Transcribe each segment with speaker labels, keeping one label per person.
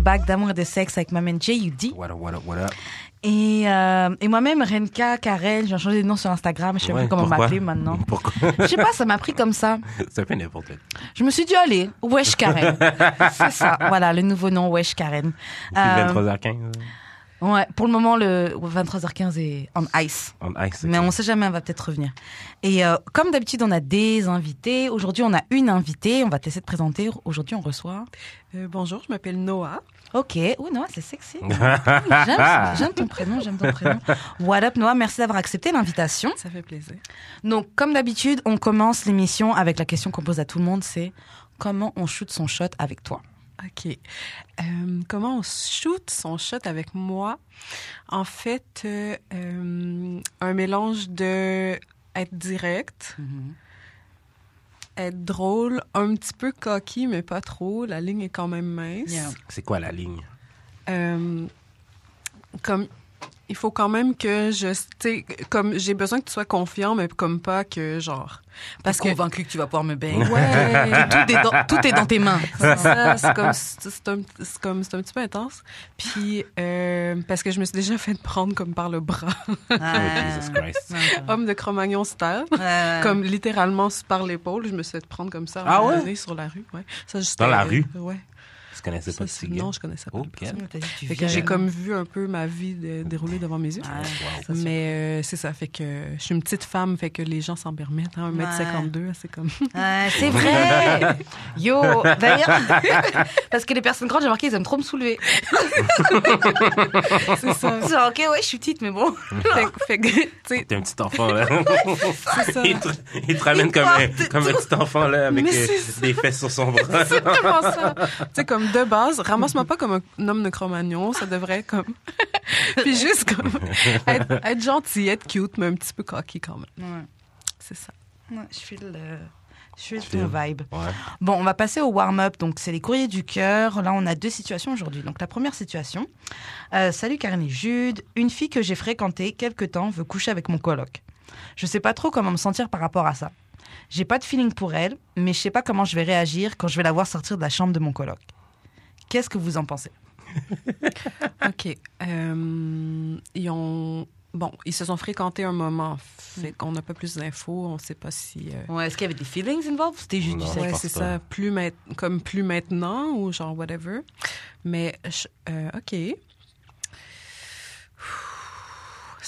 Speaker 1: bac d'amour et de sexe avec ma man J.U.D.
Speaker 2: What up, what up, what up?
Speaker 1: Et, euh, et moi-même, Renka, Karel, j'ai changé de nom sur Instagram, je sais
Speaker 2: Ouais,
Speaker 1: plus comment
Speaker 2: pourquoi
Speaker 1: m'appeler maintenant.
Speaker 2: Pourquoi?
Speaker 1: Je sais pas, ça m'a pris comme ça.
Speaker 2: ça fait n'importe quoi.
Speaker 1: Je me suis dit, allez, Wesh Karen. C'est ça, voilà, le nouveau nom, Wesh Karen.
Speaker 2: Depuis
Speaker 1: Euh,
Speaker 2: 23h15,
Speaker 1: Ouais, pour le moment, le 23h15 est on ice.
Speaker 2: on ice.
Speaker 1: Mais on sait jamais, on va peut-être revenir. Et euh, comme d'habitude, on a des invités. Aujourd'hui, on a une invitée. On va t'essayer de présenter. Aujourd'hui, on reçoit.
Speaker 3: Euh, bonjour, je m'appelle Noah.
Speaker 1: Ok. Oh Noah, c'est sexy. J'aime j'aime ton prénom, j'aime ton prénom. What up Noah, merci d'avoir accepté l'invitation.
Speaker 3: Ça fait plaisir.
Speaker 1: Donc, comme d'habitude, on commence l'émission avec la question qu'on pose à tout le monde, c'est comment on shoot son shot avec toi
Speaker 3: OK. Euh, comment on shoot son shot avec moi? En fait, euh, euh, un mélange de être direct, être drôle, un petit peu cocky, mais pas trop. La ligne est quand même mince.
Speaker 1: Yeah.
Speaker 2: C'est quoi la ligne?
Speaker 3: Euh, comme il faut quand même que je tu sais, comme j'ai besoin que tu sois confiant mais comme pas que genre
Speaker 1: Parce
Speaker 3: que-
Speaker 1: convaincu que tu vas pouvoir me baigner.
Speaker 3: ouais
Speaker 1: tout, est dans, tout est dans tes mains.
Speaker 3: C'est ça, c'est comme, c'est un, c'est comme, c'est un petit peu intense. Puis, euh, parce que je me suis déjà fait prendre comme par le bras,
Speaker 1: Ah.
Speaker 2: Oh, Jesus Christ.
Speaker 3: homme de Cro-Magnon style, comme littéralement par l'épaule, je me suis fait prendre comme ça. à un
Speaker 2: Ah
Speaker 3: moment
Speaker 2: ouais?
Speaker 3: donné sur la rue, ouais. Ça, juste
Speaker 2: Dans la
Speaker 3: euh,
Speaker 2: rue?
Speaker 3: Ouais.
Speaker 2: Je connaissais
Speaker 3: Ça,
Speaker 2: pas
Speaker 3: c'est-
Speaker 2: ce gars.
Speaker 3: non, je connaissais pas.
Speaker 2: Oh,
Speaker 3: la
Speaker 2: quel-
Speaker 3: personne. Fait
Speaker 1: Fait
Speaker 3: que j'ai comme vu un peu ma vie dé- dérouler devant mes yeux.
Speaker 1: Ouais.
Speaker 2: Wow.
Speaker 1: ça, c'est-
Speaker 3: Mais euh, c'est ça, fait que je suis une petite femme, fait que les gens s'en permettent. Hein, 1m52, c'est comme.
Speaker 1: Ah, c'est vrai Yo D'ailleurs, parce que les personnes grandes, j'ai remarqué, ils aiment trop me soulever.
Speaker 3: c'est ça.
Speaker 1: Ils sont Genre, ok, ouais, je suis petite, mais bon.
Speaker 3: fait, que- fait que, tu sais,
Speaker 2: T'es un petit enfant, là.
Speaker 3: c'est ça.
Speaker 2: il, te, il te ramène comme, un, comme un petit enfant, là, avec
Speaker 3: Mais
Speaker 2: euh,
Speaker 3: c'est ça.
Speaker 2: des fesses sur son bras.
Speaker 3: C'est vraiment ça. tu sais, comme de base, ramasse-moi pas comme un homme de Cro-Magnon, ça devrait être comme. Puis juste comme. Être, être gentil, être cute, mais un petit peu cocky quand même.
Speaker 1: Ouais.
Speaker 3: C'est ça.
Speaker 1: Ouais, Je suis le... Je suis
Speaker 2: Je file.
Speaker 1: ton vibe.
Speaker 2: Ouais.
Speaker 1: Bon, on va passer au warm-up. Donc, c'est les courriers du cœur. Là, on a deux situations aujourd'hui. Donc, la première situation. euh, Salut Karen et Jude. Une fille que j'ai fréquentée quelque temps veut coucher avec mon coloc. Je sais pas trop comment me sentir par rapport à ça. J'ai pas de feeling pour elle, mais je sais pas comment je vais réagir quand je vais la voir sortir de la chambre de mon coloc. Qu'est-ce que vous en pensez
Speaker 3: OK. Euh, ils ont. Bon, ils se sont fréquentés un moment. Fait qu'on n'a pas plus d'infos, on sait pas si. euh,
Speaker 1: Ouais, est-ce qu'il y avait des feelings involved C'était
Speaker 2: juste du Non. sexe.
Speaker 3: Ouais,
Speaker 2: pense
Speaker 3: c'est
Speaker 2: pas.
Speaker 3: ça. Plus mai- comme plus maintenant ou genre whatever. Mais, je- euh, OK.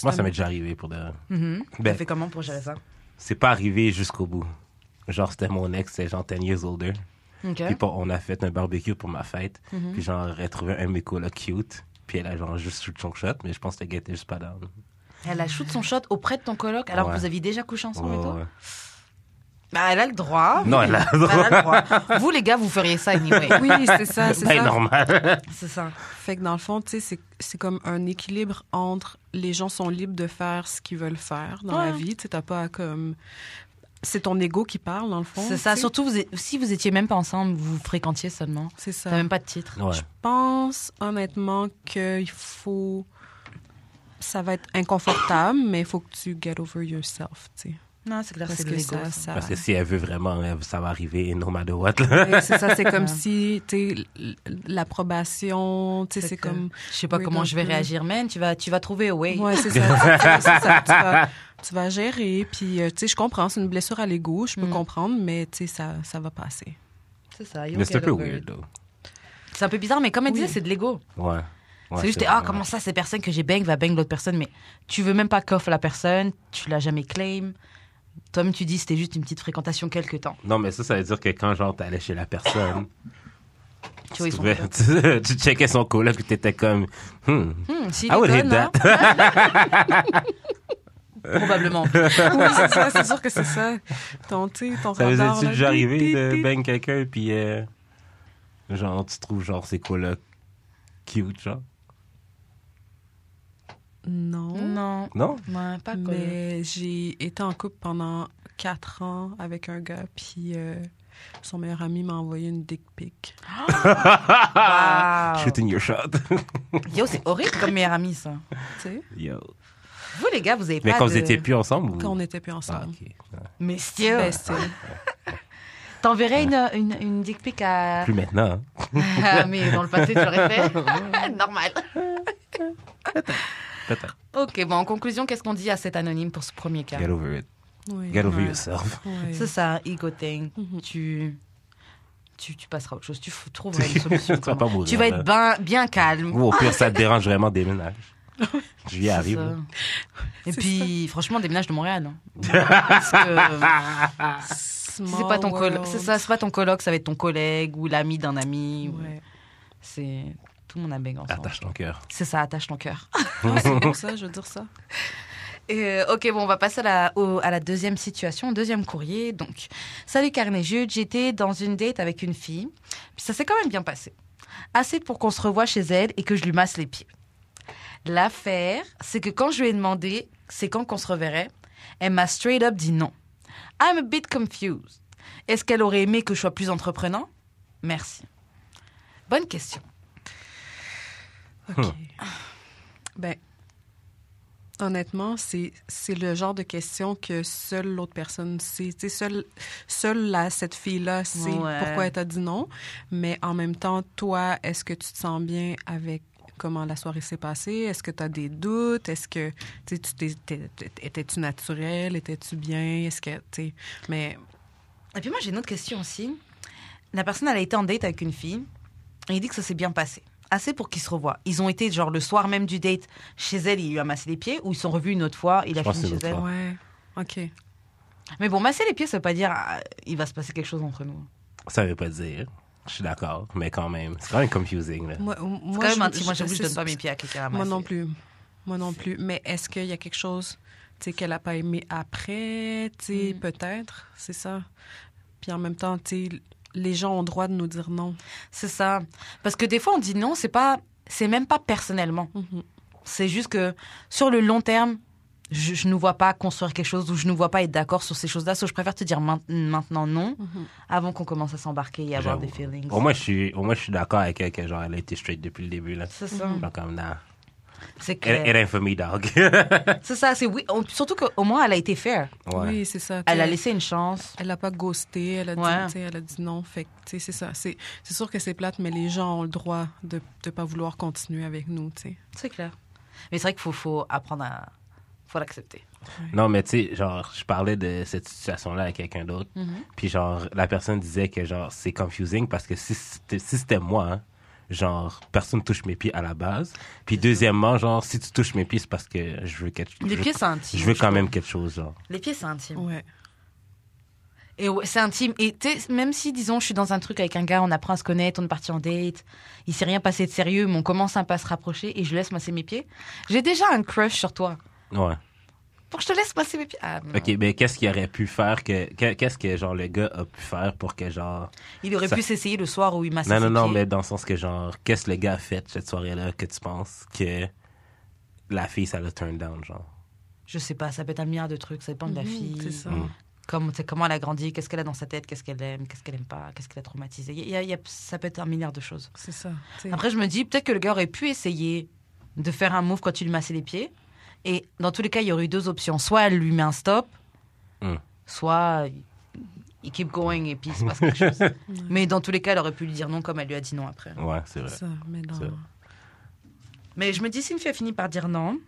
Speaker 2: Moi, ça m'est déjà arrivé pour de.
Speaker 1: T'as
Speaker 2: Ben,
Speaker 1: fait comment pour gérer ça
Speaker 2: c'est pas arrivé jusqu'au bout. Genre, c'était mon ex, c'est genre 10 years older.
Speaker 1: Ok.
Speaker 2: Puis pour- on a fait un barbecue pour ma fête. Puis genre, elle a trouvé un de mes colocs cute. Puis elle a genre juste shoot son shot, mais je pense que le gars était juste pas down.
Speaker 1: Elle a shoot son shot auprès de ton coloc alors que
Speaker 2: Ouais.
Speaker 1: vous aviez déjà couché ensemble et
Speaker 2: Ouais,
Speaker 1: tout
Speaker 2: ouais.
Speaker 1: Bah, elle a le droit.
Speaker 2: Non, elle a le droit.
Speaker 1: Elle a le droit. Vous, les gars, vous feriez ça anyway.
Speaker 3: Oui, c'est ça, c'est
Speaker 2: Ben,
Speaker 3: ça.
Speaker 2: normal.
Speaker 1: C'est ça.
Speaker 3: Fait que dans le fond, tu sais, c'est- c'est comme un équilibre entre les gens sont libres de faire ce qu'ils veulent faire dans la
Speaker 1: Ouais.
Speaker 3: vie. Tu sais, t'as pas comme. C'est ton ego qui parle, dans le fond.
Speaker 1: C'est ça.
Speaker 3: tu sais.
Speaker 1: Surtout, vous êtes- si vous étiez même pas ensemble, vous vous fréquentiez seulement.
Speaker 3: C'est ça.
Speaker 1: T'as même pas de titre.
Speaker 2: Ouais.
Speaker 3: Je pense honnêtement qu'il faut. Ça va être inconfortable, mais il faut que tu get over yourself, tu sais.
Speaker 1: Non, c'est clair,
Speaker 3: Parce
Speaker 1: c'est de
Speaker 3: que
Speaker 1: l'ego.
Speaker 3: ça,
Speaker 1: ça.
Speaker 3: ça.
Speaker 2: Parce que si elle veut vraiment, elle- ça va arriver, et no matter what. là.
Speaker 3: Ouais, c'est ça, c'est
Speaker 1: Ouais.
Speaker 3: comme si, tu sais, l- l'approbation, tu sais,
Speaker 1: Fait
Speaker 3: c'est
Speaker 1: que-
Speaker 3: comme.
Speaker 1: Je sais pas
Speaker 3: Oui,
Speaker 1: comment
Speaker 3: donc,
Speaker 1: je vais
Speaker 3: euh,
Speaker 1: réagir, man. Tu vas, tu vas trouver away.
Speaker 3: Ouais, c'est ça. c'est ça, c'est ça. Tu, vas, tu vas gérer, puis, euh, tu sais, je comprends, c'est une blessure à l'ego, je peux
Speaker 1: Mm.
Speaker 3: comprendre, mais, tu sais, ça, ça va passer.
Speaker 1: C'est ça. you'll
Speaker 2: Mais c'est un
Speaker 1: get
Speaker 2: peu
Speaker 1: over
Speaker 2: weird,
Speaker 1: it.
Speaker 2: though.
Speaker 1: C'est un peu bizarre, mais comme elle
Speaker 3: Oui.
Speaker 1: disait, c'est de l'ego.
Speaker 2: Ouais. Ouais,
Speaker 1: c'est juste, ah,
Speaker 2: vrai.
Speaker 1: comment ça, ces personnes que j'ai bang va bang l'autre personne, mais tu veux même pas coffre la personne, tu l'as jamais claim. Toi-même, tu dis, c'était juste une petite fréquentation quelque temps.
Speaker 2: Non, mais ça, ça veut dire que quand, genre, t'allais chez la personne,
Speaker 1: Tu vois, ils
Speaker 2: tu,
Speaker 1: sont.
Speaker 2: pouvais- tu, tu checkais son coloc, puis t'étais comme, hmm,
Speaker 1: Hmm, s'il
Speaker 2: I would
Speaker 1: déconne,
Speaker 2: hit that.
Speaker 1: hein. Probablement.
Speaker 3: Oui, c'est ça, c'est sûr que c'est ça. Ton, tu sais, ton
Speaker 2: Ça vous
Speaker 3: radar,
Speaker 2: est
Speaker 3: là,
Speaker 2: déjà arrivé
Speaker 3: tit,
Speaker 2: de ben-
Speaker 3: tit,
Speaker 2: bang quelqu'un, puis euh, genre, tu trouves genre ses colocs cute, genre?
Speaker 3: tit. Non,
Speaker 1: Non.
Speaker 2: Non?
Speaker 1: Ouais, pas cool.
Speaker 3: mais j'ai été en couple pendant quatre ans avec un gars, puis euh, son meilleur ami m'a envoyé une dick pic.
Speaker 1: Wow.
Speaker 2: Shooting your shot.
Speaker 1: Ah Yo, c'est horrible comme meilleur ami, ça.
Speaker 3: Tu sais,
Speaker 2: Yo.
Speaker 1: Vous, les gars, vous avez
Speaker 2: Mais
Speaker 1: pas
Speaker 2: quand
Speaker 1: Ah, de...
Speaker 2: vous étiez plus ensemble, vous...
Speaker 3: quand on n'était plus
Speaker 2: Ah,
Speaker 3: ensemble.
Speaker 2: ok.
Speaker 1: Messieurs,
Speaker 3: Ben, c'était-
Speaker 1: T'enverrais une, une, une dick pic à.
Speaker 2: Plus maintenant. hein.
Speaker 1: Ah, mais dans le passé, tu l'aurais fait. Normal.
Speaker 2: Peut-être.
Speaker 1: Ok, bon, en conclusion, qu'est-ce qu'on dit à cet anonyme pour ce premier cas
Speaker 2: Get over it.
Speaker 3: Oui.
Speaker 2: Get over
Speaker 1: Ouais.
Speaker 2: yourself.
Speaker 3: Ouais.
Speaker 1: C'est ça, ego thing.
Speaker 3: Mhm.
Speaker 1: tu, tu, tu passeras à autre chose. Tu f- trouveras une solution.
Speaker 2: Tu vas
Speaker 1: comment.
Speaker 2: pas mourir,
Speaker 1: tu vas
Speaker 2: là.
Speaker 1: être ben- bien calme.
Speaker 2: Ou au pire, ça te dérange vraiment, déménage. Je lui
Speaker 1: C'est
Speaker 2: arrive.
Speaker 1: ça.
Speaker 2: là.
Speaker 1: Et puis, franchement, déménage de Montréal. hein. Parce que euh, si c'est pas ton coloc, c'est ça, c'est pas ton coloc, ça va être ton collègue ou l'ami d'un ami. ou-
Speaker 3: Ouais.
Speaker 1: C'est tout mon abeg ensemble.
Speaker 2: Attache ton cœur.
Speaker 1: C'est ça, attache ton cœur.
Speaker 3: Non, c'est pour ça, je veux dire ça.
Speaker 1: Et, euh, ok, bon, on va passer à la, au- à la deuxième situation, deuxième courrier. Donc, salut Carnet Jude, j'étais dans une date avec une fille, puis ça s'est quand même bien passé. Assez pour qu'on se revoie chez elle et que je lui masse les pieds. L'affaire, c'est que quand je lui ai demandé c'est quand qu'on se reverrait, elle m'a straight up dit non. I'm a bit confused. Est-ce qu'elle aurait aimé que je sois plus entreprenant Merci. Bonne question.
Speaker 3: OK. Ah. ben, honnêtement, c'est c'est le genre de question que seule l'autre personne sait. Tu sais, seule, seule la- cette fille-là sait
Speaker 1: Ouais.
Speaker 3: pourquoi elle t'a dit non. Mais en même temps, toi, est-ce que tu te sens bien avec comment la soirée s'est passée? Est-ce que tu as des doutes? Est-ce que tu sais, tu t'es- t'es- t'es- étais-tu naturel? Étais-tu bien? Est-ce que, tu sais, mais
Speaker 1: Et puis moi, j'ai une autre question aussi. La personne, elle a été en date avec une fille et il dit que ça s'est bien passé. Assez pour qu'ils se revoient. Ils ont été, genre, le soir même du date chez elle, il lui a massé les pieds ou ils se sont revus une autre fois, il
Speaker 2: Je
Speaker 1: a
Speaker 2: pense
Speaker 1: fini
Speaker 2: que
Speaker 1: chez
Speaker 2: c'est
Speaker 1: elle.
Speaker 2: l'autre
Speaker 3: ouais, OK.
Speaker 1: Mais bon, masser les pieds, ça veut pas dire ah, il va se passer quelque chose entre nous.
Speaker 2: Ça veut pas dire. Je suis d'accord, mais quand même. C'est quand même confusing, là.
Speaker 3: Moi,
Speaker 1: C'est
Speaker 3: moi,
Speaker 1: quand même intime. Moi, j'avoue, je
Speaker 3: c'est-
Speaker 1: donne pas mes pieds à quelqu'un à
Speaker 3: Moi
Speaker 1: masser.
Speaker 3: non plus. Moi non plus. Mais est-ce qu'il y a quelque chose tu sais, qu'elle n'a pas aimé après? tu sais,
Speaker 1: Mm.
Speaker 3: Peut-être, c'est ça. Puis en même temps, tu sais, les gens ont le droit de nous dire non.
Speaker 1: C'est ça. Parce que des fois, on dit non, c'est pas, c'est même pas personnellement.
Speaker 3: Mm-hmm.
Speaker 1: C'est juste que sur le long terme, je, je ne vois pas construire quelque chose ou je ne vois pas être d'accord sur ces choses-là. So, je préfère te dire main- maintenant non avant qu'on commence à s'embarquer et avoir
Speaker 2: J'avoue.
Speaker 1: des feelings.
Speaker 2: Au moins, je suis, au moins, je suis d'accord avec elle que, genre, elle a été straight depuis le début, là.
Speaker 1: C'est ça.
Speaker 2: Genre, comme, nah.
Speaker 1: C'est
Speaker 2: It,
Speaker 1: clair.
Speaker 2: it ain't for me, dog.
Speaker 1: C'est ça, c'est oui. on- surtout qu'au moins, elle a été fair.
Speaker 2: ouais.
Speaker 3: Oui, c'est ça. tu
Speaker 1: Elle a
Speaker 3: sais,
Speaker 1: laissé une chance.
Speaker 3: Elle n'a pas ghosté, elle a,
Speaker 1: Ouais.
Speaker 3: dit, tu sais, elle a dit non. Fait que, tu sais, c'est ça. C'est c'est sûr que c'est plate, mais les gens ont le droit de ne pas vouloir continuer avec nous. tu sais.
Speaker 1: C'est clair. Mais c'est vrai qu'il faut, faut apprendre à. faut l'accepter.
Speaker 2: Non, mais tu sais, genre, je parlais de cette situation-là avec quelqu'un d'autre.
Speaker 1: Mhm.
Speaker 2: Puis, genre, la personne disait que, genre, c'est confusing parce que si c'était si c'était moi, hein, genre, personne touche mes pieds à la base. Puis, deuxièmement, genre, si tu touches mes pieds, c'est parce que je veux quelque chose.
Speaker 1: Les pieds, c'est intime.
Speaker 2: Je veux quand
Speaker 1: trouve.
Speaker 2: même quelque chose, genre.
Speaker 1: Les pieds, c'est intime.
Speaker 3: Ouais.
Speaker 1: Et ouais, c'est intime. Et tu sais, même si, disons, je suis dans un truc avec un gars, on apprend à se connaître, on est parti en date, il s'est rien passé de sérieux, mais on commence un peu à se rapprocher et je laisse masser mes pieds, j'ai déjà un crush sur toi.
Speaker 2: Ouais.
Speaker 1: Pour que je te laisse masser mes pieds. Ah, non.
Speaker 2: OK, mais qu'est-ce qu'il aurait pu faire que. que- Qu'est-ce que, genre, le gars a pu faire pour que, genre.
Speaker 1: Il aurait
Speaker 2: Ça-
Speaker 1: pu s'essayer le soir où il massait
Speaker 2: Non,
Speaker 1: ses
Speaker 2: non, non,
Speaker 1: pieds.
Speaker 2: mais dans le sens que, genre, qu'est-ce que le gars a fait cette soirée-là que tu penses que la fille, ça l'a turn down, genre.
Speaker 1: Je sais pas, ça peut être un milliard de trucs, ça dépend de la
Speaker 3: Mhm,
Speaker 1: fille.
Speaker 3: C'est ça.
Speaker 2: Mm.
Speaker 1: comme, tu sais, comment elle a grandi, qu'est-ce qu'elle a dans sa tête, qu'est-ce qu'elle aime, qu'est-ce qu'elle aime pas, qu'est-ce qu'elle a traumatisé. Il y a- il y a- ça peut être un milliard de choses.
Speaker 3: C'est ça. tu sais.
Speaker 1: Après, je me dis, peut-être que le gars aurait pu essayer de faire un move quand tu lui massais les pieds. Et dans tous les cas, il y aurait eu deux options. Soit elle lui met un stop,
Speaker 2: Mm.
Speaker 1: soit il keep going et puis il se passe quelque chose. Mais dans tous les cas, elle aurait pu lui dire non comme elle lui a dit non après.
Speaker 2: Ouais, c'est vrai.
Speaker 3: C'est ça. Mais dans-
Speaker 2: C'est-
Speaker 1: Mais je me dis, si une fille a fini par dire non,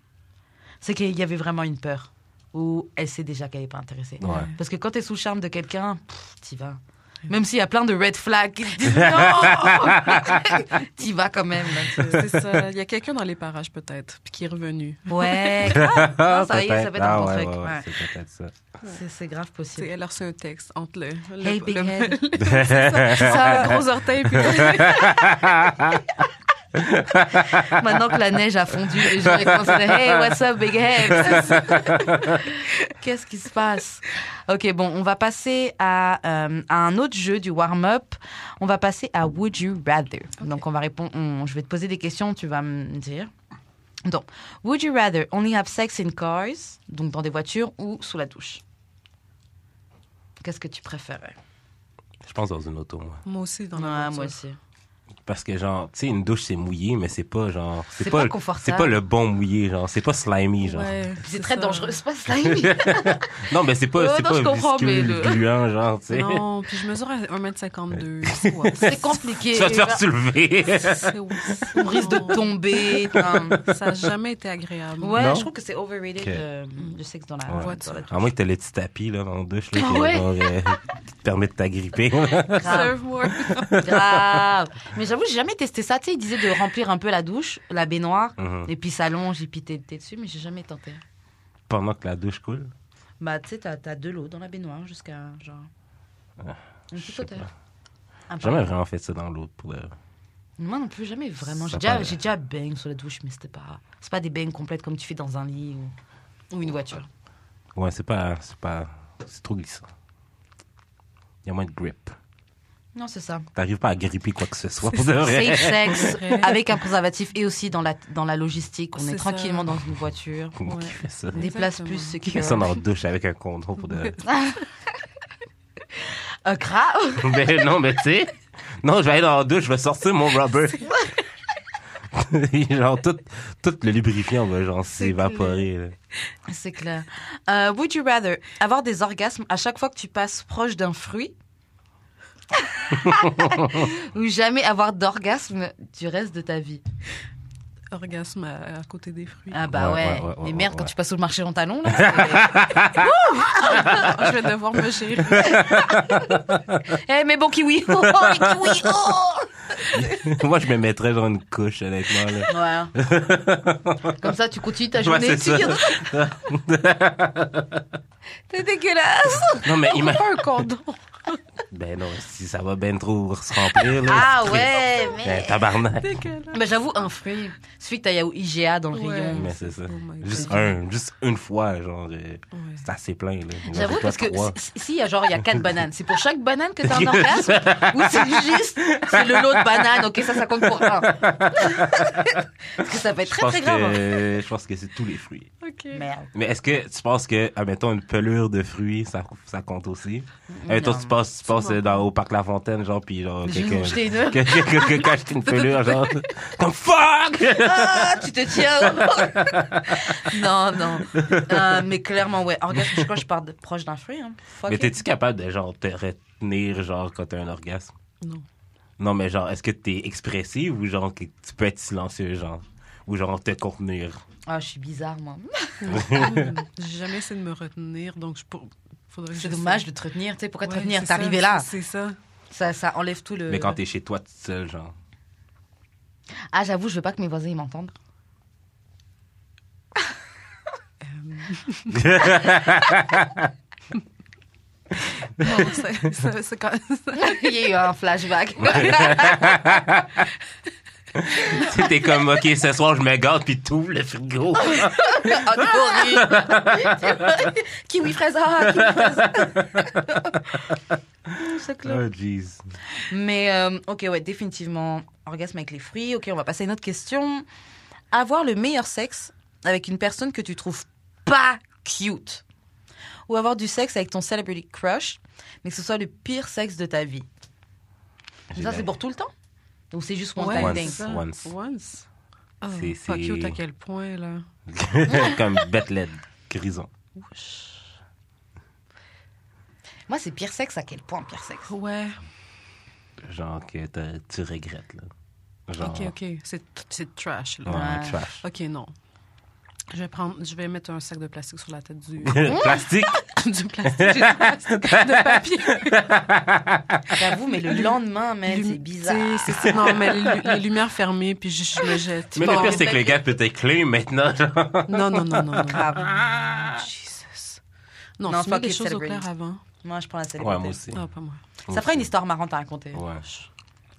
Speaker 1: c'est qu'il y avait vraiment une peur. Ou elle sait déjà qu'elle n'est pas intéressée.
Speaker 2: Ouais.
Speaker 1: Parce que quand t'es sous le charme de quelqu'un, pff, t'y vas. Même s'il y a plein de red flags qui te disent non, t'y vas quand même. là, tu sais.
Speaker 3: C'est ça. Il y a quelqu'un dans les parages, peut-être, puis qui est revenu.
Speaker 1: Ouais, grave. Non, ça, y est, ça
Speaker 2: Peut-être.
Speaker 1: peut être
Speaker 2: Ah,
Speaker 1: un bon
Speaker 2: ouais,
Speaker 1: truc.
Speaker 2: ouais, ouais,
Speaker 1: Ouais.
Speaker 2: C'est peut-être ça.
Speaker 1: C'est- C'est grave
Speaker 3: Tu sais,
Speaker 1: possible.
Speaker 3: elle a reçu un texte entre le, le,
Speaker 1: Hey, big
Speaker 3: le-
Speaker 1: head.
Speaker 3: C'est ça, un gros orteil. Puis
Speaker 1: Maintenant que la neige a fondu, les gens ils commencent à dire Hey, what's up, big head? Qu'est-ce qui se passe? Ok, bon, on va passer à, euh, à un autre jeu du warm-up. On va passer à Would You Rather. Donc, on va répondre. on- je vais te poser des questions, tu vas me dire. Donc, Would you rather only have sex in cars, donc dans des voitures ou sous la douche? Qu'est-ce que tu préférais?
Speaker 2: Je pense dans une auto, moi.
Speaker 3: moi aussi, dans
Speaker 1: Ouais,
Speaker 3: la
Speaker 1: moi
Speaker 3: voiture.
Speaker 1: aussi.
Speaker 2: Parce que, genre, tu sais, une douche, c'est mouillé, mais c'est pas, genre...
Speaker 1: C'est pas
Speaker 2: le-
Speaker 1: confortable.
Speaker 2: C'est pas le bon mouillé, genre. C'est pas slimy, genre.
Speaker 3: Ouais,
Speaker 1: C'est très
Speaker 3: ça.
Speaker 1: dangereux, c'est pas slimy.
Speaker 2: Non, mais c'est
Speaker 1: Ouais,
Speaker 2: pas, c'est
Speaker 1: non, je
Speaker 2: pas
Speaker 1: comprends, mais
Speaker 2: visqueux,
Speaker 1: le-
Speaker 2: gluant, genre, tu sais.
Speaker 3: Non, puis je mesure à 1m52. C'est quoi?
Speaker 1: c'est compliqué.
Speaker 2: Tu vas te faire soulever.
Speaker 3: C'est où?
Speaker 1: On risque de tomber. enfin.
Speaker 3: Ça n'a jamais été agréable.
Speaker 1: Ouais,
Speaker 2: Non?
Speaker 1: je trouve que c'est overrated
Speaker 2: Ok.
Speaker 1: euh, le sexe dans la
Speaker 2: Ouais.
Speaker 1: voiture.
Speaker 2: À moins que t'aies le petit tapis, là, en douche, là, qui,
Speaker 1: Ah Ouais.
Speaker 2: genre, euh, qui te permet de t'agripper.
Speaker 1: Grave,
Speaker 3: Surfboard.
Speaker 1: grave. Mais j'avoue, j'ai jamais testé ça. Tu sais, il disait de remplir un peu la douche, la baignoire,
Speaker 2: Mhm.
Speaker 1: et puis ça longe, et puis t'es t'es dessus, mais j'ai jamais tenté.
Speaker 2: Pendant que la douche coule.
Speaker 1: Bah, tu sais, t'as as de l'eau dans la baignoire jusqu'à genre. Une
Speaker 2: je
Speaker 1: petite
Speaker 2: sais
Speaker 1: hauteur. Un
Speaker 2: J'ai
Speaker 1: peu.
Speaker 2: Jamais vraiment fait ça dans l'autre, pour de vrai.
Speaker 1: Moi non plus, jamais vraiment. J'ai
Speaker 2: Ça
Speaker 1: déjà,
Speaker 2: paraît.
Speaker 1: j'ai déjà bang sur la douche, mais c'était pas. C'est pas des bangs complètes comme tu fais dans un lit ou, ou une voiture.
Speaker 2: Ouais, c'est pas. C'est pas. C'est trop glissant. Il y a moins de grip.
Speaker 1: Non, c'est ça.
Speaker 2: T'arrives pas à gripper quoi que ce soit, pour de vrai.
Speaker 1: Safe sex, avec un préservatif et aussi dans la, dans la logistique. On est,
Speaker 3: C'est ça.
Speaker 1: tranquillement dans une voiture.
Speaker 2: Comment qui
Speaker 3: Ouais.
Speaker 2: fait ça?
Speaker 1: Des places
Speaker 3: Exactement.
Speaker 1: plus
Speaker 2: Qui fait ça
Speaker 1: sécures.
Speaker 2: dans la douche avec un condom, pour de vrai?
Speaker 1: Euh, grave.
Speaker 2: Ben non, mais tu sais. Non, je vais aller dans la douche, je vais sortir mon rubber. genre, tout, tout le lubrifiant va genre s'évaporer. là.
Speaker 1: C'est clair. Euh, would you rather avoir des orgasmes à chaque fois que tu passes proche d'un fruit ou jamais avoir d'orgasme du reste de ta vie
Speaker 3: Orgasme à, à côté des fruits.
Speaker 1: Ah bah
Speaker 2: Ouais,
Speaker 1: ouais,
Speaker 2: ouais, ouais,
Speaker 1: mais
Speaker 2: ouais,
Speaker 1: merde, quand
Speaker 2: ouais.
Speaker 1: tu passes au marché en talon, là, c'est-
Speaker 3: Ah, Je vais devoir me gérer.
Speaker 1: Eh, mais bon kiwi Oh, les kiwis oh
Speaker 2: Moi, je me mettrais genre une couche, honnêtement. Là.
Speaker 1: Ouais. Comme ça, tu continues ta
Speaker 2: Ouais,
Speaker 1: journée.
Speaker 2: c'est ça.
Speaker 1: tu- T'es dégueulasse Oh,
Speaker 2: Non, mais
Speaker 3: Pas
Speaker 2: imagine.
Speaker 3: un condom.
Speaker 2: Ben non, si ça va ben trop se remplir. Là,
Speaker 1: Ah
Speaker 2: c'est-
Speaker 1: ouais,
Speaker 2: Ben,
Speaker 1: mais...
Speaker 2: tabarnak.
Speaker 3: Dégueulasse.
Speaker 1: Mais j'avoue, un fruit. Suffit que t'ailles au IGA dans le
Speaker 3: Ouais.
Speaker 1: rayon.
Speaker 2: Mais c'est ça.
Speaker 3: Oh my God.
Speaker 2: Juste un, juste une fois, genre, euh,
Speaker 3: Ouais.
Speaker 2: c'est assez plein, là. Imagine-toi
Speaker 1: J'avoue, parce que
Speaker 2: trois.
Speaker 1: si, si, il y a genre, il y a quatre bananes. C'est pour chaque banane que t'as un orgasme Ou c'est juste, c'est le lot de bananes, ok, ça, ça compte pour un Parce que ça va être
Speaker 2: Je
Speaker 1: très,
Speaker 2: pense
Speaker 1: très grave. hein.
Speaker 2: que- Je pense que c'est tous les fruits.
Speaker 3: OK.
Speaker 1: Merde.
Speaker 2: Mais est-ce que tu penses que, admettons, une pelure de fruits, ça, ça compte aussi? Admettons,
Speaker 1: Non.
Speaker 2: tu passes, tu passes euh, dans, au parc La Fontaine, genre, puis genre,
Speaker 1: Je
Speaker 2: quelqu'un.
Speaker 1: je t'ai une...
Speaker 2: que- que- que- Quelqu'un achète une pelure, genre, comme fuck!
Speaker 1: Ah, tu te tiens. non, non. Euh, mais clairement, ouais. Orgasme, je crois que je pars de- proche d'un fruit. Hein. Fuck
Speaker 2: Mais
Speaker 1: it.
Speaker 2: t'es-tu capable de, genre, te retenir, genre, quand t'as un orgasme?
Speaker 3: Non.
Speaker 2: Non, mais genre, est-ce que t'es expressive ou genre, que tu peux être silencieux, genre? Ou genre, te contenir?
Speaker 1: Ah, je suis bizarre, moi.
Speaker 3: J'ai jamais essayé de me retenir, donc je pour... faudrait que
Speaker 1: C'est
Speaker 3: j'essaie.
Speaker 1: dommage de te retenir. Tu sais, pourquoi te
Speaker 3: Ouais,
Speaker 1: retenir
Speaker 3: c'est
Speaker 1: T'es
Speaker 3: ça,
Speaker 1: arrivé là.
Speaker 3: C'est ça.
Speaker 1: Ça, ça enlève tout le.
Speaker 2: Mais quand t'es chez toi, toute seule, genre.
Speaker 1: Ah, j'avoue, je veux pas que mes voisins ils m'entendent.
Speaker 3: Non, c'est- c'est- c'est quand-
Speaker 1: Il y a eu un flashback.
Speaker 2: Tu sais, t'es comme, OK, ce soir, je me garde, puis tout le frigo.
Speaker 1: Ah, horrible. kiwi fraise. Ah, kiwi fraise. C'est clair.
Speaker 2: Oh, jeez.
Speaker 1: Mais euh, ok, ouais, définitivement, orgasme avec les fruits. Ok, on va passer à une autre question. Avoir le meilleur sexe avec une personne que tu trouves pas cute. Ou avoir du sexe avec ton celebrity crush, mais que ce soit le pire sexe de ta vie. Ça, c'est pour tout le temps Ou c'est juste one
Speaker 3: Ouais,
Speaker 1: time
Speaker 2: Once,
Speaker 1: thing
Speaker 3: c'est ça.
Speaker 2: once.
Speaker 3: Once. Oh,
Speaker 2: C'est-
Speaker 3: pas
Speaker 2: c'est-
Speaker 3: cute à quel point, là.
Speaker 2: comme bête laide, grison.
Speaker 1: Moi, c'est pire sexe à quel point pire sexe
Speaker 3: Ouais.
Speaker 2: Genre que t'as- tu regrettes, là. Genre,
Speaker 3: OK, OK. C'est c'est trash, là.
Speaker 2: ouais,
Speaker 1: Ouais.
Speaker 2: trash.
Speaker 3: OK, non. Je vais, prendre, je vais mettre un sac de plastique sur la tête du,
Speaker 2: Plastique,
Speaker 3: du plastique, j'ai du plastique, de papier.
Speaker 1: J'avoue, mais le lendemain, même,
Speaker 3: Lumi-
Speaker 1: Eh, c'est bizarre.
Speaker 3: tu sais, c'est- non, mais les, lu- les lumières fermées, puis je, je me jette.
Speaker 2: mais
Speaker 3: Bon.
Speaker 2: le pire, c'est que le gars peut t'éclure maintenant. Genre.
Speaker 3: Non, non, non, non. non.
Speaker 1: Grave.
Speaker 3: Jesus.
Speaker 1: Ah. Non,
Speaker 3: Non, non
Speaker 1: c'est
Speaker 3: tu
Speaker 1: pas
Speaker 3: mets les
Speaker 1: Kate
Speaker 3: choses au
Speaker 1: Celebrity.
Speaker 3: clair avant.
Speaker 1: Moi, je prends la célébrité.
Speaker 2: Ouais, moi aussi.
Speaker 3: Ah, pas moi.
Speaker 1: Ça fera une histoire marrante à raconter.
Speaker 2: Ouais.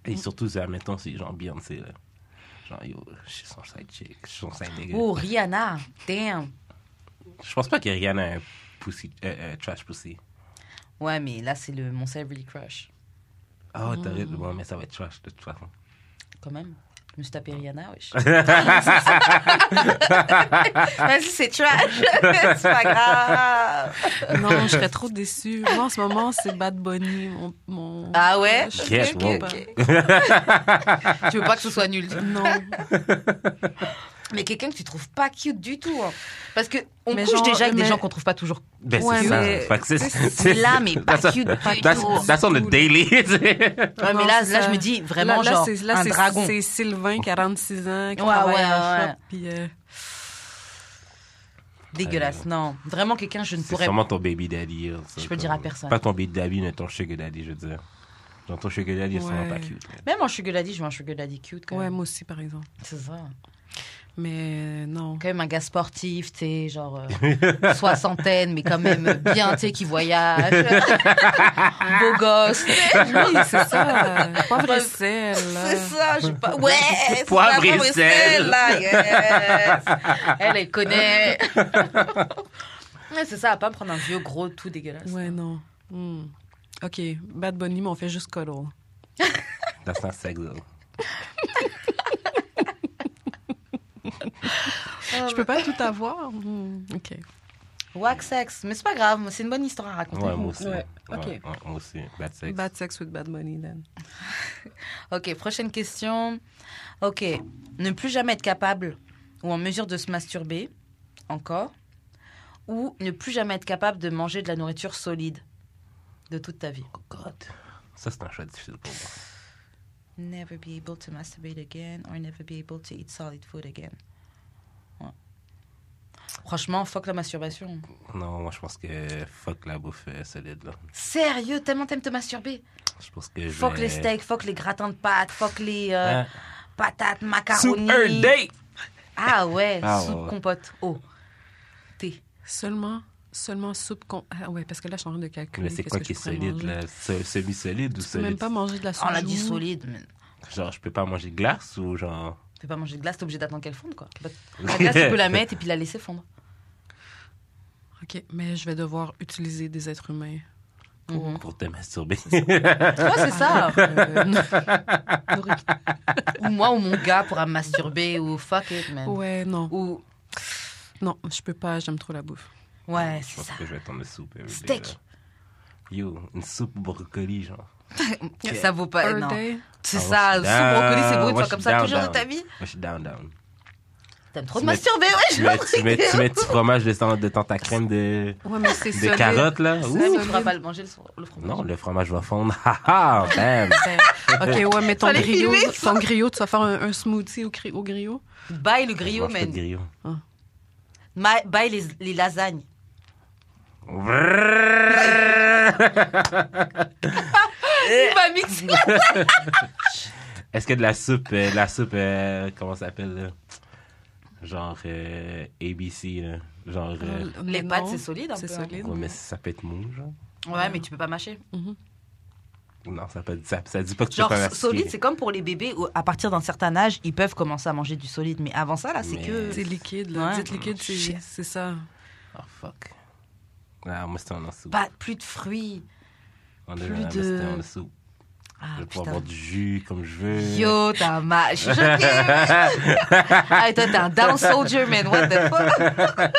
Speaker 2: Et surtout, c'est, admettons, c'est genre Beyoncé, là. Genre, yo, je suis son side chick, je suis son side nigga.
Speaker 1: Oh, Rihanna, damn.
Speaker 2: Je pense pas que Rihanna a un pussy, euh, un trash pussy.
Speaker 1: Ouais, mais là, c'est le mon celebrity crush,
Speaker 2: Ah, oh, t'arrêtes, ouais, mais ça va être trash de toute façon.
Speaker 1: quand même. me suis tapé Rihanna, wesh. Vas-y, c'est trash. c'est pas grave.
Speaker 3: Non, je serais trop déçue. Moi, en ce moment, c'est Bad Bunny, mon. mon...
Speaker 1: Ah ouais?
Speaker 3: crush.
Speaker 2: Yes,
Speaker 3: Ok,
Speaker 2: wow.
Speaker 3: ok.
Speaker 1: Tu veux pas que ce soit nul.
Speaker 3: Non.
Speaker 1: Mais quelqu'un que tu trouves pas cute du tout. hein. Parce que on
Speaker 3: Mais
Speaker 1: couche
Speaker 3: genre,
Speaker 1: déjà avec
Speaker 3: mais-
Speaker 1: des gens qu'on trouve pas toujours.
Speaker 2: Ben,
Speaker 3: Ouais,
Speaker 2: c'est ça.
Speaker 3: mais-
Speaker 2: Fait que c'est-
Speaker 3: c'est-
Speaker 2: c'est-
Speaker 1: C'est là, mais pas
Speaker 2: That's a-
Speaker 1: cute du
Speaker 2: That's,
Speaker 1: tout.
Speaker 2: that's on the daily.
Speaker 1: Ouais, mais
Speaker 3: Non,
Speaker 1: là,
Speaker 3: c'est
Speaker 1: là,
Speaker 3: ça.
Speaker 1: je me dis vraiment
Speaker 3: là, là,
Speaker 1: genre
Speaker 3: c'est- là,
Speaker 1: un
Speaker 3: c'est-
Speaker 1: dragon.
Speaker 3: C'est Sylvain, 46 ans, qui
Speaker 1: Ouais,
Speaker 3: travaille
Speaker 1: ouais,
Speaker 3: à la
Speaker 1: ouais.
Speaker 3: shop, puis, euh,
Speaker 1: Dégueulasse. Non, vraiment quelqu'un, je ne
Speaker 2: c'est
Speaker 1: pourrais
Speaker 2: sûrement ton baby daddy. hein, ça,
Speaker 1: Je peux
Speaker 2: comme-
Speaker 1: dire à personne.
Speaker 2: Pas ton baby daddy, mais ton sugar daddy, je veux dire. Dans ton sugar daddy, c'est vraiment
Speaker 3: Ouais.
Speaker 2: pas cute. là.
Speaker 1: Même en sugar daddy, je veux un sugar daddy cute quand
Speaker 3: ouais,
Speaker 1: même.
Speaker 3: moi aussi, par exemple.
Speaker 1: C'est ça.
Speaker 3: Mais euh, non.
Speaker 1: Quand même un gars sportif, tu sais, genre euh, soixantaine, mais quand même euh, bien, tu sais, qui voyage. Beau gosse.
Speaker 3: Oui, c'est ça. euh, Poivre et
Speaker 1: Ouais,
Speaker 3: sel. là.
Speaker 1: C'est ça, je sais pas. Ouais, c'est
Speaker 2: Poivre
Speaker 1: ça,
Speaker 2: et
Speaker 1: poivre
Speaker 2: sel.
Speaker 1: là, yes. Elle, elle connaît. Ouais, c'est ça, à pas me prendre un vieux gros tout dégueulasse.
Speaker 3: Ouais, non. Hmm. OK, Bad Bunny, mais on fait juste cuddle.
Speaker 2: That's not sex, though.
Speaker 3: Je peux pas tout avoir. Hmm, OK.
Speaker 1: Euh, Wax sex, mais c'est pas grave, c'est une bonne histoire à raconter.
Speaker 2: Ouais, moi aussi.
Speaker 3: Ouais,
Speaker 2: Ouais,
Speaker 3: ok.
Speaker 2: ouais, moi aussi. Bad sex.
Speaker 3: Bad sex with Bad Bunny, then.
Speaker 1: Ok, prochaine question. Ok, ne plus jamais être capable ou en mesure de se masturber, encore, ou ne plus jamais être capable de manger de la nourriture solide de toute ta vie.
Speaker 2: Oh, God. Ça, c'est un choix difficile pour moi.
Speaker 1: Never be able to masturbate again or never be able to eat solid food again. Ouais. Franchement, fuck la masturbation.
Speaker 2: Oh Non, moi, je pense que fuck la bouffe euh, solide, là.
Speaker 1: Sérieux, tellement t'aimes te masturber.
Speaker 2: Je pense que je
Speaker 1: Fuck
Speaker 2: vais-
Speaker 1: les steaks, fuck les gratins de pâtes, fuck les euh,
Speaker 2: Hein?
Speaker 1: patates,
Speaker 2: Soup
Speaker 1: macaronis.
Speaker 2: her day!
Speaker 1: Ah ouais,
Speaker 2: Ah
Speaker 1: soupe,
Speaker 2: ouais, ouais.
Speaker 1: compote, eau, thé.
Speaker 3: Seulement, seulement soupe. Con... Ah ouais, parce que là, je suis en train de calculer.
Speaker 2: Mais c'est
Speaker 3: qu'est-ce
Speaker 2: quoi
Speaker 3: que
Speaker 2: qui est
Speaker 3: je pourrais
Speaker 2: solide,
Speaker 3: manger.
Speaker 2: là? Se- Semi-solide ou
Speaker 3: Je peux même
Speaker 2: solide?
Speaker 3: pas manger de la soupe.
Speaker 1: On Oh, l'a dit solide, mais
Speaker 2: Genre, je peux pas manger de glace ou genre.
Speaker 1: tu peux pas manger de glace, t'es obligé d'attendre qu'elle fonde quoi. La glace, tu peux la mettre et puis la laisser fondre.
Speaker 3: OK, mais je vais devoir utiliser des êtres humains.
Speaker 1: Mhm.
Speaker 2: Pour te masturber.
Speaker 1: Tu vois, c'est ça.
Speaker 3: Euh,
Speaker 1: Ou moi ou mon gars pourra me masturber ou fuck it, man.
Speaker 3: ouais, non.
Speaker 1: Ou,
Speaker 3: Non, je peux pas, j'aime trop la bouffe.
Speaker 1: ouais,
Speaker 2: Je
Speaker 1: c'est
Speaker 2: pense
Speaker 1: ça.
Speaker 2: que je vais attendre le soupe. every day,
Speaker 1: Steak.
Speaker 2: là. Yo, une soupe au brocoli, genre.
Speaker 1: Ça vaut pas.
Speaker 3: Her
Speaker 1: non.
Speaker 3: day?
Speaker 1: C'est ça,
Speaker 2: Ah, moi, je suis
Speaker 1: soupe brocoli, c'est beau, une
Speaker 2: down. Moi,
Speaker 1: fois
Speaker 2: je
Speaker 1: comme
Speaker 2: suis
Speaker 1: ça,
Speaker 2: down,
Speaker 1: toujours de
Speaker 2: down.
Speaker 1: ta vie.
Speaker 2: Moi, je suis down, down.
Speaker 1: T'aimes trop
Speaker 2: Tu
Speaker 1: de
Speaker 2: mets-
Speaker 1: masturber, ouais, je
Speaker 2: Tu mets, tu mets, tu mets
Speaker 1: comprends.
Speaker 2: du fromage de, sang- de ta crème de,
Speaker 3: Ouais, mais c'est
Speaker 2: de carotte, là. Ouh.
Speaker 1: Tu pourras pas le manger, le, le fromage.
Speaker 2: Non, le fromage va fondre. Ha ha! Bam!
Speaker 3: Ok, ouais, mais ton
Speaker 1: Fallait
Speaker 3: griot,
Speaker 1: filmer ça.
Speaker 3: ton griot, tu vas faire un, un smoothie au, cri- au griot?
Speaker 1: Bye le
Speaker 2: Je
Speaker 1: griot,
Speaker 2: mange pas de
Speaker 1: man.
Speaker 2: grillon.
Speaker 1: Ma- Bye les, les lasagnes.
Speaker 2: Eh.
Speaker 1: Il m'a mixé.
Speaker 2: Est-ce que de la soupe, euh, de la soupe, euh, comment ça s'appelle, là? Genre euh, ABC, là. Genre. euh,
Speaker 1: Les
Speaker 3: Mais
Speaker 1: pâtes,
Speaker 3: non,
Speaker 1: c'est solide un
Speaker 3: C'est
Speaker 1: peu, hein.
Speaker 3: solide.
Speaker 2: ouais, mais ça peut être mou, genre.
Speaker 1: Ouais, mais tu peux pas mâcher.
Speaker 2: Non, ça, peut, ça, ça dit pas que tu
Speaker 1: Genre,
Speaker 2: peux pas mastiquer.
Speaker 1: solide, c'est comme pour les bébés où, à partir d'un certain âge, ils peuvent commencer à manger du solide. Mais avant ça, là, c'est
Speaker 2: Mais-
Speaker 1: que.
Speaker 3: C'est liquide, là.
Speaker 1: Ouais.
Speaker 3: Dites liquide, c'est
Speaker 1: Shit.
Speaker 3: c'est ça.
Speaker 2: Oh fuck. Ah, moi c'était en soupe.
Speaker 1: Pas plus de fruits.
Speaker 2: On
Speaker 1: plus
Speaker 2: moi,
Speaker 1: de-
Speaker 2: c'était en soupe.
Speaker 1: Ah,
Speaker 2: je vais pouvoir boire
Speaker 1: putain.
Speaker 2: du jus comme je veux.
Speaker 1: Yo, t'as ma. Je suis choquée. Ah, toi, t'es un down soldier, man. What the fuck?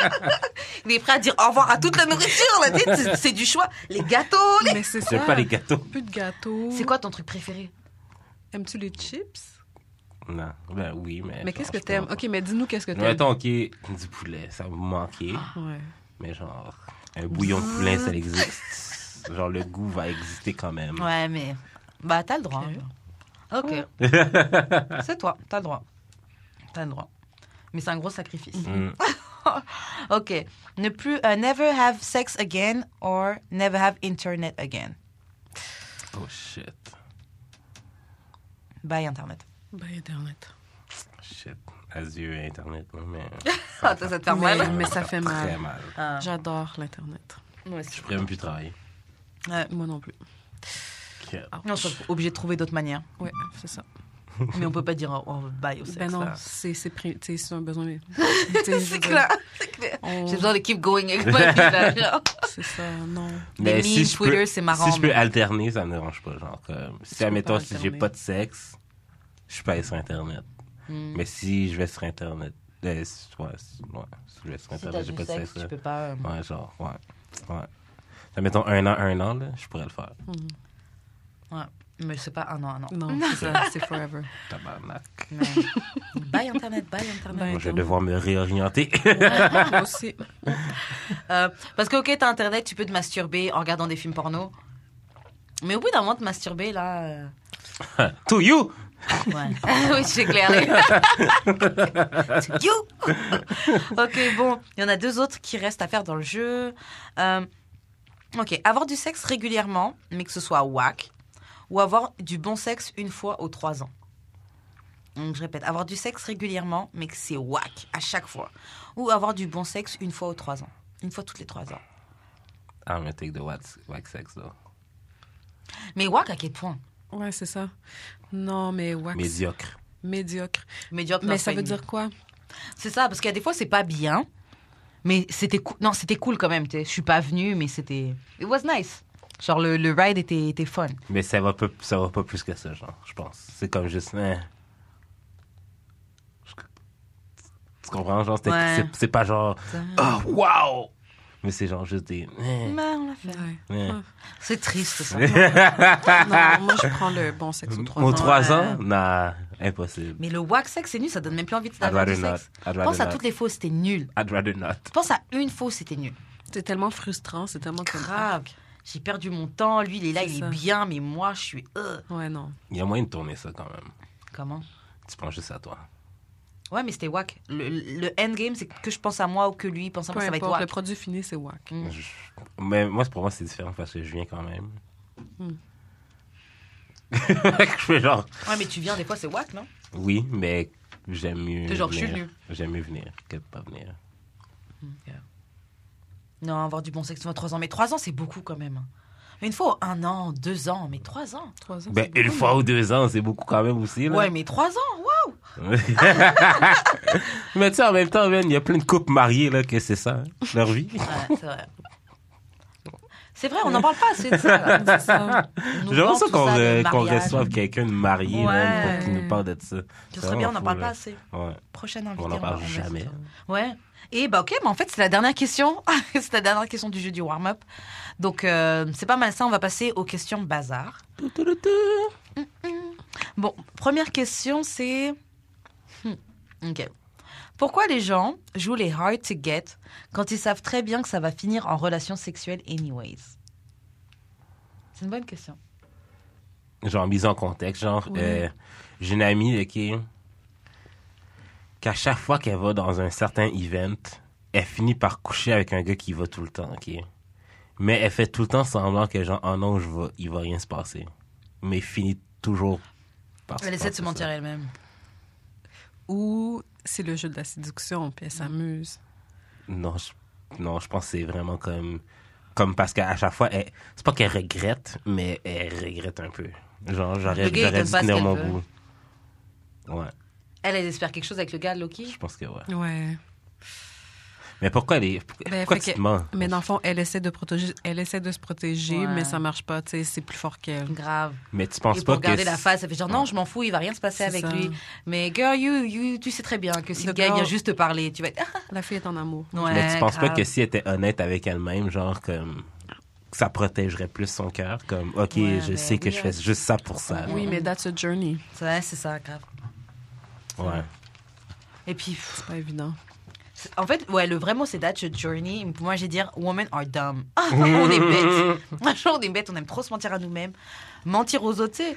Speaker 1: Il est prêt à dire au revoir à toute la nourriture, là. tu sais, c'est- C'est du choix. Les gâteaux, les.
Speaker 3: Mais c'est ça.
Speaker 2: J'aime pas les gâteaux.
Speaker 3: Plus de gâteaux.
Speaker 1: C'est quoi ton truc préféré?
Speaker 3: Aimes-tu les chips?
Speaker 2: Non, ben oui, mais.
Speaker 3: Mais
Speaker 2: genre,
Speaker 3: qu'est-ce que
Speaker 2: je peux en
Speaker 3: t'aimes? Ok, mais dis-nous qu'est-ce que
Speaker 2: Mais
Speaker 3: t'aimes.
Speaker 2: Mettons,
Speaker 3: Ah.
Speaker 2: ok, du poulet, ça me manquait.
Speaker 3: Ouais.
Speaker 2: Mais genre, un bouillon de poulet, ça existe. genre, le goût va exister quand même.
Speaker 1: Ouais, mais. Bah, t'as le droit. hein. Ok. c'est toi, t'as le droit. T'as le droit. Mais c'est un gros sacrifice.
Speaker 2: Mm.
Speaker 1: Ok. Ne plus. euh, never have sex again or never have internet again.
Speaker 2: Oh shit.
Speaker 1: Bye, Internet.
Speaker 3: Ben, Internet.
Speaker 2: Shit. Azure et Internet, là, mais.
Speaker 1: Ah, toi, ça te fait
Speaker 3: Mais,
Speaker 1: mal.
Speaker 3: mais ça
Speaker 2: Très
Speaker 3: fait mal.
Speaker 2: mal.
Speaker 1: Ah.
Speaker 3: J'adore l'Internet.
Speaker 1: Moi aussi.
Speaker 2: Je pourrais même plus travailler.
Speaker 1: Ouais.
Speaker 3: Moi non plus.
Speaker 2: Shit.
Speaker 1: On sera obligé de trouver d'autres manières.
Speaker 3: Ouais, c'est ça.
Speaker 1: Mais on peut pas dire oh, bye au sexe.
Speaker 3: Ben non,
Speaker 1: là.
Speaker 3: c'est c'est pri- tu sais, c'est un besoin.
Speaker 1: C'est clair, c'est clair.
Speaker 3: On-
Speaker 1: J'ai besoin de keep going avec ma vie, là, genre.
Speaker 3: C'est ça, non.
Speaker 1: Des memes, Twitter, c'est marrant,
Speaker 2: Si je peux
Speaker 1: mais-
Speaker 2: alterner, ça me dérange pas. Genre, comme, si,
Speaker 3: peux
Speaker 2: admettons,
Speaker 3: pas
Speaker 2: si j'ai
Speaker 3: alterner.
Speaker 2: pas de sexe, je peux aller sur Internet.
Speaker 1: Mm.
Speaker 2: Mais si je vais sur Internet, euh, ouais, si- ouais, si je vais sur
Speaker 1: si t'as
Speaker 2: Internet, j'ai
Speaker 1: du
Speaker 2: pas de
Speaker 1: sexe,
Speaker 2: sexe. là.
Speaker 1: tu peux pas. euh,
Speaker 2: Ouais, genre, ouais. Ouais. Ça, mettons un an, un an, là, je pourrais le faire.
Speaker 1: Mais c'est pas un an, un an.
Speaker 3: Non, c'est ça, c'est forever.
Speaker 2: Tabarnak.
Speaker 1: Non. bye Internet, bye Internet.
Speaker 3: Bye.
Speaker 2: Moi, je vais devoir me réorienter.
Speaker 3: Moi aussi.
Speaker 1: Euh, parce que, ok, t'as Internet, tu peux te masturber en regardant des films porno. Mais au bout d'un moment, te masturber, là. euh,
Speaker 2: to you!
Speaker 1: Ouais. Ah oui, j'ai éclairé. you Ok, bon, il y en a deux autres qui restent à faire dans le jeu. Euh, ok, avoir du sexe régulièrement, mais que ce soit whack, ou avoir du bon sexe une fois aux trois ans. Donc, je répète, avoir du sexe régulièrement, mais que c'est whack à chaque fois. Ou avoir du bon sexe une fois aux trois ans. Une fois toutes les trois ans.
Speaker 2: I'm gonna Ah, take the wax, wax sex, though.
Speaker 1: Mais whack à quel point
Speaker 3: Ouais, c'est ça. Non, mais wax.
Speaker 2: Médiocre.
Speaker 3: Médiocre.
Speaker 1: Médiocre, non,
Speaker 3: Mais
Speaker 1: c'est
Speaker 3: ça
Speaker 1: pas
Speaker 3: veut
Speaker 1: une-
Speaker 3: dire quoi?
Speaker 1: C'est ça, parce qu'il y a des fois, c'est pas bien. Mais c'était cool. Non, c'était cool quand même. t'es- Je suis pas venue, mais c'était. It was nice. Genre, le, le ride était, était fun.
Speaker 2: Mais ça va, pas, ça va pas plus que ça, genre, je pense. C'est comme juste. hein. Je- Tu comprends? Genre, c'est
Speaker 1: Ouais.
Speaker 2: c'est- c'est pas genre. Oh, wow! Mais c'est genre juste des. hein,
Speaker 3: Ouais.
Speaker 2: hein.
Speaker 1: C'est triste, ça.
Speaker 2: Ah,
Speaker 3: Non, moi, je prends le bon sexe aux trois
Speaker 2: Aux
Speaker 3: ans.
Speaker 2: trois
Speaker 1: ouais.
Speaker 2: ans? Nah, impossible.
Speaker 1: mais le wax sex, c'est nul. Ça donne même plus envie de
Speaker 2: I'd
Speaker 1: d'avoir du
Speaker 2: rather not.
Speaker 1: sexe.
Speaker 2: I'd
Speaker 1: Pense
Speaker 2: rather
Speaker 1: à
Speaker 2: not.
Speaker 1: toutes les fausses, c'était nul.
Speaker 2: I'd rather not.
Speaker 1: Pense à une fausse, c'était nul.
Speaker 3: C'est tellement frustrant, c'est tellement comme-
Speaker 1: Grave. J'ai perdu mon temps. Lui, il est là,
Speaker 3: C'est
Speaker 1: il
Speaker 3: ça.
Speaker 1: est bien, mais moi, je suis. euh,
Speaker 3: Ouais, non.
Speaker 2: Il y a moyen de tourner ça quand même.
Speaker 1: Comment
Speaker 2: Tu penses juste à toi.
Speaker 1: Ouais, mais c'était whack. Le, le endgame, c'est que je pense à moi ou que lui pense à
Speaker 3: Peu
Speaker 1: moi, ça va être
Speaker 3: importe, le
Speaker 1: whack.
Speaker 3: produit fini, c'est whack.
Speaker 1: Mm.
Speaker 2: Je- Mais moi, c'est- pour moi, c'est différent parce que je viens quand même.
Speaker 1: Mm.
Speaker 3: Hmm.
Speaker 2: je fais genre,
Speaker 1: Ouais, mais tu viens, des fois, c'est whack, non
Speaker 2: oui, mais j'aime mieux.
Speaker 1: T'es genre, je suis
Speaker 2: venir.
Speaker 1: venu.
Speaker 2: J'aime mieux venir que de pas venir.
Speaker 1: Non, avoir du bon sexe avant 3 ans. Mais 3 ans, c'est beaucoup quand même. Mais une fois, un an, deux ans, mais 3 ans.
Speaker 3: Trois ans.
Speaker 2: Ben,
Speaker 3: c'est
Speaker 2: une
Speaker 3: beaucoup,
Speaker 2: fois ou deux ans, c'est beaucoup quand même aussi. Là.
Speaker 1: Ouais, mais 3 ans, waouh
Speaker 2: mais tu sais, en même temps, man, il y a plein de couples mariés là, que c'est ça, hein, leur vie.
Speaker 1: Ouais, c'est vrai. C'est vrai, on n'en parle pas assez de ça. là.
Speaker 3: mais c'est ça.
Speaker 1: On nous
Speaker 2: J'aimerais
Speaker 1: vend
Speaker 2: ça
Speaker 1: tout
Speaker 2: qu'on
Speaker 1: le
Speaker 2: re- qu'on
Speaker 1: mariage.
Speaker 2: reçoive quelqu'un de marié là,
Speaker 1: Ouais.
Speaker 2: pour qu'il nous parle de ça.
Speaker 1: Ce
Speaker 2: C'est
Speaker 1: serait bien, on n'en
Speaker 2: vraiment
Speaker 1: parle
Speaker 2: fou,
Speaker 1: pas
Speaker 2: là.
Speaker 1: assez.
Speaker 2: Ouais.
Speaker 1: Prochaine invitée.
Speaker 2: On n'en parle
Speaker 1: va- va-
Speaker 2: jamais.
Speaker 1: Ouais. Et bah ok, mais en fait c'est la dernière question. c'est la dernière question du jeu du warm-up. Donc euh, c'est pas mal ça, on va passer aux questions bazar. Bon, première question c'est... Hmm, Ok. Pourquoi les gens jouent les hard to get quand ils savent très bien que ça va finir en relation sexuelle anyways C'est une bonne question.
Speaker 2: genre mise en contexte. Genre,
Speaker 3: Ouais.
Speaker 2: euh, j'ai une amie là, qui qu'à chaque fois qu'elle va dans un certain event, elle finit par coucher avec un gars qui y va tout le temps, ok? Mais elle fait tout le temps semblant que genre, oh non, je vais, il va rien se passer. Mais finit toujours par
Speaker 1: Elle essaie de
Speaker 2: passer
Speaker 1: se mentir
Speaker 2: ça.
Speaker 1: elle-même.
Speaker 3: Ou c'est le jeu de la séduction, puis elle s'amuse.
Speaker 2: Non, je, non, je pense que c'est vraiment comme, comme parce qu'à chaque fois, elle- c'est pas qu'elle regrette, mais elle regrette un peu. Genre,
Speaker 1: Le gars,
Speaker 2: j'aurais
Speaker 1: il
Speaker 2: j'aurais
Speaker 1: donne
Speaker 2: dû
Speaker 1: pas ce
Speaker 2: tenir
Speaker 1: qu'elle
Speaker 2: mon
Speaker 1: veut.
Speaker 2: bout. Ouais,
Speaker 1: Elle, elle espère quelque chose avec le gars de Loki
Speaker 2: je pense que ouais.
Speaker 3: Ouais.
Speaker 2: Mais pourquoi les pourquoi,
Speaker 3: Ben,
Speaker 2: pourquoi
Speaker 3: fait
Speaker 2: tu
Speaker 3: que-
Speaker 2: te mens?
Speaker 3: Mais dans le fond, elle essaie de, protéger, elle essaie de se protéger,
Speaker 1: Ouais.
Speaker 3: mais ça marche pas. Tu sais, c'est plus fort qu'elle.
Speaker 1: Grave.
Speaker 2: Mais tu penses
Speaker 1: Et
Speaker 2: pas
Speaker 1: pour garder
Speaker 2: que
Speaker 1: la
Speaker 2: si-
Speaker 1: face, ça fait genre non, je m'en fous, il va rien se passer
Speaker 3: C'est
Speaker 1: avec
Speaker 3: ça.
Speaker 1: lui. Mais girl, you, you, tu sais très bien que si
Speaker 3: The
Speaker 1: le gars il vient
Speaker 3: girl-
Speaker 1: juste te parler, tu vas être. Ah,
Speaker 3: La fille est en amour.
Speaker 1: ouais,
Speaker 2: Mais tu penses pas
Speaker 1: grave.
Speaker 2: que si elle était honnête avec elle-même, genre comme que ça protégerait plus son cœur, comme ok,
Speaker 1: Ouais,
Speaker 2: je
Speaker 1: mais
Speaker 2: sais que
Speaker 1: oui,
Speaker 2: je
Speaker 1: hein.
Speaker 2: fais juste ça pour ça.
Speaker 3: Oui, mais that's a journey.
Speaker 1: Ouais, c'est ça, grave.
Speaker 2: Ouais.
Speaker 1: Et puis, pff,
Speaker 3: C'est pas évident.
Speaker 1: c'est- en fait, ouais, le vrai mot c'est that's your journey. Pour moi, j'ai dire women are dumb. Ah, on est bêtes. Franchement, on est bêtes, on aime trop se mentir à nous-mêmes, mentir aux autres, tu sais.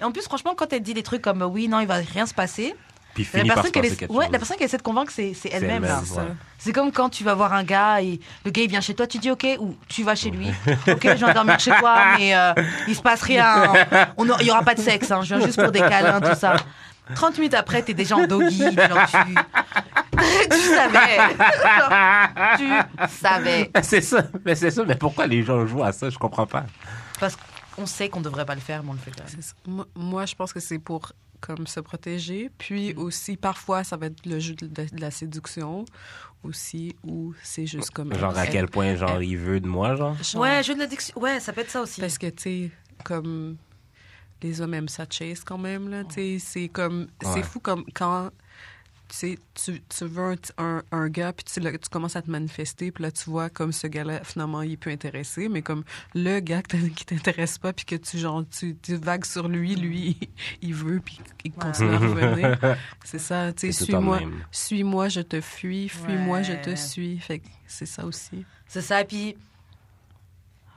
Speaker 1: Et en plus, franchement, quand elle dit des trucs comme euh, oui, non, il va rien se passer,
Speaker 2: Puis
Speaker 1: la
Speaker 2: finit par se
Speaker 1: personne, qu'elle
Speaker 2: passer
Speaker 1: essa-
Speaker 2: quelque
Speaker 1: ouais,
Speaker 2: chose.
Speaker 1: la personne qu'elle essaie de convaincre, c'est c'est elle-même.
Speaker 2: elle-même.
Speaker 1: là.
Speaker 3: C'est
Speaker 2: ouais.
Speaker 3: ça.
Speaker 1: C'est comme quand tu vas voir un gars et le gars il vient chez toi, tu dis ok, ou tu vas chez lui, ok, je viens dormir chez toi, mais euh, il se passe rien, hein. On- il n'y aura pas de sexe, hein, je viens juste pour des câlins, tout ça. 30 minutes après, t'es déjà en doggy, genre tu. tu savais! tu savais!
Speaker 2: c'est ça, mais c'est ça, mais pourquoi les gens jouent à ça, je comprends pas.
Speaker 1: Parce qu'on sait qu'on devrait pas le faire, mais on le fait quand même.
Speaker 3: C'est ça. Moi, moi, je pense que c'est pour comme se protéger. Puis aussi, parfois, ça va être le jeu de, de- de la séduction aussi, où c'est juste comme...
Speaker 2: Genre à
Speaker 3: elle-
Speaker 2: quel point
Speaker 1: Euh,
Speaker 2: genre il veut de moi, genre.
Speaker 3: genre,
Speaker 1: Ouais, je ne l'addiction. Ouais, ça peut être ça aussi.
Speaker 3: Parce que, tu sais, comme... les hommes aiment ça chase quand même, là. Tu sais, c'est comme...
Speaker 2: Ouais.
Speaker 3: C'est fou comme quand... Tu, sais, tu, tu veux un, un- un gars, puis tu, le- tu commences à te manifester, puis là, tu vois comme ce gars-là, finalement, il peut intéresser, mais comme le gars que t'in- qui t'intéresse pas, puis que tu, genre, tu, tu vagues sur lui,
Speaker 2: Mm.
Speaker 3: lui, il veut, puis il
Speaker 1: Ouais.
Speaker 3: continue à revenir. C'est ça, tu sais,
Speaker 2: C'est tout le temps
Speaker 3: suis-moi,
Speaker 2: le même.
Speaker 3: suis-moi, je te fuis, fuis-moi, je te
Speaker 1: Ouais.
Speaker 3: suis. Fait que c'est ça aussi.
Speaker 1: C'est ça, et puis.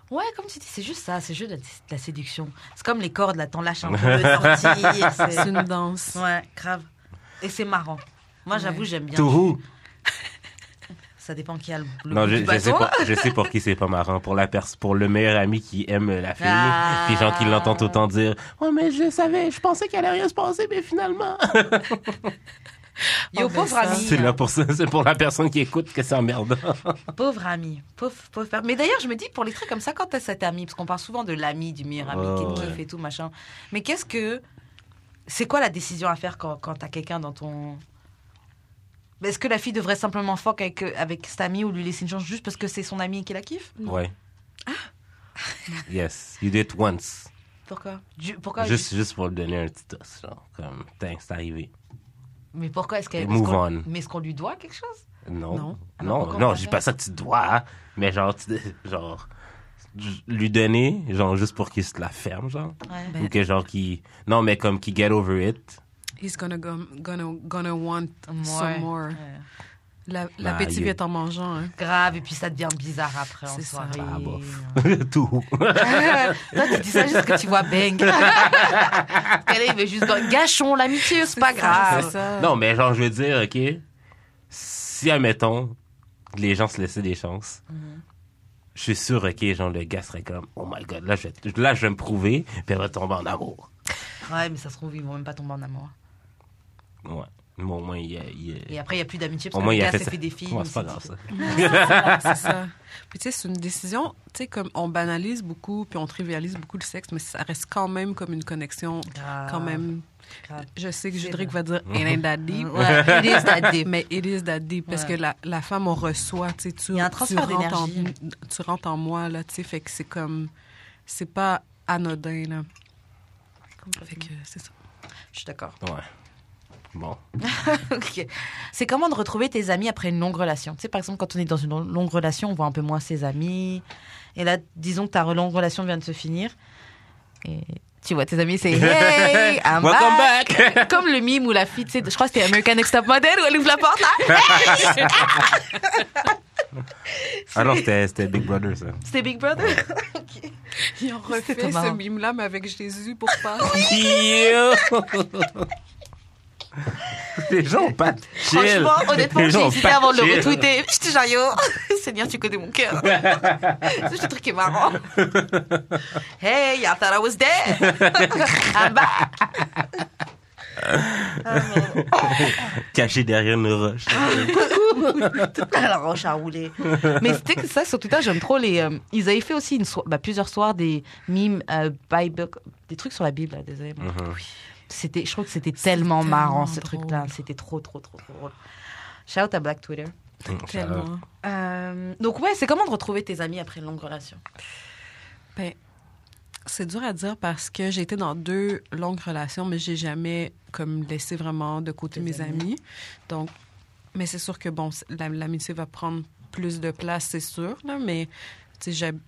Speaker 1: Ouais, comme tu dis, c'est juste ça, c'est juste de la, de la séduction. C'est comme les cordes, là, t'en lâches un peu, sortir.
Speaker 3: C'est
Speaker 1: c'est-
Speaker 3: une danse.
Speaker 1: Ouais, grave. Et c'est marrant. Moi,
Speaker 3: Ouais.
Speaker 1: j'avoue, j'aime bien.
Speaker 2: To who?
Speaker 1: Ça dépend qui a le, le
Speaker 2: Non,
Speaker 1: bout
Speaker 2: je,
Speaker 1: du
Speaker 2: je sais
Speaker 1: bâton.
Speaker 2: pour, je sais pour qui c'est pas marrant. Pour la pers pour le meilleur ami qui aime la fille,
Speaker 1: Ah.
Speaker 2: puis genre qui l'entend tout le temps dire Oh, mais je savais, je pensais qu'elle allait rien se passer, mais finalement.
Speaker 1: Yo,
Speaker 3: Oh, ben
Speaker 1: pauvre
Speaker 3: ça.
Speaker 1: ami. hein.
Speaker 2: c'est là pour ça, c'est pour la personne qui écoute que c'est emmerdant.
Speaker 1: Pauvre ami. Pauvre, pauvre. père. Mais d'ailleurs, je me dis, pour les trucs comme ça, quand t'as cet ami, parce qu'on parle souvent de l'ami, du meilleur ami,
Speaker 2: Ouais,
Speaker 1: qui te kiffe
Speaker 2: ouais.
Speaker 1: et tout, machin. Mais qu'est-ce que. C'est quoi la décision à faire quand, quand t'as quelqu'un dans ton. Mais Est-ce que la fille devrait simplement fuck avec, euh, avec cet ami ou lui laisser une chance juste parce que c'est son ami et qu'il la kiffe
Speaker 2: Ouais.
Speaker 1: Ah.
Speaker 2: Yes, you did once.
Speaker 1: Pourquoi Du- Pourquoi
Speaker 2: Juste, juste pour lui donner un petit os, genre, comme, Tiens, c'est arrivé.
Speaker 1: Mais pourquoi est-ce qu'elle.
Speaker 2: Move
Speaker 1: est-ce qu'on-
Speaker 2: on.
Speaker 1: Mais est-ce qu'on lui doit quelque chose
Speaker 2: Non.
Speaker 3: Non.
Speaker 2: Non,
Speaker 1: Ah non,
Speaker 2: non,
Speaker 1: pourquoi on
Speaker 2: je dis
Speaker 1: fait
Speaker 2: pas ça que tu dois, hein, mais genre, tu, genre, j- lui donner, genre, juste pour qu'il se la ferme, genre.
Speaker 1: Ouais.
Speaker 3: Ben,
Speaker 2: Ou que genre, qui. Non, mais comme qui get over it.
Speaker 3: He's gonna, go- gonna, gonna want
Speaker 1: Ouais.
Speaker 3: some more.
Speaker 1: Ouais.
Speaker 3: La- L'appétit
Speaker 2: yeah.
Speaker 3: vient en mangeant. Hein.
Speaker 1: Grave, et puis ça devient bizarre après en
Speaker 3: C'est ça.
Speaker 1: soirée.
Speaker 2: Ah, bof. Tout.
Speaker 1: Toi, tu dis ça juste que tu vois bang. Elle il veut juste dire, gâchons l'amitié, c'est pas
Speaker 3: ça, c'est
Speaker 1: grave.
Speaker 3: ça.
Speaker 2: Non, mais genre, je veux dire, OK, si, admettons, les gens se laissaient des chances, je suis sûr, OK, genre, le gars serait comme, oh my God, là, je vais, là, je vais me prouver, puis elle va tomber en amour.
Speaker 1: Ouais, mais ça se trouve, ils vont même pas tomber en amour.
Speaker 2: Ouais. Mais au moins, il y a... il y
Speaker 1: Et
Speaker 2: a-
Speaker 1: après, il n'y a plus d'amitié
Speaker 2: Au
Speaker 1: parce que
Speaker 2: moins,
Speaker 1: le
Speaker 2: il a
Speaker 1: gars
Speaker 2: fait
Speaker 1: s'est
Speaker 2: ça.
Speaker 1: fait des filles.
Speaker 2: Ouais, c'est pas grave, ça.
Speaker 3: c'est ça. Puis tu sais, c'est une décision, tu sais, comme on banalise beaucoup, puis on trivialise beaucoup le sexe, mais ça reste quand même comme une connexion,
Speaker 1: Grave.
Speaker 3: quand même.
Speaker 1: Ah, Grave.
Speaker 3: Je sais que
Speaker 1: C'est
Speaker 3: Judrick
Speaker 1: vrai.
Speaker 3: va dire « It ain't that deep
Speaker 1: Ouais, it is that deep.
Speaker 3: mais it is that deep, parce
Speaker 1: Ouais.
Speaker 3: que la, la femme, on reçoit, tu sais, tu,
Speaker 1: Il y a un
Speaker 3: tu
Speaker 1: transfert
Speaker 3: rentres en,
Speaker 1: d'énergie.
Speaker 3: tu rentres en moi, là, tu sais, fait que c'est comme, c'est pas anodin, là. Fait que c'est ça.
Speaker 1: Je suis d'accord.
Speaker 2: Ouais. Bon.
Speaker 1: Ok. C'est comment de retrouver tes amis après une longue relation. Tu sais, par exemple, quand on est dans une long- longue relation, on voit un peu moins ses amis. Et là, disons que ta re- longue relation vient de se finir. Et tu vois tes amis, c'est Hey, I'm
Speaker 2: Welcome
Speaker 1: back.
Speaker 2: back!
Speaker 1: Comme le mime où la fille, tu sais, je crois que c'était American Next Top Model où elle ouvre la porte là.
Speaker 2: Ah non, c'était c'était Big Brother, ça.
Speaker 1: C'était Big Brother.
Speaker 3: Ils ont
Speaker 1: refait
Speaker 3: refait
Speaker 1: ce
Speaker 3: ce mime-là, mais avec Jésus pour pas.
Speaker 2: Yo! Les gens ont pas de chill.
Speaker 1: Franchement, honnêtement,
Speaker 2: Les gens
Speaker 1: j'ai
Speaker 2: ont
Speaker 1: hésité
Speaker 2: pas
Speaker 1: avant de le
Speaker 2: chill.
Speaker 1: retweeter. J'étais genre, yo, Seigneur, tu connais mon cœur. C'est le truc qui est marrant. Hey, I thought I was dead. I'm back.
Speaker 2: Caché derrière nos roches.
Speaker 1: Ah, la roche à rouler. Mais c'était que ça, sur Twitter, j'aime trop les. euh, ils avaient fait aussi une so- bah, plusieurs soirs des mimes, euh, Bible, des trucs sur la Bible, là, désolé. moi.
Speaker 2: Mhm.
Speaker 1: C'était, je trouve que c'était tellement, marrant, ce
Speaker 3: tellement
Speaker 1: truc-là.
Speaker 3: drôle.
Speaker 1: C'était trop, trop, trop, trop drôle. Shout à Black Twitter.
Speaker 2: Mhm.
Speaker 3: Tellement.
Speaker 1: Euh, donc, ouais, c'est comment de retrouver tes amis après une longue relation
Speaker 3: Ben, c'est dur à dire parce que j'ai été dans deux longues relations, mais j'ai jamais comme laissé vraiment de côté
Speaker 1: Tes
Speaker 3: mes
Speaker 1: amis.
Speaker 3: amis. Donc, mais c'est sûr que bon, c'est- la- l'amitié va prendre plus de place, c'est sûr, là, mais tu sais, j'hab-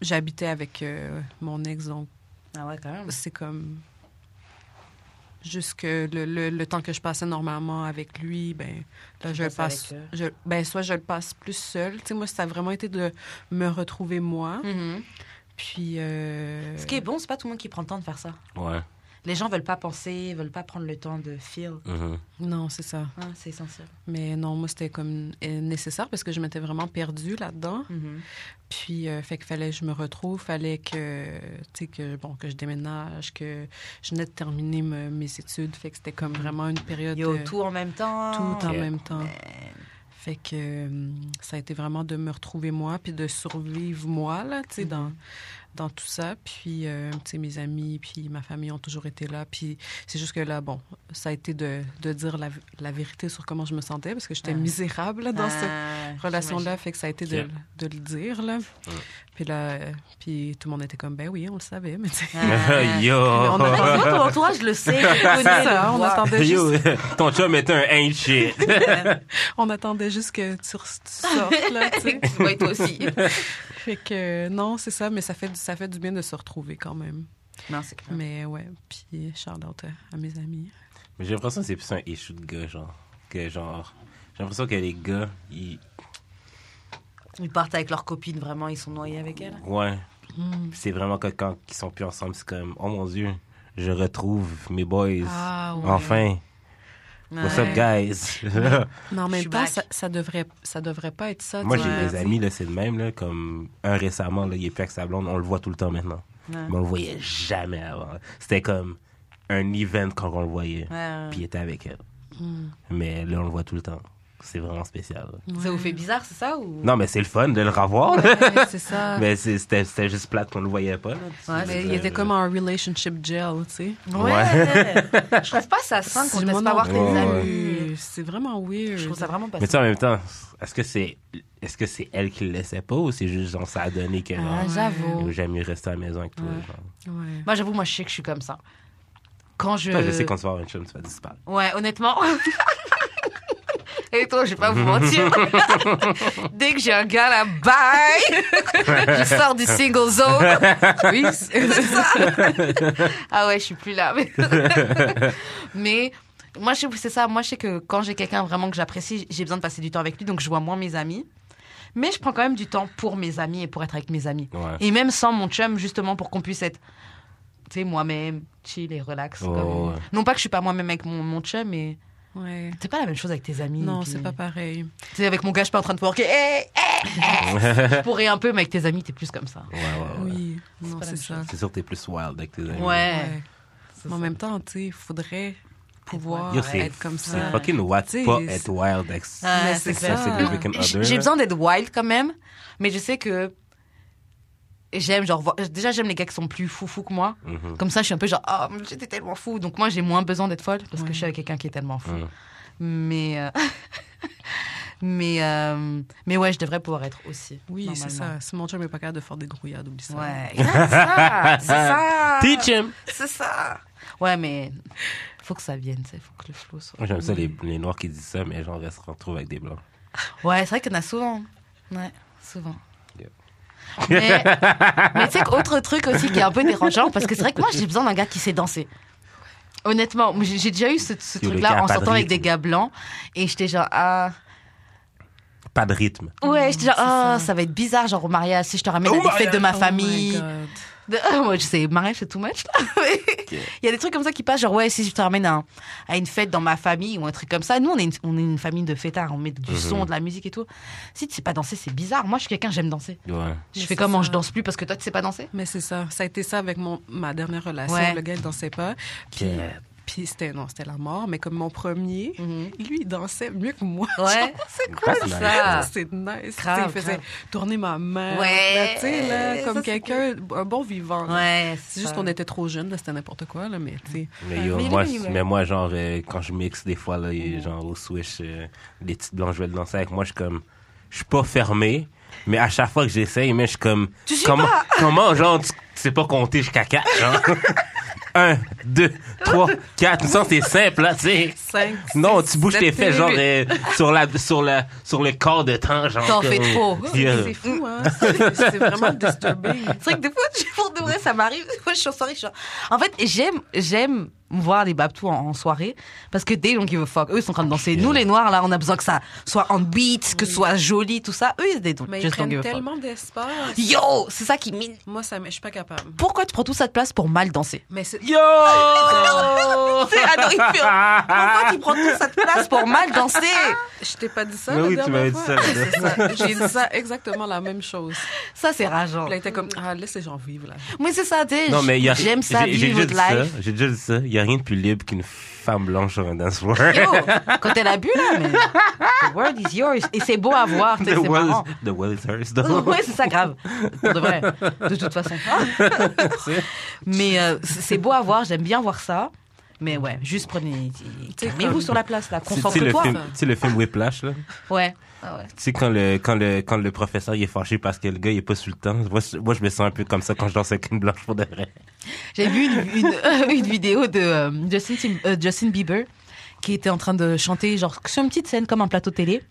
Speaker 3: j'habitais avec euh, mon ex, donc
Speaker 1: Ah ouais, quand même.
Speaker 3: c'est comme jusque le, le- le temps que je passais normalement avec lui ben là
Speaker 1: Tu
Speaker 3: je le
Speaker 1: passes avec
Speaker 3: passe
Speaker 1: eux.
Speaker 3: je, ben soit je le passe plus seul tu sais moi ça a vraiment été de me retrouver moi puis euh,
Speaker 1: Mm-hmm. Ce qui est bon, c'est pas tout le monde qui prend le temps de faire ça.
Speaker 2: Ouais.
Speaker 1: Les gens veulent pas penser, veulent pas prendre le temps de feel.
Speaker 2: Mhm.
Speaker 3: non c'est ça
Speaker 1: Hein, c'est essentiel.
Speaker 3: mais non moi c'était comme euh, nécessaire parce que je m'étais vraiment perdue là dedans
Speaker 1: Mm-hmm.
Speaker 3: puis euh, fait que fallait que je me retrouve fallait que tu sais que bon que je déménage que je venais de terminer me- mes études fait que c'était comme vraiment une période euh,
Speaker 1: Yo,
Speaker 3: de-
Speaker 1: tout euh, en même temps.
Speaker 3: tout en
Speaker 2: Ok.
Speaker 3: même temps. Fait que hum, euh, ça a été vraiment de me retrouver moi, puis de survivre moi, là, tu sais, dans, dans tout ça. Puis, euh, tu sais, mes amis, puis ma famille ont toujours été là. Puis, c'est juste que là, bon, ça a été de, de dire la, la vérité sur comment je me sentais, parce que j'étais
Speaker 1: Ah.
Speaker 3: misérable là, dans cette
Speaker 1: Ah,
Speaker 3: relation-là. Fait que ça a été de,
Speaker 2: Ok.
Speaker 3: de le dire, là. Puis là, euh, puis tout le monde était comme, ben oui, on le savait, mais tu sais.
Speaker 1: j'imagine. Ah.
Speaker 2: Yo!
Speaker 3: on
Speaker 1: Mais moi, ton entourage le sait. je connais
Speaker 3: C'est
Speaker 1: le
Speaker 3: ça, on
Speaker 1: voir.
Speaker 3: attendait
Speaker 2: Yo,
Speaker 3: juste,
Speaker 2: ton chum était un ain't shit.
Speaker 3: on attendait juste que tu, re- tu sortes, là, tu sais.
Speaker 1: Ouais, toi aussi.
Speaker 3: Fait que euh, non, c'est ça, mais ça fait, du- ça fait du bien de se retrouver quand même.
Speaker 1: Non, c'est clair.
Speaker 3: Mais ouais, puis shout-out à, à mes amis.
Speaker 2: Mais j'ai l'impression que c'est plus un issue de gars, genre. Que genre. J'ai l'impression que les gars, ils.
Speaker 1: Ils partent avec leurs copines, vraiment, ils sont noyés avec elles.
Speaker 2: Ouais. C'est vraiment que quand ils sont plus ensemble, c'est comme, oh mon dieu, je retrouve mes boys.
Speaker 3: Ah ouais.
Speaker 2: Enfin. What's up,
Speaker 1: Ouais.
Speaker 2: guys?
Speaker 3: Mais en
Speaker 1: Je
Speaker 3: même
Speaker 1: suis
Speaker 3: temps,
Speaker 1: back.
Speaker 3: ça, ça devrait ça devrait pas être ça.
Speaker 2: Moi,
Speaker 3: tu
Speaker 2: j'ai
Speaker 3: vois.
Speaker 2: des amis, là, c'est le même, là, comme un récemment, là, il est plus avec sa blonde, on le voit tout le temps maintenant.
Speaker 1: Ouais.
Speaker 2: Mais on le voyait jamais avant. C'était comme un event quand on le voyait.
Speaker 1: Ouais.
Speaker 2: Puis il était avec elle.
Speaker 3: Mm.
Speaker 2: Mais là, on le voit tout le temps. C'est vraiment spécial. là.
Speaker 1: Ça vous fait bizarre, c'est ça ou...
Speaker 2: Non, mais c'est le fun de le revoir. là.
Speaker 3: Ouais, c'est ça.
Speaker 2: Mais c'est- c'était c'était juste plate qu'on le voyait pas. là.
Speaker 1: Ouais,
Speaker 3: Mais
Speaker 1: mais
Speaker 3: il était comme en relationship gel, tu sais.
Speaker 1: Ouais. je trouve pas ça sain qu'on
Speaker 3: C'est
Speaker 1: ne laisse
Speaker 3: mon
Speaker 1: pas avoir tes
Speaker 3: entourage.
Speaker 1: amis.
Speaker 3: C'est vraiment weird.
Speaker 1: Je trouve ça vraiment pas
Speaker 2: Mais tu sais,
Speaker 1: sain.
Speaker 2: en même temps, est-ce que c'est est-ce que c'est elle qui le laissait pas ou c'est juste genre ça a donné que genre,
Speaker 1: Ah, j'avoue.
Speaker 2: j'aime mieux rester à la maison avec toi.
Speaker 3: Ouais.
Speaker 2: genre.
Speaker 3: Ouais.
Speaker 1: Moi, j'avoue, moi, je sais que je suis comme ça. Quand je.
Speaker 2: Toi, je
Speaker 3: Euh.
Speaker 2: sais quand tu vas avoir une chum, tu vas disparaître.
Speaker 1: Ouais, honnêtement. Et toi, je vais pas vous mentir. Dès que j'ai un gars là, bye Je sors du single zone.
Speaker 3: Oui,
Speaker 1: C'est ça. ah ouais, je suis plus là. Mais, mais moi, je sais- c'est ça. Moi, je sais que quand j'ai quelqu'un vraiment que j'apprécie, j'ai besoin de passer du temps avec lui, donc je vois moins mes amis. Mais je prends quand même du temps pour mes amis et pour être avec mes amis.
Speaker 2: Ouais.
Speaker 1: Et même sans mon chum, justement, pour qu'on puisse être, tu sais, moi-même, chill et relax.
Speaker 2: Ouais,
Speaker 1: comme-
Speaker 2: ouais.
Speaker 1: Non pas que je suis pas moi-même avec mon, mon chum, mais
Speaker 3: ouais.
Speaker 1: c'est pas la même chose avec tes amis.
Speaker 3: Non,
Speaker 1: puis-
Speaker 3: c'est pas pareil.
Speaker 1: Tu sais, avec mon gars, je suis pas en train de worker. Hey, hey, hey. je pourrais un peu, mais avec tes amis, t'es plus comme ça.
Speaker 2: Ouais, ouais, ouais.
Speaker 3: Oui, non,
Speaker 1: pas la
Speaker 3: c'est
Speaker 1: même
Speaker 3: ça.
Speaker 2: C'est sûr que t'es plus wild avec tes amis.
Speaker 3: Ouais. Mais en même temps, tu sais, il faudrait pouvoir
Speaker 2: Yo,
Speaker 3: être,
Speaker 2: c'est-
Speaker 3: comme
Speaker 2: C'est
Speaker 3: ça.
Speaker 2: fucking what
Speaker 3: Tu sais,
Speaker 2: pas
Speaker 3: c'est-
Speaker 2: être wild avec son
Speaker 1: Ah,
Speaker 3: Mais
Speaker 1: c'est
Speaker 3: c'est
Speaker 1: clair.
Speaker 3: ça.
Speaker 2: significant
Speaker 1: J-
Speaker 2: other.
Speaker 1: J'ai
Speaker 2: là.
Speaker 1: besoin d'être wild quand même, mais je sais que j'aime genre voir- déjà j'aime les gars qui sont plus fous fous que moi.
Speaker 2: Mhm.
Speaker 1: Comme ça, je suis un peu genre ah j'étais tellement fou. Donc moi j'ai moins besoin d'être folle parce que je
Speaker 3: Ouais.
Speaker 1: suis avec quelqu'un qui est tellement fou.
Speaker 2: Mhm.
Speaker 1: Mais euh, mais euh, mais ouais, je devrais pouvoir être aussi.
Speaker 3: Oui, c'est
Speaker 1: normalement.
Speaker 3: ça. Si mon chum n'est pas capable de faire des grouillades, oublie ça.
Speaker 1: Ouais, c'est ça, c'est ça,
Speaker 2: Teach him!
Speaker 1: c'est ça. Ouais, mais faut que ça vienne, il faut que le flow soit.
Speaker 2: Moi, j'aime ça, les, les noirs qui disent ça, mais genre, elles se retrouvent avec des blancs.
Speaker 1: Ouais, c'est vrai qu'il y en a souvent. Ouais, souvent.
Speaker 2: Yeah.
Speaker 1: Mais, mais tu sais qu'autre truc aussi qui est un peu dérangeant, parce que c'est vrai que moi j'ai besoin d'un gars qui sait danser. Honnêtement, moi, j'ai j'ai déjà eu ce, ce
Speaker 2: Yo, le
Speaker 1: truc-là
Speaker 2: gars
Speaker 1: en
Speaker 2: pas de
Speaker 1: sortant avec
Speaker 2: rythme.
Speaker 1: des gars blancs et j'étais genre ah
Speaker 2: Pas de rythme.
Speaker 1: ouais j'étais genre
Speaker 3: c'est
Speaker 1: ah
Speaker 3: ça.
Speaker 1: ça va être bizarre genre au mariage si je te ramène
Speaker 2: Au
Speaker 1: à des fêtes de ma
Speaker 3: Oh my
Speaker 1: famille
Speaker 3: God.
Speaker 1: de- ah, moi, je sais, mariage, c'est too much. là. Mais Il y a des trucs comme ça qui passent, genre, ouais, si je te ramène à, un- à une fête dans ma famille ou un truc comme ça. Nous, on est une, on est une famille de fêtards, on met du son, de la musique et tout. Si tu sais pas danser, c'est bizarre. Moi, je suis quelqu'un, j'aime danser. Je
Speaker 2: Ouais.
Speaker 3: Mais
Speaker 1: fais
Speaker 3: c'est
Speaker 1: comment
Speaker 3: ça.
Speaker 1: je danse plus parce que toi, tu sais pas danser
Speaker 3: Mais c'est ça. Ça a été ça avec mon, ma dernière relation.
Speaker 1: Ouais.
Speaker 3: Le gars, il dansait pas. Puis,
Speaker 2: Yeah.
Speaker 3: puis c'était, non, c'était la mort. Mais comme mon premier, lui, il dansait mieux que moi.
Speaker 1: Ouais.
Speaker 3: c'est
Speaker 2: quoi That's ça?
Speaker 3: ça? C'est nice.
Speaker 1: Ah. Grave,
Speaker 3: Tu sais, il faisait
Speaker 1: grave.
Speaker 3: tourner ma main.
Speaker 1: Ouais.
Speaker 3: Là, tu sais, là,
Speaker 1: Ça,
Speaker 3: comme
Speaker 1: c'est
Speaker 3: quelqu'un, un bon vivant. là.
Speaker 1: Ouais.
Speaker 3: C'est juste qu'on était trop jeunes, là, c'était n'importe quoi, là, mais tu sais.
Speaker 2: Mais, yo,
Speaker 1: Mais
Speaker 2: moi,
Speaker 1: lui,
Speaker 2: c-
Speaker 1: ouais.
Speaker 2: mais moi, genre, euh, quand je mixe des fois, là, y- genre, au Switch, euh, les petites blanches veulent danser avec moi, je suis comme, je suis pas fermé, mais à chaque fois que j'essaye, mais je suis comme, comment, comment, genre, tu, tu sais pas compter jusqu'à 4, genre? 1, 2, 3, 4. Tu sens, c'est simple, là, tu sais.
Speaker 3: Cinq,
Speaker 2: Non,
Speaker 3: six,
Speaker 2: tu bouges tes
Speaker 3: sept,
Speaker 2: fesses, genre,
Speaker 3: huit.
Speaker 2: euh, sur, la, sur, la, sur le corps de temps, genre.
Speaker 1: T'en
Speaker 2: comme-
Speaker 1: fais trop.
Speaker 2: Yeah.
Speaker 3: C'est fou, hein? C'est c'est vraiment disturbing.
Speaker 1: C'est vrai que des fois, je- pour de vrai, ça m'arrive. Des fois, je suis en soirée, je suis en- En fait, j'aime, j'aime voir les babtous en, en soirée parce que they don't give a fuck. Eux, ils sont en train de danser. Nous, les noirs, là, on a besoin que ça soit en beat, que ce soit joli, tout ça. Eux, ils they don't,
Speaker 3: Mm. Mais ils
Speaker 1: just don't
Speaker 3: prennent
Speaker 1: give a fuck.
Speaker 3: tellement d'espace.
Speaker 1: Yo, c'est ça qui mine.
Speaker 3: Moi, ça, m'est- je suis pas capable.
Speaker 1: Pourquoi tu prends toute cette place pour mal danser
Speaker 3: Mais c'est.
Speaker 2: Yo!
Speaker 1: C'est Pourquoi tu prends toute cette place pour mal danser
Speaker 3: Je t'ai pas dit ça.
Speaker 2: Mais
Speaker 3: la
Speaker 2: oui, tu
Speaker 3: dernière
Speaker 2: m'avais dit
Speaker 3: fois?
Speaker 2: ça, la
Speaker 3: Ouais,
Speaker 2: dernière
Speaker 3: c'est ça. J'ai dit ça exactement la même chose.
Speaker 1: Ça, c'est rageant.
Speaker 3: Puis Là, il était comme, ah, laisse les gens vivre, là.
Speaker 1: Mais c'est ça, tu sais,
Speaker 2: Non, mais il y a-
Speaker 1: j'aime ça,
Speaker 2: j'ai- j'ai
Speaker 1: vivre
Speaker 2: déjà
Speaker 1: de
Speaker 2: dit ça,
Speaker 1: life.
Speaker 2: J'ai déjà dit ça. Il y a rien de plus libre qu'une femme blanche sur un dance floor.
Speaker 1: Yo, quand elle a bu, là, mais. The world is yours. Et c'est beau à voir, tu sais,
Speaker 2: The
Speaker 1: c'est
Speaker 2: world,
Speaker 1: marrant.
Speaker 2: is, the world is hers, though.
Speaker 1: Ouais, c'est ça grave. Pour de vrai. De toute façon. mais euh, c'est c'est beau à voir, j'aime bien voir ça. Mais ouais, juste prenez.
Speaker 3: sais,
Speaker 1: Calmez-vous
Speaker 3: comme-
Speaker 1: sur la place, là.
Speaker 2: Tu- tu sais, le
Speaker 1: Concentre-toi.
Speaker 2: film- tu sais le film Whiplash, là?
Speaker 1: Ouais. Ah ouais.
Speaker 2: Tu sais, quand le, quand, le, quand le professeur il est fâché parce que le gars il est pas sous le temps, moi, je- moi, je me sens un peu comme ça quand je danse avec une blanche pour de vrai.
Speaker 1: J'ai vu une, une- une vidéo de euh, Justin, Tim- euh, Justin Bieber qui était en train de chanter genre sur une petite scène comme un plateau télé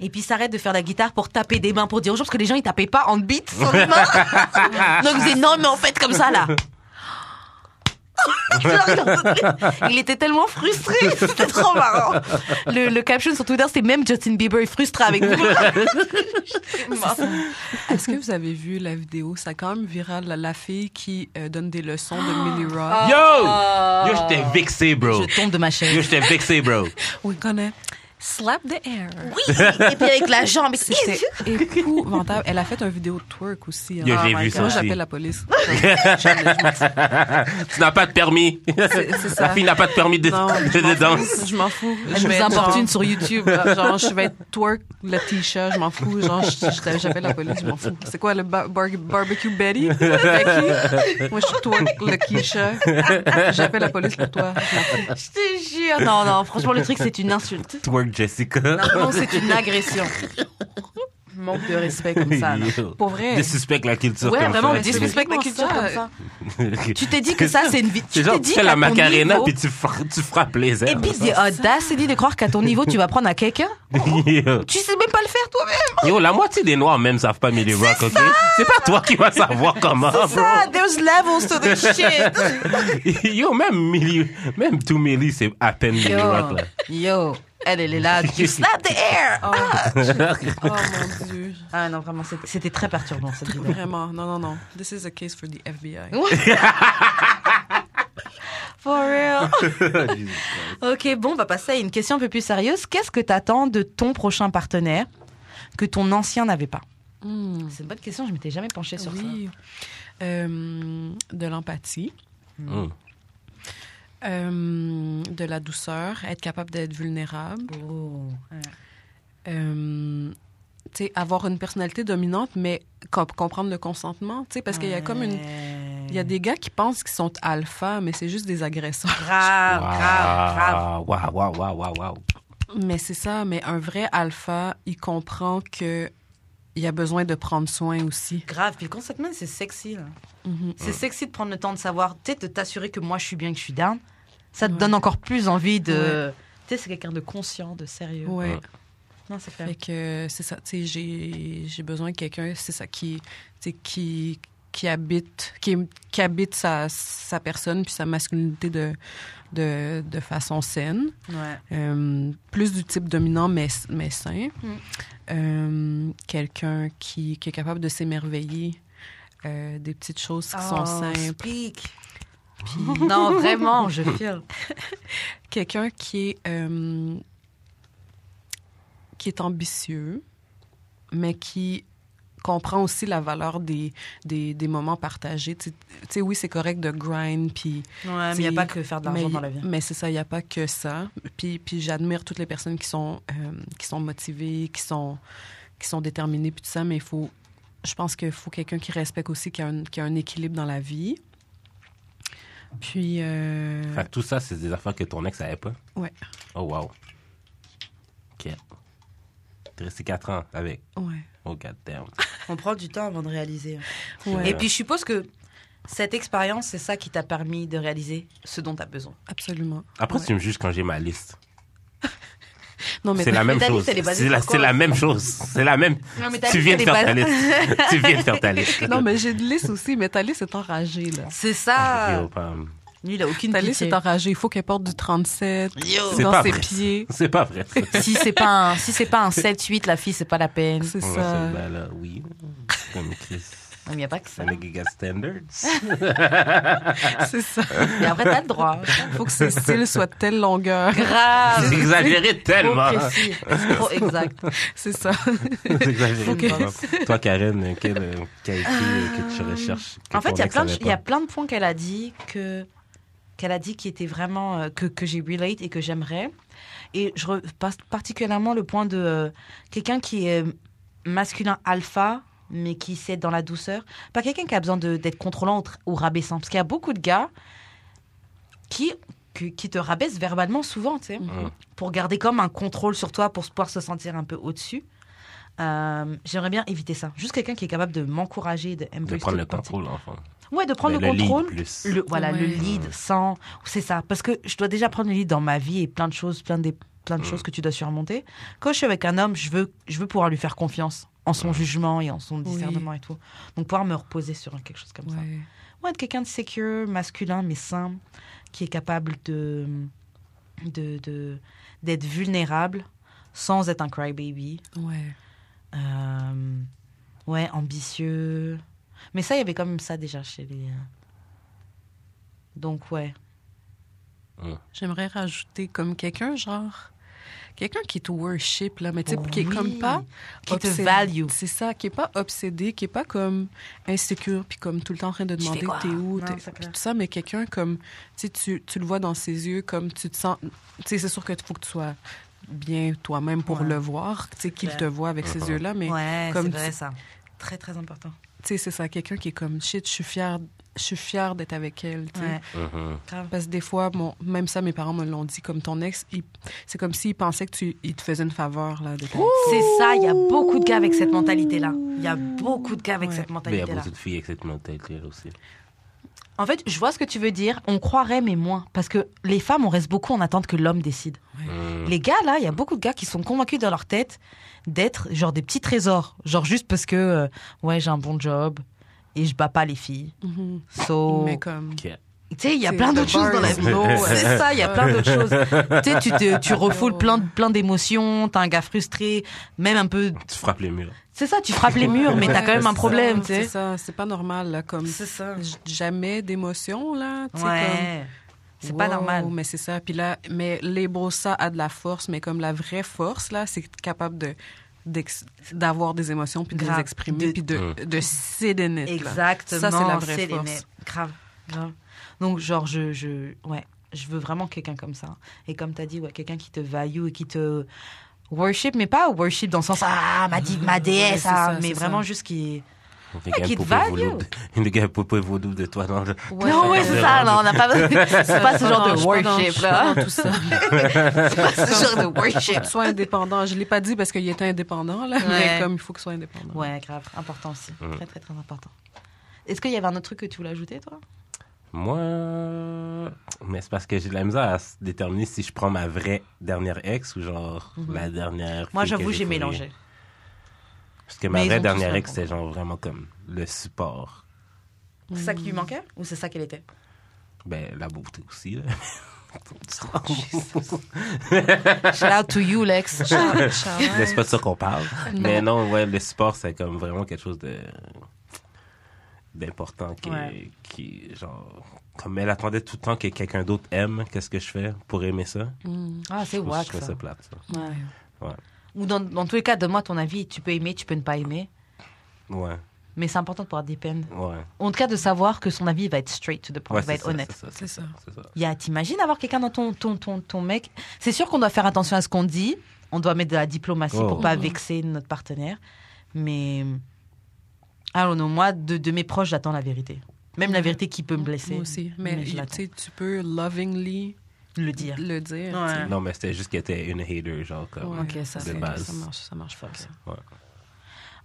Speaker 1: et puis il s'arrête de faire la guitare pour taper des mains pour dire aux gens parce que les gens ils tapaient pas en beat sur les mains donc il disait non mais en fait comme ça là il était tellement frustré c'était trop marrant le, le caption sur Twitter c'était même Justin Bieber est frustré avec nous
Speaker 3: Est-ce que vous avez vu la vidéo? Ça a quand même viral, la, la fille qui euh, donne des leçons de Millie Rock.
Speaker 1: Ah.
Speaker 2: Yo! Yo, j'étais vexé, bro!
Speaker 1: je tombe de ma chaise
Speaker 2: Yo, j'étais vexé, bro!
Speaker 3: We're gonna slap the air.
Speaker 1: oui et puis avec la jambe
Speaker 3: C'était épouvantable. Elle a fait un vidéo de twerk aussi. hein.
Speaker 2: Yo, j'ai
Speaker 1: Oh my
Speaker 2: vu
Speaker 1: God.
Speaker 2: ça
Speaker 3: Moi,
Speaker 2: aussi.
Speaker 3: j'appelle la police.
Speaker 2: Tu n'as pas de permis!
Speaker 3: c'est ça.
Speaker 2: La fille n'a pas de permis de,
Speaker 3: Non,
Speaker 2: de,
Speaker 3: je
Speaker 2: de
Speaker 3: m'en
Speaker 2: danse.
Speaker 3: fous. Je m'en fous.
Speaker 1: je
Speaker 3: Je vais
Speaker 1: vous
Speaker 3: être
Speaker 1: importune
Speaker 3: genre-
Speaker 1: sur YouTube
Speaker 3: Genre, je vais être twerk le t-shirt, je m'en fous. Genre, je- je- j'appelle la police, je m'en fous. C'est quoi le bar- bar- barbecue Betty? Becky? Moi, je suis twerk le t-shirt. J'appelle la police pour toi. Je m'en fous.
Speaker 1: Je te jure. Non, non, franchement, le truc, c'est une insulte.
Speaker 2: Twerk Jessica.
Speaker 1: Non, c'est une agression. Manque de respect comme ça. là.
Speaker 2: Yo.
Speaker 3: Pour vrai.
Speaker 2: Des suspects la culture
Speaker 1: Ouais,
Speaker 2: comme
Speaker 1: vraiment,
Speaker 2: ça.
Speaker 1: on disrespecte la
Speaker 3: Comment
Speaker 1: culture
Speaker 3: ça
Speaker 1: comme ça.
Speaker 2: tu-
Speaker 1: Tu t'es dit que ça, c'est une vie.
Speaker 2: C'est
Speaker 1: Tu
Speaker 2: genre,
Speaker 1: t'es
Speaker 2: tu
Speaker 1: dit
Speaker 2: fais la
Speaker 1: qu'à ton
Speaker 2: macarena
Speaker 1: niveau-
Speaker 2: puis tu, fra- tu frappes les airs.
Speaker 1: Et puis, c'est audace de croire qu'à ton niveau, tu vas prendre à quelqu'un.
Speaker 2: Yo.
Speaker 1: Tu sais même pas le faire toi-même.
Speaker 2: Yo, la moitié des noirs même savent pas Millie Rock, ok? C'est pas toi qui vas savoir comment,
Speaker 1: Ça, there's levels to this shit.
Speaker 2: bro. Yo, même Millie, même tout Millie, c'est à peine Millie Rock, là.
Speaker 1: yo, elle, elle est là. Tu slap the air.
Speaker 3: Oh, oh, mon Dieu.
Speaker 1: Ah non, vraiment, c'était- c'était très perturbant cette vidéo.
Speaker 3: Vraiment, non, non, non. This is a case for the FBI.
Speaker 1: For real. ok, bon, on va passer à une question un peu plus sérieuse. Qu'est-ce que t'attends de ton prochain partenaire que ton ancien n'avait pas
Speaker 3: Hmm,
Speaker 1: C'est une bonne question, je m'étais jamais penchée sur
Speaker 3: oui. Euh, de l'empathie.
Speaker 2: Mm.
Speaker 3: Euh, de la douceur, être capable d'être vulnérable,
Speaker 1: ça.
Speaker 3: Euh, tu sais, avoir une personnalité dominante, mais com- comprendre le consentement, tu sais, parce qu'il y a comme une... Il y a des gars qui pensent qu'ils sont alpha, mais c'est juste des agresseurs.
Speaker 1: Grave, grave, grave.
Speaker 2: Waouh, waouh, waouh, waouh, waouh, waouh.
Speaker 3: Mais c'est ça, mais un vrai alpha, il comprend que il y a besoin de prendre soin aussi.
Speaker 1: Grave, puis le consentement, c'est sexy. là.
Speaker 3: Mhm.
Speaker 1: C'est sexy de prendre le temps de savoir, tu sais, de t'assurer que moi je suis bien, que je suis down. Ça te
Speaker 3: Ouais.
Speaker 1: donne encore plus envie de. Tu sais, c'est quelqu'un de conscient, de sérieux.
Speaker 3: Ouais.
Speaker 1: Non, c'est clair.
Speaker 3: Fait que c'est ça, tu sais, j'ai j'ai besoin de quelqu'un, c'est ça, qui, tu sais, qui, qui habite, qui, qui habite sa, sa personne puis sa masculinité de, de, de façon saine.
Speaker 1: Ouais.
Speaker 3: Euh, plus du type dominant, mais, mais sain.
Speaker 1: Mm.
Speaker 3: Euh, quelqu'un qui, qui est capable de s'émerveiller. euh, des petites choses qui
Speaker 1: Oh, Ah.
Speaker 3: sont simples.
Speaker 1: Non, vraiment, je file.
Speaker 3: Quelqu'un qui est, euh, qui est ambitieux, mais qui comprend aussi la valeur des, des, des moments partagés. Tu sais- tu sais, oui, c'est correct de grind, puis
Speaker 1: Ouais, mais il n'y a pas que faire de l'argent
Speaker 3: mais,
Speaker 1: dans la vie.
Speaker 3: mais c'est ça, il n'y a pas que ça. Puis, puis j'admire toutes les personnes qui sont, euh, qui sont motivées, qui sont, qui sont déterminées, puis tout ça, mais il faut, je pense qu'il faut quelqu'un qui respecte aussi, qui a, un, qui a un équilibre dans la vie. Puis, euh,
Speaker 2: Fait que tout ça, c'est des affaires que ton ex savait pas.
Speaker 3: ouais,
Speaker 2: Oh, wow. Ok. T'es resté 4 ans avec.
Speaker 3: ouais.
Speaker 2: Oh, god damn.
Speaker 1: On prend du temps avant de réaliser.
Speaker 3: ouais,
Speaker 1: Et puis je suppose que cette expérience, c'est ça qui t'a permis de réaliser ce dont tu as besoin.
Speaker 3: absolument.
Speaker 2: Après,
Speaker 3: Ouais.
Speaker 2: tu me juges quand j'ai ma liste.
Speaker 3: Non, mais
Speaker 2: C'est la même
Speaker 1: ta
Speaker 2: chose.
Speaker 1: liste, elle est basée
Speaker 2: C'est la,
Speaker 1: sur quoi
Speaker 2: c'est la même chose. C'est la même.
Speaker 1: Non, mais ta
Speaker 2: Tu
Speaker 1: liste,
Speaker 2: viens
Speaker 1: elle
Speaker 2: de
Speaker 1: est
Speaker 2: faire ta
Speaker 1: basée-
Speaker 2: liste. Tu viens de faire ta liste.
Speaker 3: Non, mais j'ai une liste aussi, mais ta liste est enragée, là.
Speaker 1: C'est ça.
Speaker 2: Yo, Pam.
Speaker 1: Lui, il a aucune
Speaker 3: Ta liste
Speaker 1: pitié.
Speaker 3: est enragée. Il faut qu'elle porte du 37
Speaker 1: Yo.
Speaker 2: C'est
Speaker 3: dans
Speaker 2: pas
Speaker 3: ses
Speaker 2: vrai.
Speaker 3: pieds.
Speaker 2: C'est pas vrai. ça.
Speaker 1: Si c'est pas un, si c'est pas un 7 8 la fille, c'est pas la peine.
Speaker 3: C'est
Speaker 2: Ouais,
Speaker 3: ça.
Speaker 2: c'est- ben là, oui. Comme Chris.
Speaker 1: Il n'y a pas que ça.
Speaker 2: Ça les giga standards.
Speaker 3: C'est ça.
Speaker 1: Et après, t'as le droit.
Speaker 3: faut que ses cils soient de telle longueur.
Speaker 1: Grave.
Speaker 2: C'est exagéré
Speaker 1: Trop
Speaker 2: tellement.
Speaker 1: précis. Trop exact.
Speaker 3: C'est ça.
Speaker 2: C'est exagéré.
Speaker 1: Ok.
Speaker 2: tellement. Toi, Karen, quel euh, qualité euh, que tu recherches que
Speaker 1: Ah. En fait,
Speaker 2: ton
Speaker 1: il y a
Speaker 2: ex
Speaker 1: plein de,
Speaker 2: avait
Speaker 1: il y a
Speaker 2: pas?
Speaker 1: plein de points qu'elle a dit que qu'elle a dit qui était vraiment euh, que, que j'ai relate et que j'aimerais. Et je repasse particulièrement le point de euh, quelqu'un qui est masculin alpha, mais qui cède dans la douceur. Pas quelqu'un qui a besoin de- d'être contrôlant ou tr- ou rabaissant. Parce qu'il y a beaucoup de gars qui, qui, qui te rabaissent verbalement souvent, tu sais
Speaker 2: Mhm.
Speaker 1: pour garder comme un contrôle sur toi, pour pouvoir se sentir un peu au-dessus. Euh, J'aimerais bien éviter ça. Juste quelqu'un qui est capable de m'encourager, de,
Speaker 2: De prendre le contrôle, enfin.
Speaker 1: Ouais, de prendre
Speaker 2: Mais
Speaker 1: le,
Speaker 2: lead
Speaker 1: contrôle.
Speaker 2: plus.
Speaker 1: Le, voilà, le
Speaker 3: Ouais.
Speaker 1: lead sans. C'est ça. Parce que je dois déjà prendre le lead dans ma vie et plein de choses, plein de,
Speaker 2: Mm.
Speaker 1: plein de choses que tu dois surmonter. Quand je suis avec un homme, je veux, je veux pouvoir lui faire confiance en son jugement et en son discernement et tout. Donc pouvoir me reposer sur quelque chose comme ça.
Speaker 3: Ouais.
Speaker 1: Ouais, être quelqu'un de sécure, masculin, mais simple, qui est capable de de- de- d'être vulnérable sans être un crybaby.
Speaker 3: Ouais.
Speaker 1: Euh, ouais, ambitieux. Mais ça, il y avait quand même ça déjà chez les. euh. Donc, ouais.
Speaker 3: J'aimerais rajouter comme quelqu'un, genre. Quelqu'un qui te worship, là, mais tu sais, qui est
Speaker 1: Oh Oui.
Speaker 3: comme pas.
Speaker 1: Qui te
Speaker 3: obsédé-
Speaker 1: value.
Speaker 3: C'est ça, qui est pas obsédé, qui est pas comme insécure, puis comme tout le temps en train de
Speaker 1: Tu fais
Speaker 3: demander
Speaker 1: quoi?
Speaker 3: t'es où,
Speaker 1: Non,
Speaker 3: t'es-
Speaker 1: c'est
Speaker 3: puis
Speaker 1: clair.
Speaker 3: tout ça, mais quelqu'un comme. Tu sais, tu, tu le vois dans ses yeux, comme tu te sens. Tu sais, c'est sûr que faut que tu sois bien toi-même pour
Speaker 1: Ouais.
Speaker 3: le voir, tu sais, qu'il
Speaker 1: clair.
Speaker 3: te voit avec ses
Speaker 2: Mhm.
Speaker 3: yeux-là, mais
Speaker 1: ouais,
Speaker 3: comme
Speaker 1: c'est vrai
Speaker 3: tu-
Speaker 1: ça. Très, très important.
Speaker 3: tu sais, c'est ça, quelqu'un qui est comme shit, je suis fière, je suis fière d'être avec elle, tu sais.
Speaker 1: Ouais,
Speaker 2: Mhm.
Speaker 1: grave.
Speaker 3: Parce que des fois, bon, même ça, mes parents me l'ont dit, comme ton ex, il- c'est comme s'il pensait que tu, il te faisait une faveur, là, de ton ex.
Speaker 1: C'est ça, il y a beaucoup de gars avec cette mentalité-là. Il y a beaucoup de gars avec
Speaker 3: Ouais.
Speaker 1: cette
Speaker 2: Mais il y a
Speaker 1: mentalité-là.
Speaker 2: beaucoup de filles avec cette mentalité aussi.
Speaker 1: En fait, je vois ce que tu veux dire. On croirait, mais moins. Parce que les femmes, on reste beaucoup en attente que l'homme décide.
Speaker 2: Mhm.
Speaker 1: Les gars, là, il y a beaucoup de gars qui sont convaincus dans leur tête d'être genre des petits trésors. Genre juste parce que, euh, ouais, j'ai un bon job et je bats pas les filles.
Speaker 3: Mhm.
Speaker 1: So.
Speaker 3: Mais comme.
Speaker 1: Tu sais, il y a
Speaker 3: C'est
Speaker 1: plein
Speaker 3: the
Speaker 1: d'autres choses dans la
Speaker 3: bars.
Speaker 1: vie.
Speaker 3: No,
Speaker 1: C'est
Speaker 3: ouais.
Speaker 1: ça, il y a plein d'autres choses. Tu sais, tu, te- tu refoules
Speaker 3: Oh.
Speaker 1: plein, de- plein d'émotions, t'as un gars frustré, même un peu.
Speaker 2: Tu frappes les murs.
Speaker 1: C'est ça, tu frappes les murs, mais t'as quand
Speaker 3: Ouais,
Speaker 1: même un
Speaker 3: c'est
Speaker 1: problème,
Speaker 3: ça,
Speaker 1: tu sais.
Speaker 3: C'est ça, c'est pas normal, là, comme.
Speaker 1: ça.
Speaker 3: j- Jamais d'émotion, là. tu sais, comme,
Speaker 1: Ouais. C'est pas
Speaker 3: wow,
Speaker 1: normal.
Speaker 3: Mais c'est ça. Puis là, mais les beaux, ça a de la force, mais comme la vraie force, là, c'est être capable de d'ex- d'avoir des émotions puis de
Speaker 1: Grave.
Speaker 3: les exprimer
Speaker 1: De-
Speaker 3: puis de, de céder net, là.
Speaker 1: Exactement.
Speaker 3: Ça, c'est la vraie
Speaker 1: les
Speaker 3: force.
Speaker 1: nets. Grave, grave. Donc, genre, je, je, ouais, je veux vraiment quelqu'un comme ça. Et comme tu as dit, ouais, quelqu'un qui te value et qui te worship, mais pas worship dans le sens, ah, ma, di- ma
Speaker 3: Ouais,
Speaker 1: déesse,
Speaker 3: c'est
Speaker 1: ah,
Speaker 3: ça,
Speaker 1: mais
Speaker 3: c'est
Speaker 1: vraiment
Speaker 3: ça.
Speaker 1: juste qui.
Speaker 2: Une gars
Speaker 1: qui te
Speaker 2: pour
Speaker 1: value.
Speaker 2: Une gars pour vos doubles de toi dans le-
Speaker 3: Ouais,
Speaker 1: non, oui,
Speaker 3: ouais,
Speaker 1: c'est
Speaker 3: ouais.
Speaker 1: ça, non, on n'a pas. c'est pas ce
Speaker 3: Non,
Speaker 1: genre
Speaker 3: non,
Speaker 1: de
Speaker 3: je suis pas dans- je
Speaker 1: worship,
Speaker 3: suis
Speaker 1: là.
Speaker 3: pas dans tout ça.
Speaker 1: C'est pas ce genre de
Speaker 3: Faut
Speaker 1: worship.
Speaker 3: que tu sois indépendant. Je l'ai pas dit parce qu'il était indépendant, là,
Speaker 1: Ouais.
Speaker 3: mais comme il faut que soit indépendant.
Speaker 1: Ouais, grave, important aussi.
Speaker 2: Mm.
Speaker 1: Très, très, très important. Est-ce qu'il y avait un autre truc que tu voulais ajouter, toi
Speaker 2: Moi, mais c'est parce que j'ai de la misère à se déterminer si je prends ma vraie dernière ex ou genre la dernière.
Speaker 1: Mhm. Moi,
Speaker 2: fille que
Speaker 1: j'avoue, j'ai
Speaker 2: fourrée.
Speaker 1: mélangé.
Speaker 2: Parce que ma
Speaker 1: Mais ils
Speaker 2: vraie
Speaker 1: ont tous
Speaker 2: dernière ex,
Speaker 1: raison.
Speaker 2: c'est genre vraiment comme le support.
Speaker 1: C'est ça qui
Speaker 3: Mm.
Speaker 1: lui manquait ou c'est ça qu'elle était
Speaker 2: Ben, la beauté aussi, là.
Speaker 1: Oh, Shout out to you, Lex. Ah,
Speaker 2: Mais c'est pas de ça qu'on parle. Mais non, ouais, le support, c'est comme vraiment quelque chose de d'important qui,
Speaker 1: Ouais.
Speaker 2: qui genre comme elle attendait tout le temps que quelqu'un d'autre aime qu'est-ce que je fais pour aimer ça
Speaker 3: Mhm.
Speaker 1: Ah, c'est
Speaker 2: je trouve,
Speaker 1: wack,
Speaker 2: je trouve
Speaker 1: ça.
Speaker 2: ça plate ça.
Speaker 1: Ouais.
Speaker 2: Ouais.
Speaker 1: Ou dans, dans tous les cas, donne-moi ton avis. Tu peux aimer, tu peux ne pas aimer.
Speaker 2: ouais
Speaker 1: Mais c'est important de pouvoir dépendre.
Speaker 2: ouais
Speaker 1: En tout cas, de savoir que son avis va être straight to the point,
Speaker 2: Ouais,
Speaker 1: va être
Speaker 2: ça,
Speaker 1: honnête.
Speaker 2: ça,
Speaker 3: C'est ça.
Speaker 2: c'est ça.
Speaker 1: Il y a, t'imagines avoir quelqu'un dans ton, ton, ton, ton mec. C'est sûr qu'on doit faire attention à ce qu'on dit. On doit mettre de la diplomatie
Speaker 2: Oh.
Speaker 1: pour pas
Speaker 3: Mhm.
Speaker 1: vexer notre partenaire. Mais. Alors, non, moi, de, de mes proches, j'attends la vérité. Même la vérité qui peut me blesser.
Speaker 3: Moi aussi. Mais,
Speaker 1: je
Speaker 3: tu
Speaker 1: l'attends.
Speaker 3: sais, tu peux lovingly
Speaker 1: Le dire.
Speaker 3: le dire.
Speaker 1: Ouais.
Speaker 3: tu sais.
Speaker 2: non mais c'était juste qu'elle était une hater genre comme
Speaker 3: Ouais.
Speaker 1: Ok, ça,
Speaker 2: de
Speaker 1: c'est-
Speaker 2: base
Speaker 3: Ça marche, ça marche pas. ça.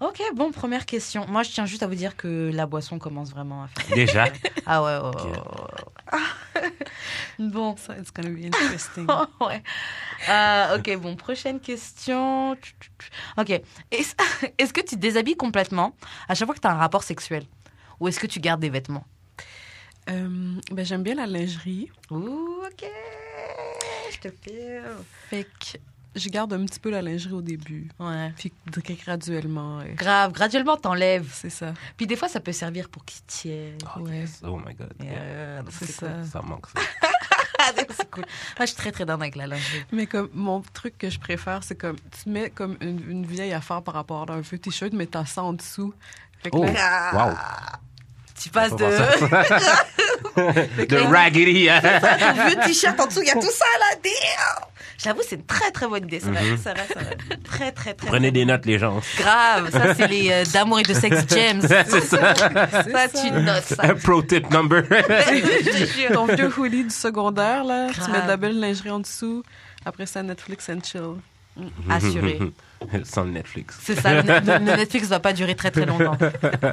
Speaker 1: Ok, bon, première question. Moi, je tiens juste à vous dire que la boisson commence vraiment à faire.
Speaker 2: déjà
Speaker 1: Ah ouais, ouais, ouais, ouais, ouais, ouais. Bon.
Speaker 3: Ça, it's gonna be interesting.
Speaker 1: ouais. Euh, ok, bon, prochaine question. Ok. Est-ce est-ce que tu te déshabilles complètement à chaque fois que tu as un rapport sexuel Ou est-ce que tu gardes des vêtements
Speaker 3: Euh, ben, j'aime bien la lingerie.
Speaker 1: Ouh, ok. Je te pire.
Speaker 3: Fait que je garde un petit peu la lingerie au début.
Speaker 1: Ouais.
Speaker 3: Puis que graduellement. euh,
Speaker 1: Grave, graduellement, t'enlèves.
Speaker 3: C'est ça.
Speaker 1: Puis des fois, ça peut servir pour qu'ils tiennent.
Speaker 2: oh,
Speaker 3: Ouais.
Speaker 2: yes. oh my god Yeah.
Speaker 1: Yeah,
Speaker 3: C'est
Speaker 1: Ah, Euh, c'est
Speaker 3: ça.
Speaker 1: cool. Ah,
Speaker 2: ça manque ça.
Speaker 1: c'est cool. Moi, je suis très, très dingue avec la lingerie.
Speaker 3: Mais comme mon truc que je préfère, c'est comme tu mets comme une, une vieille affaire par rapport à un vieux t-shirt, mais t'as ça en dessous. Fait que
Speaker 2: oh
Speaker 3: là,
Speaker 2: wow
Speaker 1: Ah, Tu passes
Speaker 2: Faut
Speaker 1: de.
Speaker 2: voir ça. The raggedy. hein?
Speaker 1: Un vieux t-shirt en dessous, il y a tout ça là. Damn J'avoue, c'est une très très bonne idée. Ça va,
Speaker 2: Mhm.
Speaker 1: ça va, ça va. Très très très.
Speaker 2: Prenez des notes, les gens.
Speaker 1: Grave, ça c'est les euh, d'amour et de sexe James.
Speaker 2: C'est ça. Ah,
Speaker 1: Ça, tu notes ça.
Speaker 2: Un pro tip number.
Speaker 1: Je te jure.
Speaker 3: Ton vieux hoodie du secondaire, là, tu mets
Speaker 1: Grave.
Speaker 3: de la belle lingerie en dessous. Après ça, Netflix and chill.
Speaker 1: Assuré.
Speaker 2: Sans le Netflix.
Speaker 1: C'est ça, le, le Netflix va pas durer très très longtemps.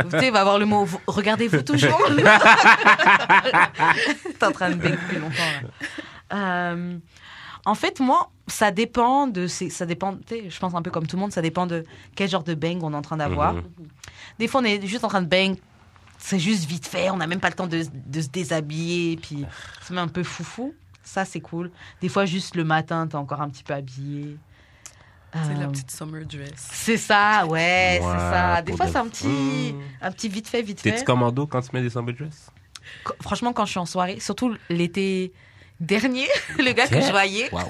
Speaker 1: Vous savez, il va avoir le mot vous- regardez-vous toujours. T'es en train de baiser depuis longtemps. là. Euh, en fait, moi, ça dépend de. ces- Ça dépend, tu sais, je pense un peu comme tout le monde, ça dépend de quel genre de bang on est en train d'avoir.
Speaker 2: Mhm.
Speaker 1: Des fois, on est juste en train de bang. C'est juste vite fait, on n'a même pas le temps de, de se déshabiller, puis ça met un peu foufou. Ça, c'est cool. Des fois, juste le matin, t'es encore un petit peu habillé.
Speaker 3: C'est
Speaker 1: Euh,
Speaker 3: la petite summer dress.
Speaker 1: c'est ça, ouais,
Speaker 2: Moi,
Speaker 1: c'est ça. Des
Speaker 2: pour
Speaker 1: fois,
Speaker 2: de-
Speaker 1: c'est un petit,
Speaker 2: Mmh.
Speaker 1: un petit vite fait, vite
Speaker 2: T'es-tu
Speaker 1: fait.
Speaker 2: commando quand tu mets des sandwich dress?
Speaker 1: Qu- Franchement, quand je suis en soirée, surtout l'été dernier, le gars que je voyais.
Speaker 2: Wow.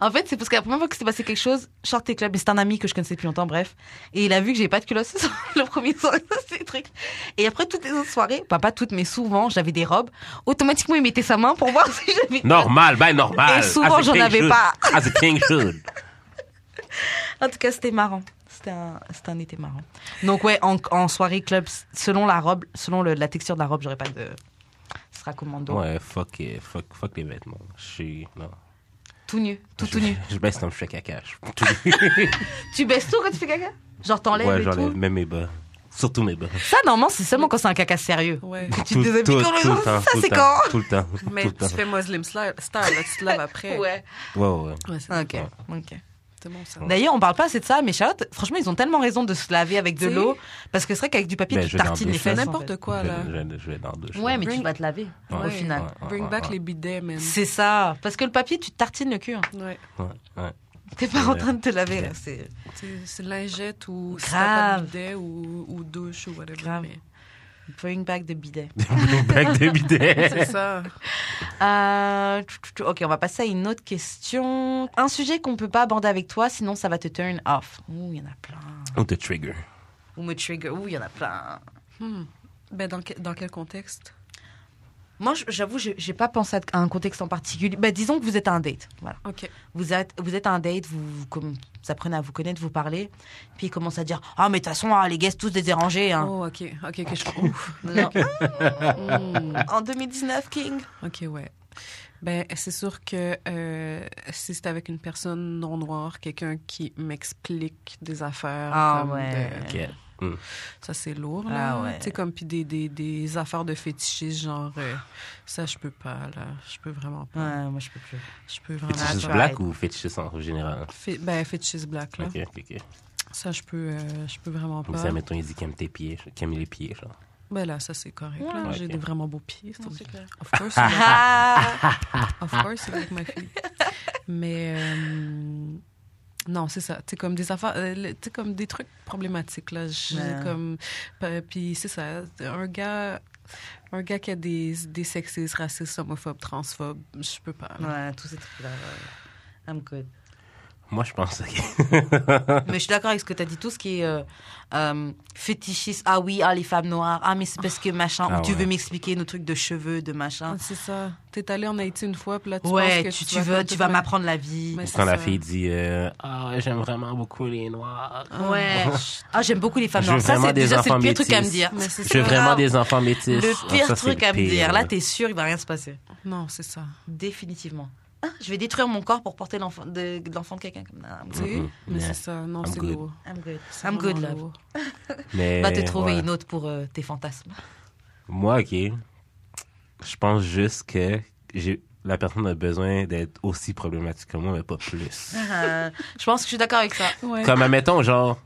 Speaker 1: En fait, c'est parce que la première fois que s'est passé quelque chose, je sortais club, mais c'est un ami que je connaissais depuis longtemps, bref. Et il a vu que j'ai pas de culotte ce soir, le premier soir, c'est truc. Et après toutes les autres soirées, bah, pas toutes, mais souvent, j'avais des robes. Automatiquement, il mettait sa main pour voir si j'avais.
Speaker 2: Normal, ben normal.
Speaker 1: Et souvent,
Speaker 2: As a
Speaker 1: j'en
Speaker 2: king
Speaker 1: avais
Speaker 2: should.
Speaker 1: pas.
Speaker 2: As a king should.
Speaker 1: En tout cas, c'était marrant. C'était un, c'était un été marrant. Donc, ouais, en, en soirée club, s- selon la robe, selon le- la texture de la robe, j'aurais pas de. Ce sera commando.
Speaker 2: Ouais, fuck, it, fuck, fuck les vêtements. Je suis. Non.
Speaker 1: Tout nu, tout,
Speaker 2: je,
Speaker 1: tout nu.
Speaker 2: Je baisse comme je fais caca. Je- tout-
Speaker 1: Tu baisses tout quand tu fais caca Genre, t'enlèves
Speaker 2: ouais,
Speaker 1: et
Speaker 2: j'enlève
Speaker 1: tout
Speaker 2: même mes bas. Surtout mes bas.
Speaker 1: Ça, normalement, c'est seulement quand c'est un caca sérieux.
Speaker 3: Ouais.
Speaker 1: Tu te déshabilles quand le- Ça,
Speaker 2: tout
Speaker 1: c'est
Speaker 2: le temps,
Speaker 1: quand
Speaker 2: Tout le temps.
Speaker 3: Mais
Speaker 2: tout le
Speaker 3: tu
Speaker 2: temps.
Speaker 3: fais Muslim Star, star, là, tu te laves après.
Speaker 1: Ouais.
Speaker 2: Ouais, ouais.
Speaker 3: Ouais, c'est
Speaker 1: Ok, ok.
Speaker 3: c'est bon ça.
Speaker 1: D'ailleurs, on parle pas assez de ça, mais Charlotte, franchement, ils ont tellement raison de se laver avec de
Speaker 3: Si.
Speaker 1: l'eau. Parce que c'est vrai qu'avec du papier,
Speaker 2: Ben,
Speaker 1: tu
Speaker 2: je vais dans
Speaker 1: tartines
Speaker 2: le
Speaker 1: les
Speaker 2: douche,
Speaker 1: fesses.
Speaker 2: là.
Speaker 1: en
Speaker 3: N'importe quoi,
Speaker 2: je,
Speaker 3: là.
Speaker 2: Je, je vais dans deux
Speaker 1: fait. Ouais, mais tu vas te laver au
Speaker 3: Ouais.
Speaker 1: final.
Speaker 3: Bring back les bidets, man.
Speaker 1: C'est ça. Parce que le papier, tu tartines le cul. hein.
Speaker 3: Ouais.
Speaker 2: Ouais, ouais.
Speaker 1: T'es pas
Speaker 2: Ouais.
Speaker 1: en train de te laver. là,
Speaker 2: Ouais.
Speaker 1: C'est
Speaker 3: C'est- C'est lingette ou si t'as pas
Speaker 1: Grave.
Speaker 3: de bidet ou, ou douche ou whatever.
Speaker 1: Grave.
Speaker 3: mais
Speaker 1: bring back the bidet.
Speaker 2: Bring back des bidets.
Speaker 3: C'est ça.
Speaker 1: Euh, tchou, tchou, tchou. ok, on va passer à une autre question. Un sujet qu'on peut pas aborder avec toi, sinon ça va te turn off. Ouh, il y en a plein.
Speaker 2: On te trigger.
Speaker 1: Ou me trigger. Ouh, il y en a plein.
Speaker 3: Hmm. Ben, dans, que- dans quel contexte?
Speaker 1: Moi, j- j'avoue, j'ai j'ai pas pensé à un contexte en particulier. Bah, disons que vous êtes à un date. Voilà.
Speaker 3: OK.
Speaker 1: Vous êtes, vous êtes à un date, vous, vous, comme- vous apprenez à vous connaître, vous parlez. Puis il commence à dire Ah, mais de toute façon, ah, les gars, c'est tous des dérangés. hein.
Speaker 3: Oh, OK. OK, que je... Ouf.
Speaker 1: Non.
Speaker 3: Hmm.
Speaker 1: en 2019, King.
Speaker 3: OK, ouais. Ben, c'est sûr que euh, si c'est avec une personne non noire, quelqu'un qui m'explique des affaires.
Speaker 1: Ah,
Speaker 3: comme euh,
Speaker 1: ouais.
Speaker 3: de-
Speaker 2: Ok.
Speaker 3: Ça, c'est lourd,
Speaker 1: Ah,
Speaker 3: là.
Speaker 1: ouais.
Speaker 3: Tu sais, comme, puis des, des, des affaires de fétichistes, genre, euh, ça, je peux pas, là. Je peux vraiment pas.
Speaker 1: Ouais, moi, je peux plus.
Speaker 3: Je peux vraiment
Speaker 2: Fétichiste
Speaker 1: tried.
Speaker 3: pas.
Speaker 2: black ou fétichiste en général?
Speaker 3: Fé- ben, fétichiste black, là.
Speaker 2: Ok, ok, ok.
Speaker 3: Ça, je peux, euh, je peux vraiment
Speaker 2: Comme
Speaker 3: pas.
Speaker 2: ça, mettons, il dit qu'il aime tes pieds, qu'il aime les pieds, genre.
Speaker 3: Ben là, ça, c'est correct. là.
Speaker 2: Ouais,
Speaker 3: J'ai
Speaker 2: ok.
Speaker 3: des vraiment beaux pieds. c'est obligé.
Speaker 1: clair.
Speaker 3: Of course, you like-
Speaker 1: Ah
Speaker 3: of course, you like my feet. Mais euh, non, c'est ça. Tu sais, comme des affaires, euh, le- tu sais, comme des trucs problématiques, là. J'ai
Speaker 1: Ouais.
Speaker 3: comme... pa- Puis c'est ça, un gars... Un gars qui a des, des sexistes, racistes, homophobes, transphobes, je peux pas. là.
Speaker 1: Ouais, tous ces trucs-là. ouais. I'm good.
Speaker 2: Moi, je pense ok.
Speaker 1: Mais je suis d'accord avec ce que tu as dit, tout ce qui est euh, euh, fétichiste. Ah oui, ah les femmes noires. Ah mais c'est parce que machin.
Speaker 2: Ah
Speaker 1: ou tu
Speaker 2: ouais.
Speaker 1: veux m'expliquer nos trucs de cheveux, de machin.
Speaker 3: C'est ça. T'es allé en Haïti une fois, puis là, tu penses
Speaker 1: ouais,
Speaker 3: que
Speaker 1: tu, tu
Speaker 3: vas
Speaker 1: veux, tu vas
Speaker 3: complètement-
Speaker 1: m'apprendre la vie.
Speaker 3: Mais
Speaker 2: Quand la
Speaker 3: ça.
Speaker 2: fille dit euh, Ah, j'aime vraiment beaucoup les noirs.
Speaker 1: Ouais. ah j'aime beaucoup les femmes
Speaker 2: Je
Speaker 1: noires.
Speaker 2: veux
Speaker 1: Ça
Speaker 2: vraiment
Speaker 1: c'est
Speaker 2: des
Speaker 1: déjà c'est le
Speaker 2: enfants
Speaker 1: pire truc à me
Speaker 2: métis.
Speaker 1: dire.
Speaker 3: Mais c'est
Speaker 2: J'ai
Speaker 3: ça.
Speaker 2: vraiment des enfants
Speaker 1: Le
Speaker 2: métis. Ah,
Speaker 1: pire
Speaker 2: ça, c'est
Speaker 1: truc
Speaker 2: le
Speaker 1: à me
Speaker 2: pire,
Speaker 1: dire. Là t'es sûr il va rien se passer.
Speaker 3: Non, c'est ça.
Speaker 1: Définitivement. Ah, je vais détruire mon corps pour porter l'enfant de, de l'enfant de quelqu'un. Ah, I'm
Speaker 3: Tu sais,
Speaker 1: good.
Speaker 2: Mhm.
Speaker 3: mais
Speaker 2: Yeah.
Speaker 3: c'est ça. Non,
Speaker 2: I'm
Speaker 3: c'est
Speaker 2: good.
Speaker 3: lourd.
Speaker 1: I'm good.
Speaker 3: C'est
Speaker 1: I'm good
Speaker 3: vraiment
Speaker 1: love.
Speaker 3: lourd.
Speaker 2: Mais,
Speaker 1: Va te trouver
Speaker 2: ouais.
Speaker 1: une autre pour euh, tes fantasmes.
Speaker 2: Moi, OK. Je pense juste que j'ai la personne a besoin d'être aussi problématique que moi, mais pas plus.
Speaker 1: Euh, je pense que je suis d'accord avec ça.
Speaker 3: Ouais.
Speaker 2: Comme, admettons, genre,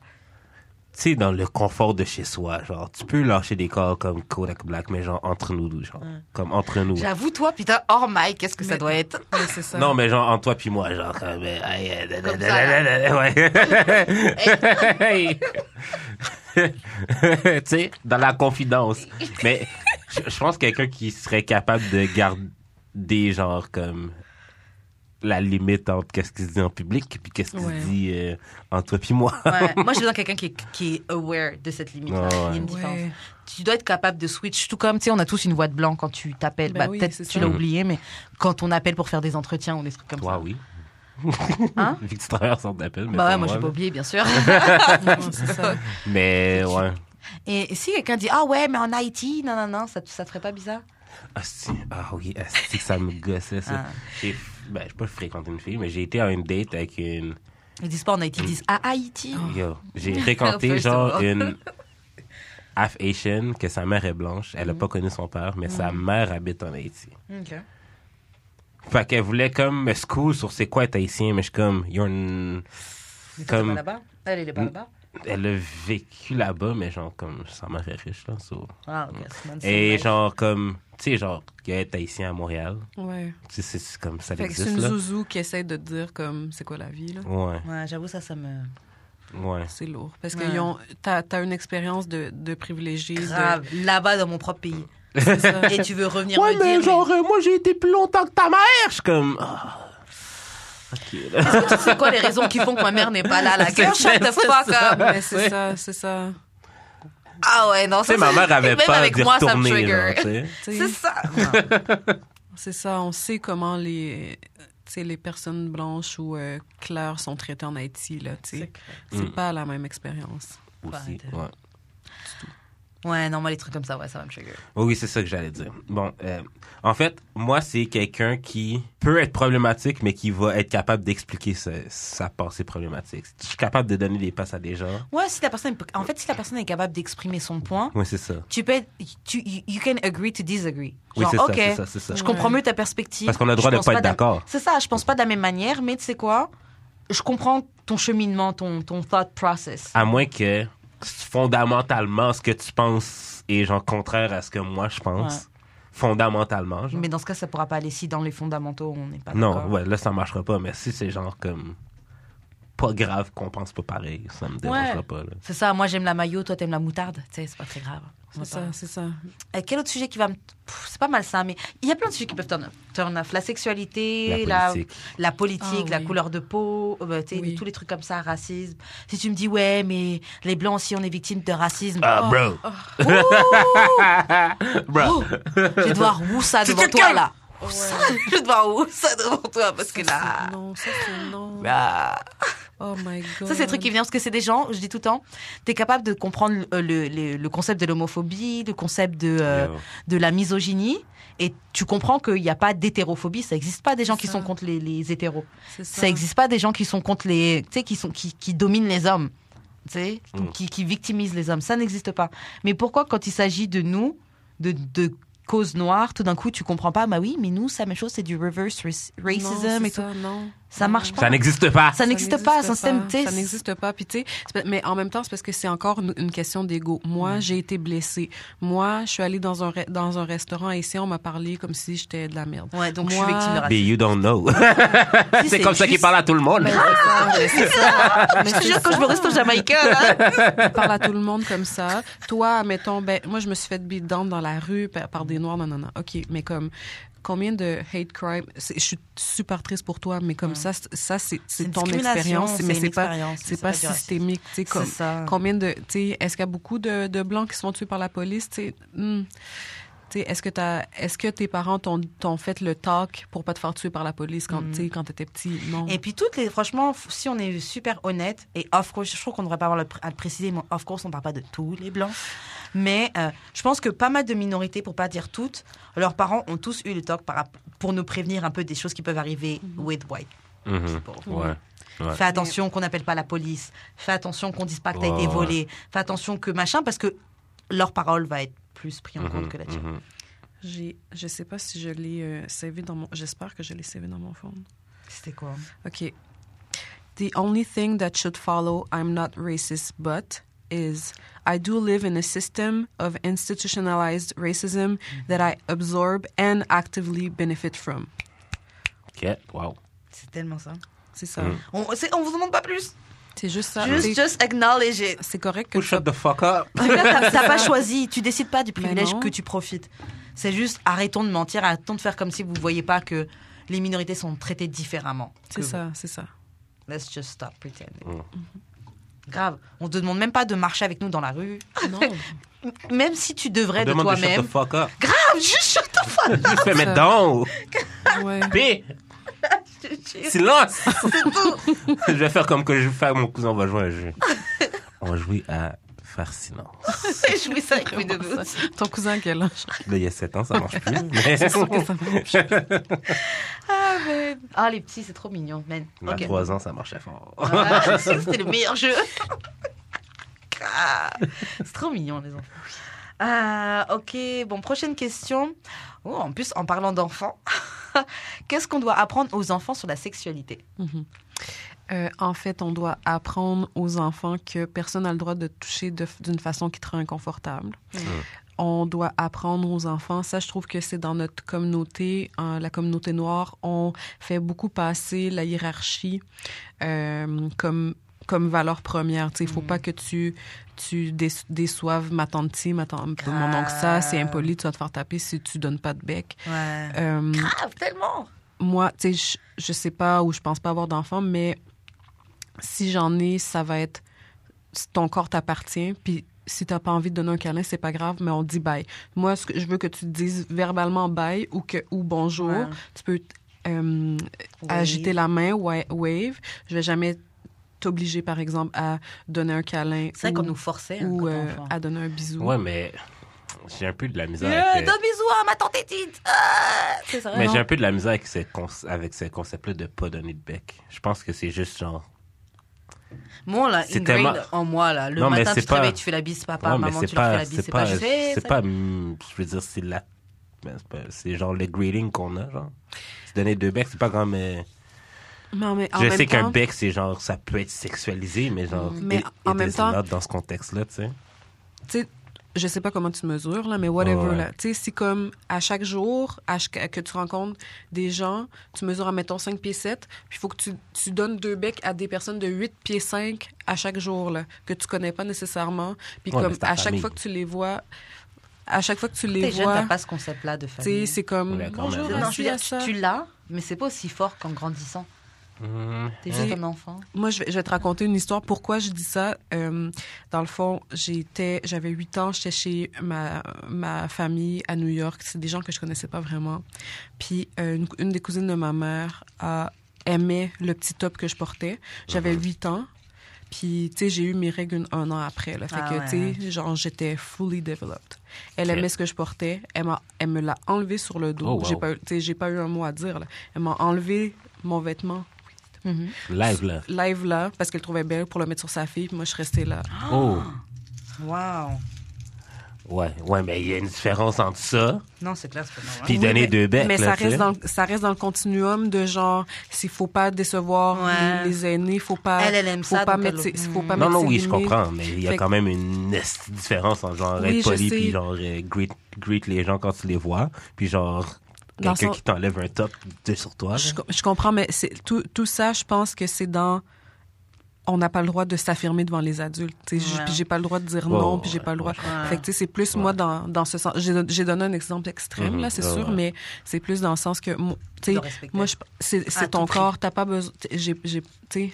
Speaker 2: tu sais, dans le confort de chez soi, genre, tu peux lâcher des corps comme Kodak Black, mais genre, entre nous deux, genre, comme entre nous.
Speaker 1: J'avoue toi putain hors mic qu'est-ce que ça
Speaker 3: Mais-
Speaker 1: doit être.
Speaker 3: Ouais, c'est ça.
Speaker 2: Non, mais genre, entre toi puis moi, genre, comme, euh, aïe, euh, da,
Speaker 1: Hein.
Speaker 2: da,
Speaker 1: Comme
Speaker 2: da,
Speaker 1: ça,
Speaker 2: da, da, da, ouais. Tu sais, dans la confidence. Mais je je pense que quelqu'un qui serait capable de garder, genre, comme, la limite entre qu'est-ce qui se dit en public puis qu'est-ce qui
Speaker 3: Ouais.
Speaker 2: se dit euh, entre toi puis moi.
Speaker 1: Ouais. Moi, j'ai besoin de quelqu'un qui est, qui est aware de cette limite-là.
Speaker 2: Ah Ouais, ouais.
Speaker 1: Il y a une différence.
Speaker 3: Ouais.
Speaker 1: Tu dois être capable de switch, tout comme, tu sais, on a tous une voix de blanc quand tu t'appelles.
Speaker 3: Ben
Speaker 1: bah,
Speaker 3: oui,
Speaker 1: Peut-être
Speaker 3: c'est
Speaker 1: tu
Speaker 3: ça.
Speaker 1: l'as oublié, mais quand on appelle pour faire des entretiens ou des trucs comme
Speaker 2: Toi,
Speaker 1: ça.
Speaker 2: oui.
Speaker 1: Hein
Speaker 2: Vu que tu travailles en centre d'appel. mais
Speaker 1: Bah ouais,
Speaker 2: pour
Speaker 1: moi, j'ai
Speaker 2: là.
Speaker 1: pas oublié, bien sûr.
Speaker 3: Non, c'est ça.
Speaker 2: Mais ouais.
Speaker 1: Et si quelqu'un dit Ah ouais, mais en Haïti, non, non, non, ça, ça te ferait pas bizarre
Speaker 2: Ah, si. ah oui, ah, si, ça me gossait ça.
Speaker 1: Ah.
Speaker 2: J'ai ben, j'ai pas fréquenté une fille, mais j'ai été à une date avec une.
Speaker 1: Ils disent pas en Haïti, ils disent à Haïti.
Speaker 3: Oh.
Speaker 2: Yo, j'ai fréquenté
Speaker 1: First of
Speaker 2: genre
Speaker 1: all.
Speaker 2: une half Haitian que sa mère est blanche.
Speaker 3: Mm.
Speaker 2: Elle a pas connu son père, mais sa mère habite en Haïti. Fait qu'elle voulait comme me school sur c'est quoi être haïtien, mais je suis comme, you're n-
Speaker 1: Mais toi, t'es
Speaker 2: comme
Speaker 1: pas là-bas Elle, elle est pas
Speaker 2: Mm.
Speaker 1: là-bas
Speaker 2: elle a vécu là-bas, mais genre comme sa mère est riche là. so.
Speaker 1: Ah, ok. c'est bon, c'est
Speaker 2: Et
Speaker 1: nice.
Speaker 2: genre comme, tu sais, genre, qu'il y a être haïtien à Montréal,
Speaker 3: Ouais.
Speaker 2: Tu sais, c'est c'est comme ça
Speaker 3: Fait que c'est
Speaker 2: existe
Speaker 3: une
Speaker 2: là.
Speaker 3: zouzou qui essaie de te dire comme c'est quoi la vie là.
Speaker 2: Ouais,
Speaker 1: Ouais, j'avoue, ça, ça me.
Speaker 2: ouais.
Speaker 3: C'est lourd parce
Speaker 1: Ouais.
Speaker 3: que ils ont- t'as t'as une expérience de, de privilégié. de-
Speaker 1: Grave, là-bas dans mon propre pays.
Speaker 3: c'est ça.
Speaker 1: Et tu veux revenir
Speaker 2: Ouais,
Speaker 1: me
Speaker 2: mais
Speaker 1: dire.
Speaker 2: genre, euh, moi j'ai été plus longtemps que ta mère. Je suis comme. ah, Ok, là.
Speaker 1: mais C'est quoi les raisons qui font que ma mère n'est pas là, la
Speaker 2: C'est
Speaker 1: gueule Shut the
Speaker 2: ça,
Speaker 1: fuck
Speaker 2: ça.
Speaker 1: up.
Speaker 3: Mais c'est
Speaker 2: Ouais.
Speaker 3: ça, c'est ça.
Speaker 1: Ah ouais, non,
Speaker 2: Tu sais,
Speaker 1: ça,
Speaker 2: ma
Speaker 1: c'est-
Speaker 2: mère avait
Speaker 1: même
Speaker 2: peur
Speaker 1: avec
Speaker 2: d'y
Speaker 1: moi, ça me
Speaker 2: retourner.
Speaker 1: trigger.
Speaker 2: genre, tu sais.
Speaker 3: Tu sais,
Speaker 1: C'est ça.
Speaker 3: C'est ça. On sait comment les tu sais, les personnes blanches ou euh, claires sont traitées en Haïti là. tu sais. C'est
Speaker 2: Mm.
Speaker 3: pas la même expérience.
Speaker 2: Aussi,
Speaker 1: Arrête.
Speaker 2: ouais.
Speaker 1: Ouais, non, moi, les trucs comme ça, ouais, ça va me trigger.
Speaker 2: Oui, oui, c'est ça que j'allais dire. Bon, euh, en fait, moi, c'est quelqu'un qui peut être problématique, mais qui va être capable d'expliquer sa- sa pensée problématique. Je suis capable de donner des passes à des gens.
Speaker 1: Ouais, si la personne. En fait, si la personne est capable d'exprimer son point,
Speaker 2: Oui, c'est ça.
Speaker 1: tu peux. être- Tu, you you can agree to disagree.
Speaker 2: Oui,
Speaker 1: Genre,
Speaker 2: c'est ça,
Speaker 1: ok,
Speaker 2: c'est ça, c'est ça.
Speaker 1: je comprends mieux ta perspective.
Speaker 2: Parce qu'on a le droit
Speaker 1: Je
Speaker 2: de
Speaker 1: pense
Speaker 2: pas être
Speaker 1: de la-
Speaker 2: d'accord.
Speaker 1: C'est ça, je pense pas de la même manière, mais tu sais quoi Je comprends ton cheminement, ton, ton thought process.
Speaker 2: À moins que fondamentalement, ce que tu penses est genre contraire à ce que moi je pense. Fondamentalement, genre.
Speaker 1: Mais dans ce cas, ça pourra pas aller si dans les fondamentaux, on n'est pas
Speaker 2: Non,
Speaker 1: d'accord.
Speaker 2: ouais, là, ça marchera pas. Mais si c'est genre comme pas grave qu'on pense pas pareil, ça me dérangera
Speaker 1: Ouais.
Speaker 2: pas. Là.
Speaker 1: C'est ça, moi j'aime la maillot, toi t'aimes la moutarde, tu sais, c'est pas très grave. On
Speaker 3: C'est
Speaker 1: va
Speaker 3: ça, c'est ça.
Speaker 1: pas- Euh, quel autre sujet qui va me. Pff, C'est pas mal ça, mais il y a plein de sujets qui peuvent turn off. Turn off. La sexualité,
Speaker 2: La
Speaker 1: la,
Speaker 2: politique.
Speaker 1: la politique,
Speaker 3: Ah,
Speaker 1: la
Speaker 3: oui.
Speaker 1: couleur de peau, euh, bah, tu sais,
Speaker 3: Oui.
Speaker 1: tous les trucs comme ça, racisme. Si tu me dis, ouais, mais les blancs aussi, on est victime de racisme.
Speaker 2: Ah, bro! bro!
Speaker 1: Oh, je vais devoir où ça
Speaker 2: Tu te
Speaker 1: devant toi
Speaker 2: calmes.
Speaker 1: là
Speaker 3: Ouais.
Speaker 1: Je vais devoir où ça devant toi parce que
Speaker 3: Ça,
Speaker 1: là.
Speaker 3: c'est Non, ça c'est non.
Speaker 1: Ah.
Speaker 3: Oh my god.
Speaker 1: Ça, c'est le truc qui vient parce que c'est des gens, je dis tout le temps, t'es capable de comprendre euh, le, le- le concept de l'homophobie, le concept de, euh,
Speaker 2: Yo.
Speaker 1: de la misogynie, et tu comprends qu'il n'y a pas d'hétérophobie, ça n'existe pas des gens
Speaker 3: C'est
Speaker 1: qui
Speaker 3: ça.
Speaker 1: sont contre les, les hétéros,
Speaker 3: C'est ça.
Speaker 1: ça n'existe pas des gens qui sont contre les. Tu sais, qui, sont- qui, qui dominent les hommes, tu sais,
Speaker 2: Mm.
Speaker 1: qui, qui victimisent les hommes, ça n'existe pas. Mais pourquoi, quand il s'agit de nous, de. de cause noire, tout d'un coup tu comprends pas, bah oui, mais nous, ça, même chose, c'est du reverse rac- racism
Speaker 3: non,
Speaker 1: et tout.
Speaker 3: Ça, non.
Speaker 1: Ça marche pas.
Speaker 2: Ça n'existe pas!
Speaker 1: Ça n'existe pas, c'est un système, tu sais,
Speaker 3: Ça n'existe pas. Puis, tu sais, c'est pas- mais en même temps, c'est parce que c'est encore une, une question d'ego. Moi, j'ai été blessée. Moi, je suis allée dans un, re- dans un restaurant et ici, on m'a parlé comme si j'étais de la merde.
Speaker 1: Ouais, donc je
Speaker 3: Moi-
Speaker 1: suis victime de racisme.
Speaker 2: But you don't know.
Speaker 1: Si,
Speaker 2: c'est comme ça
Speaker 1: juste-
Speaker 2: qu'il parle à tout le monde. Mhm.
Speaker 1: Ah!
Speaker 3: Mais c'est ça. Mais
Speaker 1: Je te
Speaker 3: c'est
Speaker 1: jure, quand je me reste au Jamaïcain, là.
Speaker 3: Il parle à tout le monde comme ça. Toi, mettons, ben, moi, je me suis fait beat down dans la rue par, par des Noirs, non, non, non. OK, mais comme, combien de hate crime, c'est- je suis super triste pour toi, mais comme ça, c'est- ça, c'est c'est
Speaker 1: une
Speaker 3: ton
Speaker 1: discrimination,
Speaker 3: expérience,
Speaker 1: c'est
Speaker 3: mais
Speaker 1: une
Speaker 3: c'est pas,
Speaker 1: expérience,
Speaker 3: c'est
Speaker 1: c'est
Speaker 3: pas
Speaker 1: pas du racisme.
Speaker 3: systémique, tu sais,
Speaker 1: C'est
Speaker 3: comme,
Speaker 1: ça.
Speaker 3: combien de, tu sais, est-ce qu'il y a beaucoup de, de Blancs qui se font tuer par la police, tu sais, hmm. Tu sais, Est-ce que, est que tes parents t'ont t'ont fait le talk pour pas te faire tuer par la police quand tu sais, quand t'étais petit? Non.
Speaker 1: Et puis toutes les, franchement, f- si on est super honnête et of course, je trouve qu'on devrait pas avoir le pr- à le préciser, mais of course, on parle pas de tous les blancs, mais euh, je pense que pas mal de minorités, pour pas dire toutes, leurs parents ont tous eu le talk par, rapp- pour nous prévenir un peu des choses qui peuvent arriver with white.
Speaker 2: Mhm.
Speaker 1: people.
Speaker 2: Ouais. Ouais.
Speaker 1: Fais attention qu'on n'appelle pas la police. Fais attention qu'on dise pas que t'as
Speaker 2: Ouais,
Speaker 1: été
Speaker 2: ouais.
Speaker 1: volé. Fais attention que machin, parce que leur parole va être plus prise en compte
Speaker 2: Mhm,
Speaker 1: que la tienne.
Speaker 2: mhm.
Speaker 3: J'ai, je sais pas si je l'ai euh, savé dans mon. J'espère que je l'ai savé dans mon phone.
Speaker 1: C'était quoi
Speaker 3: OK. The only thing that should follow I'm not racist but is I do live in a system of institutionalized racism that I absorb and actively benefit from.
Speaker 2: Ok, wow.
Speaker 1: C'est tellement ça.
Speaker 3: C'est ça.
Speaker 1: On, c'est- on vous en demande pas plus.
Speaker 3: C'est juste ça.
Speaker 1: Juste,
Speaker 3: C'est-
Speaker 1: just acknowledge it.
Speaker 3: C'est correct que
Speaker 2: Who
Speaker 3: tu sois-
Speaker 2: shut the fuck up?
Speaker 1: T'as t'as pas choisi, tu décides pas du
Speaker 3: Mais
Speaker 1: privilège
Speaker 3: Bah non.
Speaker 1: que tu profites. C'est juste arrêtons de mentir, arrêtons de faire comme si vous voyez pas que les minorités sont traitées différemment.
Speaker 3: C'est
Speaker 1: que vous.
Speaker 3: ça, c'est ça.
Speaker 1: Let's just stop pretending. Mm-hmm.
Speaker 2: Mm.
Speaker 1: Grave, on te demande même pas de marcher avec nous dans la rue,
Speaker 3: Ah Non.
Speaker 1: même si tu devrais
Speaker 2: On
Speaker 1: de
Speaker 2: demande de shut
Speaker 1: toi-même.
Speaker 2: the fuck up.
Speaker 1: Grave, juste shut the fuck up.
Speaker 2: Juste fais mettre down.
Speaker 3: Ouais.
Speaker 2: P. Silence. je vais faire comme que je fais avec mon cousin. On va jouer à un jeu. On va jouer à faire silence.
Speaker 1: Je jouis ça avec mes deux
Speaker 3: Vraiment
Speaker 1: bouts.
Speaker 3: ça. Ton cousin, quel âge
Speaker 2: Là, il y a 7 ans, ça marche plus. Mais...
Speaker 3: sûr que ça marche.
Speaker 1: Ah, les petits, c'est trop mignon, man.
Speaker 2: Il y a
Speaker 1: Ok.
Speaker 2: 3 ans, ça marchait fort.
Speaker 1: Ah, C'était le meilleur jeu. Ah, C'est trop mignon, les enfants. Ah, ok, bon, prochaine question. Oh, en plus, en parlant d'enfants, qu'est-ce qu'on doit apprendre aux enfants sur la sexualité
Speaker 3: Mhm. Euh, en fait, on doit apprendre aux enfants que personne n'a le droit de toucher de- d'une façon qui te rend inconfortable.
Speaker 1: Mhm.
Speaker 3: On doit apprendre aux enfants, ça je trouve que c'est dans notre communauté, hein, la communauté noire, on fait beaucoup passer la hiérarchie euh, comme comme valeur première. Il ne faut
Speaker 1: Mhm.
Speaker 3: pas que tu, tu dé- déçoives ma tante ci, ma tante, mon oncle ça, c'est
Speaker 1: Grave.
Speaker 3: impoli, tu vas te faire taper si tu donnes pas de bec.
Speaker 1: Ouais.
Speaker 3: Euh,
Speaker 1: Grave, Ah, tellement
Speaker 3: moi, tu sais, je, je sais pas ou je pense pas avoir d'enfant, mais si j'en ai, ça va être ton corps t'appartient, puis si t'as pas envie de donner un câlin, c'est pas grave, mais on dit bye. Moi, ce que je veux que tu dises verbalement bye ou que ou bonjour,
Speaker 1: Ouais.
Speaker 3: tu peux euh, agiter la main, wa- wave. Je vais jamais t'obliger, par exemple, à donner un câlin
Speaker 1: C'est vrai
Speaker 3: ou,
Speaker 1: qu'on nous forçait hein,
Speaker 3: ou,
Speaker 1: quand on
Speaker 3: euh,
Speaker 1: enfant.
Speaker 3: à donner un bisou.
Speaker 2: Ouais, mais j'ai un peu de la misère
Speaker 1: Yeah,
Speaker 2: avec... euh,
Speaker 1: Donne bisous à ma tante Edith Ah, C'est ça.
Speaker 2: Mais j'ai un peu de la misère avec ce, con- avec ce concept-là de pas donner de bec. Je pense que c'est juste genre...
Speaker 1: Moi, là,
Speaker 2: C'est
Speaker 1: ingrained
Speaker 2: tellement-
Speaker 1: en moi, là. Le
Speaker 2: Non, mais
Speaker 1: matin,
Speaker 2: c'est
Speaker 1: tu te réveilles,
Speaker 2: pas-
Speaker 1: tu fais la bise, papa,
Speaker 2: Ouais, mais
Speaker 1: maman,
Speaker 2: c'est
Speaker 1: tu leur fais la
Speaker 2: pas...
Speaker 1: bise.
Speaker 2: C'est pas...
Speaker 1: juste, hey,
Speaker 2: C'est
Speaker 1: salut.
Speaker 2: pas... hum, Je veux dire, c'est la... ben, c'est pas- C'est genre le greeting qu'on a, genre. Se donner deux becs, c'est pas comme... euh,
Speaker 3: Non, mais en
Speaker 2: je
Speaker 3: même
Speaker 2: sais qu'un
Speaker 3: temps- Mm.
Speaker 2: bec, c'est genre... Ça peut être sexualisé, mais genre...
Speaker 3: Mais
Speaker 2: it-
Speaker 3: en
Speaker 2: it
Speaker 3: même
Speaker 2: is
Speaker 3: temps-
Speaker 2: not dans ce contexte-là, tu sais.
Speaker 3: tu sais, je sais pas comment tu mesures, là, mais whatever,
Speaker 2: Ouais.
Speaker 3: là. Tu sais, si comme à chaque jour, à chaque- que tu rencontres des gens, tu mesures, à, mettons, 5 pieds 7, puis il faut que tu, tu donnes deux becs à des personnes de 8 pieds 5 à chaque jour, là, que tu connais pas nécessairement. Puis
Speaker 2: Ouais,
Speaker 3: comme
Speaker 2: mais c'est ta
Speaker 3: à chaque
Speaker 2: famille.
Speaker 3: fois que tu les vois, à chaque fois que tu les
Speaker 1: T'es jeune, t'as
Speaker 3: vois,
Speaker 1: pas ce concept-là de
Speaker 3: tu
Speaker 1: famille.
Speaker 3: sais, c'est comme...
Speaker 2: Ouais, quand
Speaker 3: Bonjour,
Speaker 2: même.
Speaker 1: Non,
Speaker 3: assis
Speaker 1: je veux dire,
Speaker 3: à
Speaker 1: tu,
Speaker 3: ça.
Speaker 1: tu l'as, mais c'est pas aussi fort qu'en grandissant.
Speaker 3: Mm.
Speaker 2: Hum.
Speaker 1: T'es juste
Speaker 3: Et-
Speaker 1: un enfant.
Speaker 3: Moi, je vais, je vais te raconter une histoire. Pourquoi je dis ça? Euh, dans le fond, j'étais, j'avais 8 ans, j'étais chez ma, ma famille à New York. C'est des gens que je connaissais pas vraiment. Puis euh, une, une des cousines de ma mère a, aimait le petit top que je portais. J'avais
Speaker 2: Uh-huh.
Speaker 3: 8 ans. Puis, tu sais, j'ai eu mes règles un, un an après. Là. Fait
Speaker 1: Ah
Speaker 3: que,
Speaker 1: ouais,
Speaker 3: tu sais, genre, j'étais fully developed. Elle
Speaker 2: Ok.
Speaker 3: aimait ce que je portais. Elle, m'a, elle me l'a enlevé sur le dos.
Speaker 2: Oh, wow.
Speaker 3: J'ai pas eu- tu sais, j'ai pas eu un mot à dire. là. Elle m'a enlevé mon vêtement
Speaker 2: Live, là.
Speaker 3: live là parce qu'elle le trouvait belle pour le mettre sur sa fille. Puis moi, je restais là.
Speaker 2: Oh!
Speaker 1: Waouh.
Speaker 2: Ouais, ouais, mais il y a une différence entre ça
Speaker 1: Non, c'est clair, c'est pas normal.
Speaker 2: puis donner
Speaker 3: mais,
Speaker 2: deux becs.
Speaker 3: mais
Speaker 2: là,
Speaker 3: ça
Speaker 2: tu sais.
Speaker 3: reste, dans, ça reste dans le continuum de genre, s'il faut pas décevoir
Speaker 1: Ouais.
Speaker 3: les, les aînés, faut pas,
Speaker 1: Elle, elle aime
Speaker 3: faut
Speaker 1: ça,
Speaker 3: pas
Speaker 1: donc elle
Speaker 3: mettre, ses-
Speaker 1: le-
Speaker 3: faut pas
Speaker 2: Non,
Speaker 3: mettre
Speaker 2: Mm. non,
Speaker 3: ses
Speaker 2: oui, je
Speaker 3: limites.
Speaker 2: comprends, mais il y a
Speaker 3: Fait
Speaker 2: quand même une esti différence entre genre
Speaker 3: Oui,
Speaker 2: être
Speaker 3: je
Speaker 2: poli
Speaker 3: sais.
Speaker 2: puis genre euh, greet, greet les gens quand tu les vois, puis genre
Speaker 3: Dans
Speaker 2: quelqu'un
Speaker 3: son-
Speaker 2: qui t'enlève un top de sur toi. là.
Speaker 3: Je, co- je comprends, mais c'est tout, tout ça, je pense que c'est dans. On n'a pas le droit de s'affirmer devant les adultes. tu sais. J-
Speaker 1: Ouais.
Speaker 3: Puis j'ai pas le droit de dire
Speaker 2: Ouais,
Speaker 3: non,
Speaker 2: ouais,
Speaker 3: puis j'ai pas le droit.
Speaker 2: ouais, je comprends.
Speaker 3: Fait que tu sais, c'est plus moi dans, dans ce sens. J'ai don- j'ai donné un exemple extrême,
Speaker 2: Mhm,
Speaker 3: là, c'est
Speaker 2: ouais,
Speaker 3: sûr,
Speaker 2: ouais.
Speaker 3: mais c'est plus dans le sens que. mo- tu sais,
Speaker 1: De respecter.
Speaker 3: moi, je- c'est c'est
Speaker 1: À tout
Speaker 3: ton
Speaker 1: prix.
Speaker 3: corps, t'as pas besoin. J'ai. j'ai- Tu sais,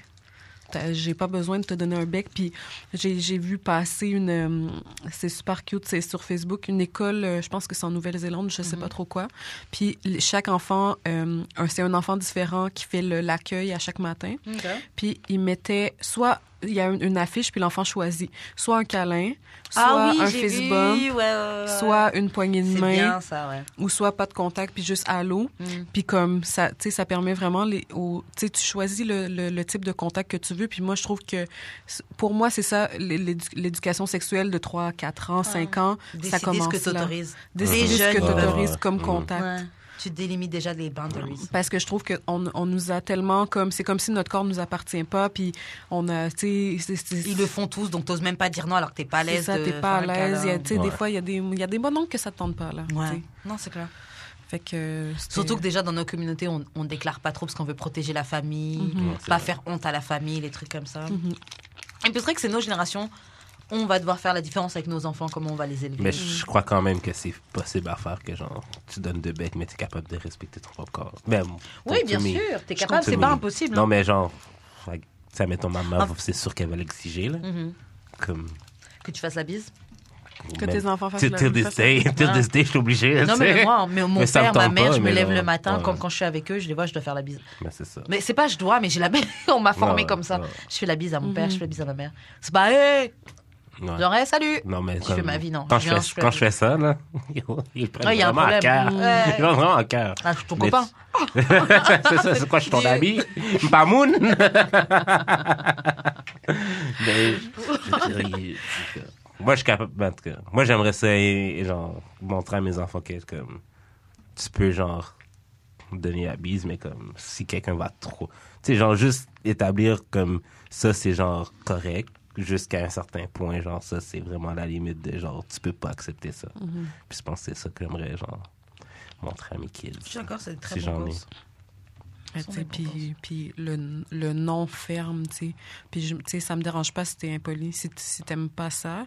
Speaker 3: t'as- j'ai pas besoin de te donner un bec. Puis j'ai j'ai vu passer une. euh, c'est super cute, c'est sur Facebook, une école, euh, je pense que c'est en Nouvelle-Zélande, je
Speaker 2: Mm-hmm.
Speaker 3: sais pas trop quoi. Puis l- chaque enfant, euh, un- c'est un enfant différent qui fait le- l'accueil à chaque matin. Puis il mettait soit. Il y a une, une affiche, puis l'enfant choisit soit un câlin, soit
Speaker 1: ah oui,
Speaker 3: un
Speaker 1: j'ai
Speaker 3: fist
Speaker 1: vu,
Speaker 3: bump,
Speaker 1: ouais, ouais, ouais.
Speaker 3: soit une poignée de
Speaker 1: C'est
Speaker 3: main, Mm.
Speaker 1: bien ça, ouais.
Speaker 3: ou soit pas de contact, puis juste allô. Puis comme ça, tu sais, ça permet vraiment les, aux- tu sais, tu choisis le, le- le type de contact que tu veux. Puis moi, je trouve que c- pour moi, c'est ça l'é- l'édu- l'éducation sexuelle de 3, 4 ans, 5 ans, ça
Speaker 1: Ah. Décider
Speaker 3: commence
Speaker 1: ce que
Speaker 3: là.
Speaker 1: t'autorises.
Speaker 3: Décider
Speaker 1: Les
Speaker 3: ce que
Speaker 1: jeunes, euh,
Speaker 3: t'autorises
Speaker 2: ouais.
Speaker 3: comme
Speaker 2: Mhm.
Speaker 3: contact.
Speaker 1: Ouais. Tu délimites déjà les boundaries.
Speaker 3: Parce que je trouve qu'on on nous a tellement comme c'est comme si notre corps nous appartient pas puis on a tu sais c'est- c'est-
Speaker 1: Ils le font tous, donc t'oses même pas dire non alors que t'es pas à
Speaker 3: c'est
Speaker 1: l'aise.
Speaker 3: ça
Speaker 1: de
Speaker 3: t'es pas à
Speaker 1: faire un
Speaker 3: l'aise Il y a-
Speaker 1: câlin.
Speaker 3: tu sais des
Speaker 2: Ouais.
Speaker 3: fois il y a des il y a des bons noms que ça te tente pas là tu
Speaker 1: Ouais.
Speaker 3: sais.
Speaker 1: Non, c'est clair.
Speaker 3: fait que
Speaker 1: Surtout que déjà dans nos communautés, on, on déclare pas trop parce qu'on veut protéger la famille,
Speaker 2: Mhm. Ouais, c'est
Speaker 1: pas
Speaker 2: vrai. Mhm.
Speaker 1: faire honte à la famille, les trucs comme ça. Et puis c'est vrai que c'est nos générations on va devoir faire la différence avec nos enfants, comment on va les élever.
Speaker 2: Mais je crois quand même que c'est possible à faire que genre tu donnes deux bêtes, mais tu es capable de respecter ton propre corps. Mais, bon,
Speaker 1: oui,
Speaker 2: to
Speaker 1: bien
Speaker 2: me.
Speaker 1: sûr, t'es capable, c'est pas
Speaker 2: Tommy.
Speaker 1: impossible. hein.
Speaker 2: Non, mais genre, like, ça mettons ma mère,
Speaker 1: Ah.
Speaker 2: c'est sûr qu'elle va l'exiger là.
Speaker 1: hein. Mhm.
Speaker 2: Comme
Speaker 1: Que tu fasses la bise.
Speaker 3: Que
Speaker 2: mais-
Speaker 3: tes enfants fassent
Speaker 2: Till
Speaker 3: la-
Speaker 2: till
Speaker 3: fassent
Speaker 2: this
Speaker 3: la-
Speaker 2: day, till
Speaker 1: Ah.
Speaker 2: this day, je suis obligé.
Speaker 1: Non, mais moi, hein, mais mon
Speaker 2: Mais ça me
Speaker 1: père, ma
Speaker 2: tente
Speaker 1: mère,
Speaker 2: pas,
Speaker 1: je me
Speaker 2: mais
Speaker 1: lève
Speaker 2: non.
Speaker 1: le matin,
Speaker 2: Ouais.
Speaker 1: quand, quand je suis avec eux, je les vois, je dois faire la bise.
Speaker 2: Mais Ben, c'est ça.
Speaker 1: Mais c'est pas je dois, mais j'ai la bise. on m'a formé
Speaker 2: Ouais,
Speaker 1: comme ça.
Speaker 2: ouais.
Speaker 1: Je fais la bise à mon
Speaker 3: Mhm.
Speaker 1: père, je fais la bise à ma mère. C'est pas, hé,
Speaker 2: Ouais.
Speaker 1: genre, hey, salut.
Speaker 2: Non, mais
Speaker 1: Je fais
Speaker 2: comme-
Speaker 1: ma vie, non.
Speaker 2: Quand,
Speaker 1: Je
Speaker 2: je,
Speaker 1: viens,
Speaker 2: fais,
Speaker 1: je fais
Speaker 2: quand
Speaker 1: la
Speaker 2: je fais ça, là, yo, ils prennent
Speaker 1: Ouais, il y a un
Speaker 2: vraiment à
Speaker 1: problème.
Speaker 2: cœur.
Speaker 1: Ouais.
Speaker 2: Ils prennent vraiment à cœur.
Speaker 1: Ah, je suis ton
Speaker 2: Mais-
Speaker 1: copain.
Speaker 2: c'est ça, c'est quoi, je suis ton
Speaker 1: Dieu.
Speaker 2: ami? Bamoun! mais, je- je- je- moi, je suis capable, ben, en tout cas, moi, j'aimerais ça, et- et genre, montrer à mes enfants que, comme, tu peux, genre, donner la bise, mais comme, si quelqu'un va trop, tu sais, genre, juste établir comme, ça, c'est genre correct, jusqu'à un certain point, genre, ça, c'est vraiment la limite de, genre, tu peux pas accepter ça. Puis je pense que c'est ça que j'aimerais, genre, montrer à mes kids.
Speaker 1: Je suis d'accord, c'est une très
Speaker 2: Si
Speaker 1: bonne
Speaker 2: j'en ai.
Speaker 1: cause.
Speaker 3: Ouais,
Speaker 1: Sont
Speaker 3: tu sais,
Speaker 1: des bons
Speaker 3: Puis, puis le, le non ferme, tu sais. Puis, je- tu sais, ça me dérange pas si t'es impoli, si, t- si t'aimes pas ça.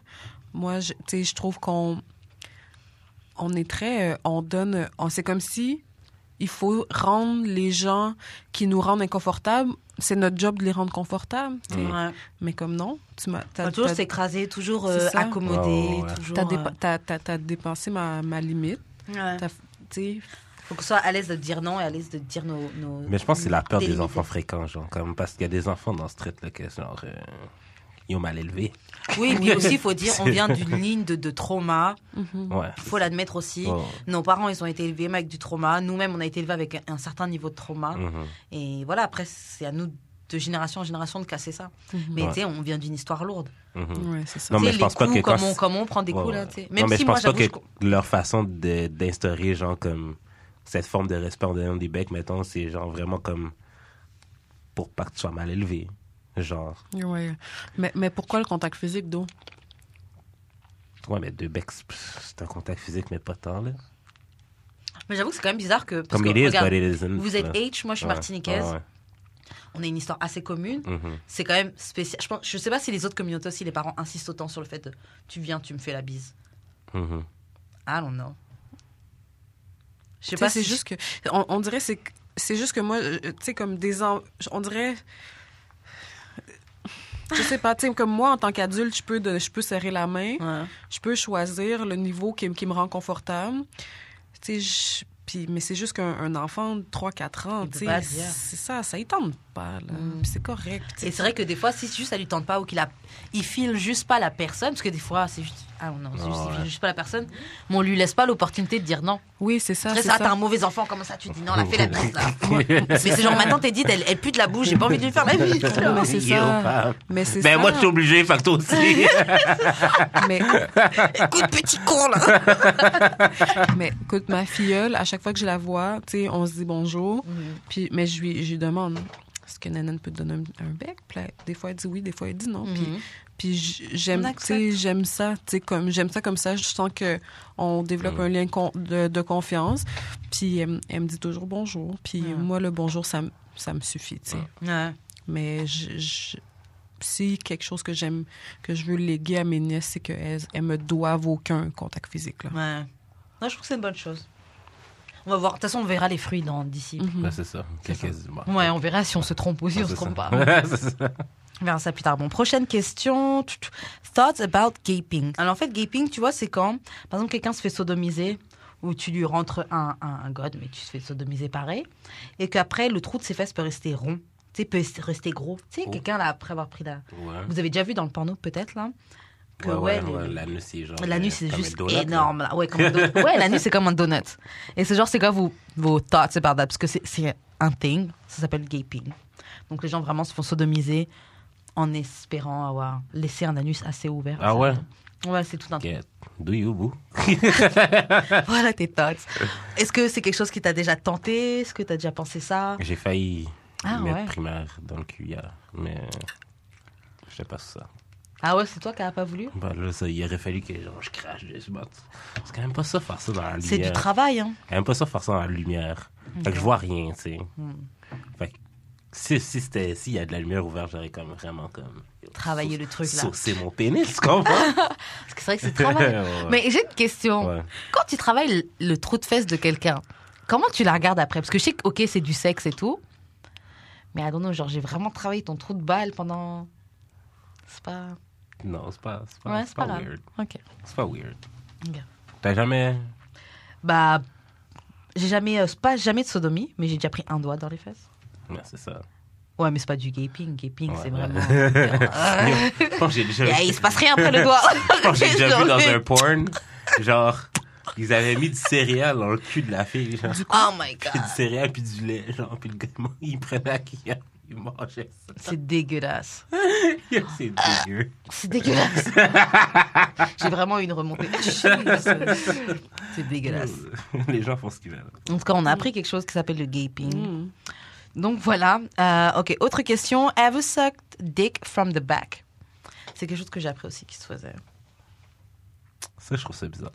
Speaker 3: Moi, je- tu sais, je trouve qu'on on est très. euh, On donne. euh, on C'est comme si il faut rendre les gens qui nous rendent inconfortables. C'est notre job de les rendre confortables. tu sais.
Speaker 2: Mm.
Speaker 1: Ouais.
Speaker 3: Mais comme non, tu m'as. t'as-
Speaker 1: Faut toujours
Speaker 3: t'as-
Speaker 1: s'écraser, toujours euh,
Speaker 3: C'est ça.
Speaker 1: accommoder,
Speaker 2: Oh, Ouais, ouais, ouais.
Speaker 1: toujours.
Speaker 3: T'as
Speaker 1: euh,
Speaker 3: dépa- t'as- t'as- t'as dépensé ma, ma limite.
Speaker 1: ouais.
Speaker 3: T'as- Tu sais,
Speaker 1: Faut qu'on soit à l'aise de dire non et à l'aise de dire nos. nos-
Speaker 2: Mais je pense que c'est la peur des
Speaker 1: délimités.
Speaker 2: enfants fréquents, genre, comme, parce qu'il y a des enfants dans ce trait-là que, genre, euh, ils ont mal élevé.
Speaker 1: Oui, mais aussi, il faut dire, on vient d'une ligne de, de trauma.
Speaker 2: Ouais.
Speaker 1: Mm. faut l'admettre aussi.
Speaker 2: Oh.
Speaker 1: Nos parents, ils ont été élevés avec du trauma. Nous-mêmes, on a été élevés avec un- un certain niveau de trauma.
Speaker 2: Mhm.
Speaker 1: Et voilà, après, c'est à nous de génération en génération de casser ça. Mais
Speaker 2: Ouais.
Speaker 1: tu sais, on vient d'une histoire lourde.
Speaker 2: Mhm.
Speaker 3: ouais, c'est ça.
Speaker 2: Non,
Speaker 1: Tu
Speaker 2: mais
Speaker 1: sais,
Speaker 2: je pense
Speaker 1: les
Speaker 2: pas
Speaker 1: coups,
Speaker 2: que quand
Speaker 1: Comment on,
Speaker 2: c'est-
Speaker 1: comment on prend des coups,
Speaker 2: Ouais,
Speaker 1: là,
Speaker 2: ouais.
Speaker 1: tu sais.
Speaker 2: non,
Speaker 1: Même
Speaker 2: mais
Speaker 1: si
Speaker 2: je
Speaker 1: moi,
Speaker 2: pense pas
Speaker 1: j'avoue,
Speaker 2: que
Speaker 1: je co-
Speaker 2: leur façon de- d'instaurer, genre, comme cette forme de respect en donnant des becs, mettons, c'est genre vraiment comme pour pas que tu sois mal élevé. Genre,
Speaker 3: Ouais. Mais, mais pourquoi le contact physique, d'eau?
Speaker 2: ouais, mais deux becs, c'est- c'est un contact physique, mais pas tant, là.
Speaker 1: mais j'avoue que c'est quand même bizarre que. Parce
Speaker 2: Comme
Speaker 1: que,
Speaker 2: it is,
Speaker 1: regarde,
Speaker 2: but it isn't.
Speaker 1: vous êtes
Speaker 2: là.
Speaker 1: H, moi, je suis
Speaker 2: Ouais,
Speaker 1: martiniquaise.
Speaker 2: ouais, ouais.
Speaker 1: On a une histoire assez commune.
Speaker 2: Mhm.
Speaker 1: C'est quand même spécial. Je, pense, je sais pas si les autres communautés aussi, les parents insistent autant sur le fait de tu viens, tu me fais la bise.
Speaker 2: Mhm.
Speaker 1: I don't know. Je sais
Speaker 3: Tu sais,
Speaker 1: pas
Speaker 3: c'est
Speaker 1: si
Speaker 3: juste que on, on dirait c'est que- c'est juste que moi euh, tu sais comme des en- on dirait je sais pas tu sais comme moi en tant qu'adulte je peux de- je peux serrer la main
Speaker 1: Ouais.
Speaker 3: je peux choisir le niveau qui, me- qui me rend confortable tu sais je- puis mais c'est juste qu'un un enfant de 3 4 ans
Speaker 1: Il peut
Speaker 3: tu sais,
Speaker 1: pas le dire.
Speaker 3: c'est ça ça y tente pas là.
Speaker 1: Mm.
Speaker 3: Puis c'est correct tu sais.
Speaker 1: Et c'est vrai que des fois, si juste ça lui tente pas ou qu'il a, il file juste pas la personne, parce que des fois, c'est juste, ah non, c'est
Speaker 2: Ah
Speaker 1: juste, il file
Speaker 2: ouais.
Speaker 1: juste pas la personne, mais on lui laisse pas l'opportunité de dire non.
Speaker 3: oui c'est ça
Speaker 1: Après,
Speaker 3: Ah, c'est
Speaker 1: ça,
Speaker 3: ça
Speaker 1: t'es un mauvais enfant, comment ça tu dis non, la fait la bise là. mais c'est genre maintenant t'es dit, elle, elle pue de la bouche, j'ai pas envie de lui faire la bise.
Speaker 3: Non,
Speaker 2: Yo,
Speaker 3: mais c'est ça
Speaker 2: femme.
Speaker 3: mais c'est
Speaker 2: Ben,
Speaker 3: ça
Speaker 2: moi, je suis obligé, fait que toi aussi.
Speaker 3: mais
Speaker 1: Écoute, petit con là.
Speaker 3: Mais écoute, ma filleule, à chaque fois que je la vois, tu sais, on se dit bonjour.
Speaker 1: Mhm.
Speaker 3: Puis, mais je lui, je lui demande est-ce que Nanan peut te donner un, un bec Puis là, Des fois, elle dit oui, des fois, elle dit non. Puis, puis j- j'aime,
Speaker 1: Mhm. On
Speaker 3: tu sais, j'aime ça, tu sais, comme j'aime ça comme ça. Je sens que on développe
Speaker 1: Mhm.
Speaker 3: un lien con- de, de confiance. Puis elle, m- elle me dit toujours bonjour. Puis
Speaker 1: Mm.
Speaker 3: moi, le bonjour, ça, m- ça me suffit, tu sais.
Speaker 1: Ouais.
Speaker 3: Mais je, je- si quelque chose que j'aime, que je veux léguer à mes nièces, c'est qu'elles elles me doivent aucun contact physique là.
Speaker 1: Ouais. Non, je trouve que c'est une bonne chose. On va voir. De toute façon, on verra les fruits dans d'ici.
Speaker 3: Mhm.
Speaker 2: Ben, c'est ça.
Speaker 1: Mm. C'est ça.
Speaker 2: Quelques- bon.
Speaker 1: Ouais, on verra si on se trompe aussi,
Speaker 2: Ouais,
Speaker 1: on se
Speaker 2: Mm. Ah, c'est
Speaker 1: trompe
Speaker 2: ça.
Speaker 1: pas. hein.
Speaker 2: C'est ça.
Speaker 1: On verra ça plus tard. Bon, prochaine question. Tchou, tchou. Thoughts about gaping. Alors, en fait, gaping, tu vois, c'est quand, par exemple, quelqu'un se fait sodomiser ou tu lui rentres un, un, un god, mais tu te fais sodomiser pareil. Et qu'après, le trou de ses fesses peut rester rond. Tu sais, peut rester gros. Tu sais,
Speaker 2: Oh.
Speaker 1: quelqu'un, là, après avoir pris la.
Speaker 2: Ouais.
Speaker 1: Vous avez déjà vu dans le porno, peut-être, là Que,
Speaker 2: Ouais, ouais,
Speaker 1: les-
Speaker 2: ouais, l'anus, c'est genre.
Speaker 1: L'anus,
Speaker 2: euh,
Speaker 1: c'est
Speaker 2: comme un
Speaker 1: juste
Speaker 2: donut, là.
Speaker 1: énorme. Là. Ouais, comme un donut. ouais, l'anus, c'est comme un donut. Et c'est genre, c'est quoi vos, vos thoughts about that? Parce que c'est- c'est un thing, ça s'appelle gaping. Donc les gens vraiment se font sodomiser en espérant avoir laissé un anus assez ouvert.
Speaker 2: Ah ouais?
Speaker 1: Ouais, c'est tout un truc.
Speaker 2: Get. Do you, boo?
Speaker 1: Voilà tes thoughts. Est-ce que c'est quelque chose qui t'a déjà tenté? Est-ce que t'as déjà pensé ça?
Speaker 2: J'ai failli
Speaker 1: Ah,
Speaker 2: mettre
Speaker 1: ouais.
Speaker 2: primaire dans le cul hier, mais je sais pas ça.
Speaker 1: Ah ouais, c'est toi qui n'as pas voulu?
Speaker 2: Bah là, ça, il aurait fallu que genre, je crache dessus. bah, C'est quand même pas ça, faire ça dans la lumière.
Speaker 1: C'est du travail, hein? Hmm.
Speaker 2: Quand même pas ça, faire ça dans la lumière. Fait que je vois rien, tu sais. Fait que Si, si c'était, s'il y a de la lumière ouverte, j'aurais comme vraiment comme.
Speaker 1: Travailler le truc, là.
Speaker 2: C'est mon pénis, tu comprends?
Speaker 1: Parce que c'est vrai que c'est travail.
Speaker 2: Ouais.
Speaker 1: Mais j'ai une question.
Speaker 2: Ouais.
Speaker 1: Quand tu travailles le- le trou de fesse de quelqu'un, comment tu la regardes après Parce que je sais que, ok, c'est du sexe et tout. Mais à know, genre, j'ai vraiment travaillé ton trou de balle pendant. C'est pas.
Speaker 2: Non, c'est pas, c'est pas,
Speaker 1: Ouais,
Speaker 2: c'est pas,
Speaker 1: grave.
Speaker 2: weird.
Speaker 1: Ok.
Speaker 2: C'est pas weird.
Speaker 1: Ok.
Speaker 2: T'as jamais.
Speaker 1: Bah. J'ai jamais. euh, pas jamais de sodomie, mais j'ai déjà pris un doigt dans les fesses.
Speaker 2: Ouais, c'est ça.
Speaker 1: Ouais, mais c'est pas du gaping. Gaping,
Speaker 2: Ouais,
Speaker 1: c'est
Speaker 2: ouais.
Speaker 1: vraiment.
Speaker 2: Je pense que j'ai déjà,
Speaker 1: Yeah, il se passe rien après le doigt.
Speaker 2: je pense que j'ai déjà vu dans
Speaker 1: Désolée.
Speaker 2: un porn, genre, ils avaient mis du céréal dans le cul de la fille, genre.
Speaker 1: Oh my god.
Speaker 2: Puis du céréal, puis du lait, genre. Puis le gars, il prenait la cuillère, il mangeait ça.
Speaker 1: C'est dégueulasse.
Speaker 2: C'est
Speaker 1: Ah.
Speaker 2: dégueu.
Speaker 1: C'est dégueulasse. J'ai vraiment eu une remontée. C'est dégueulasse.
Speaker 2: Les gens font ce qu'ils veulent.
Speaker 1: En tout cas, on a appris quelque chose qui s'appelle le gaping.
Speaker 3: Mm.
Speaker 1: Donc voilà. Euh, ok, autre question. Ever sucked dick from the back? C'est quelque chose que j'ai appris aussi qui se faisait.
Speaker 2: Ça, je trouve ça bizarre.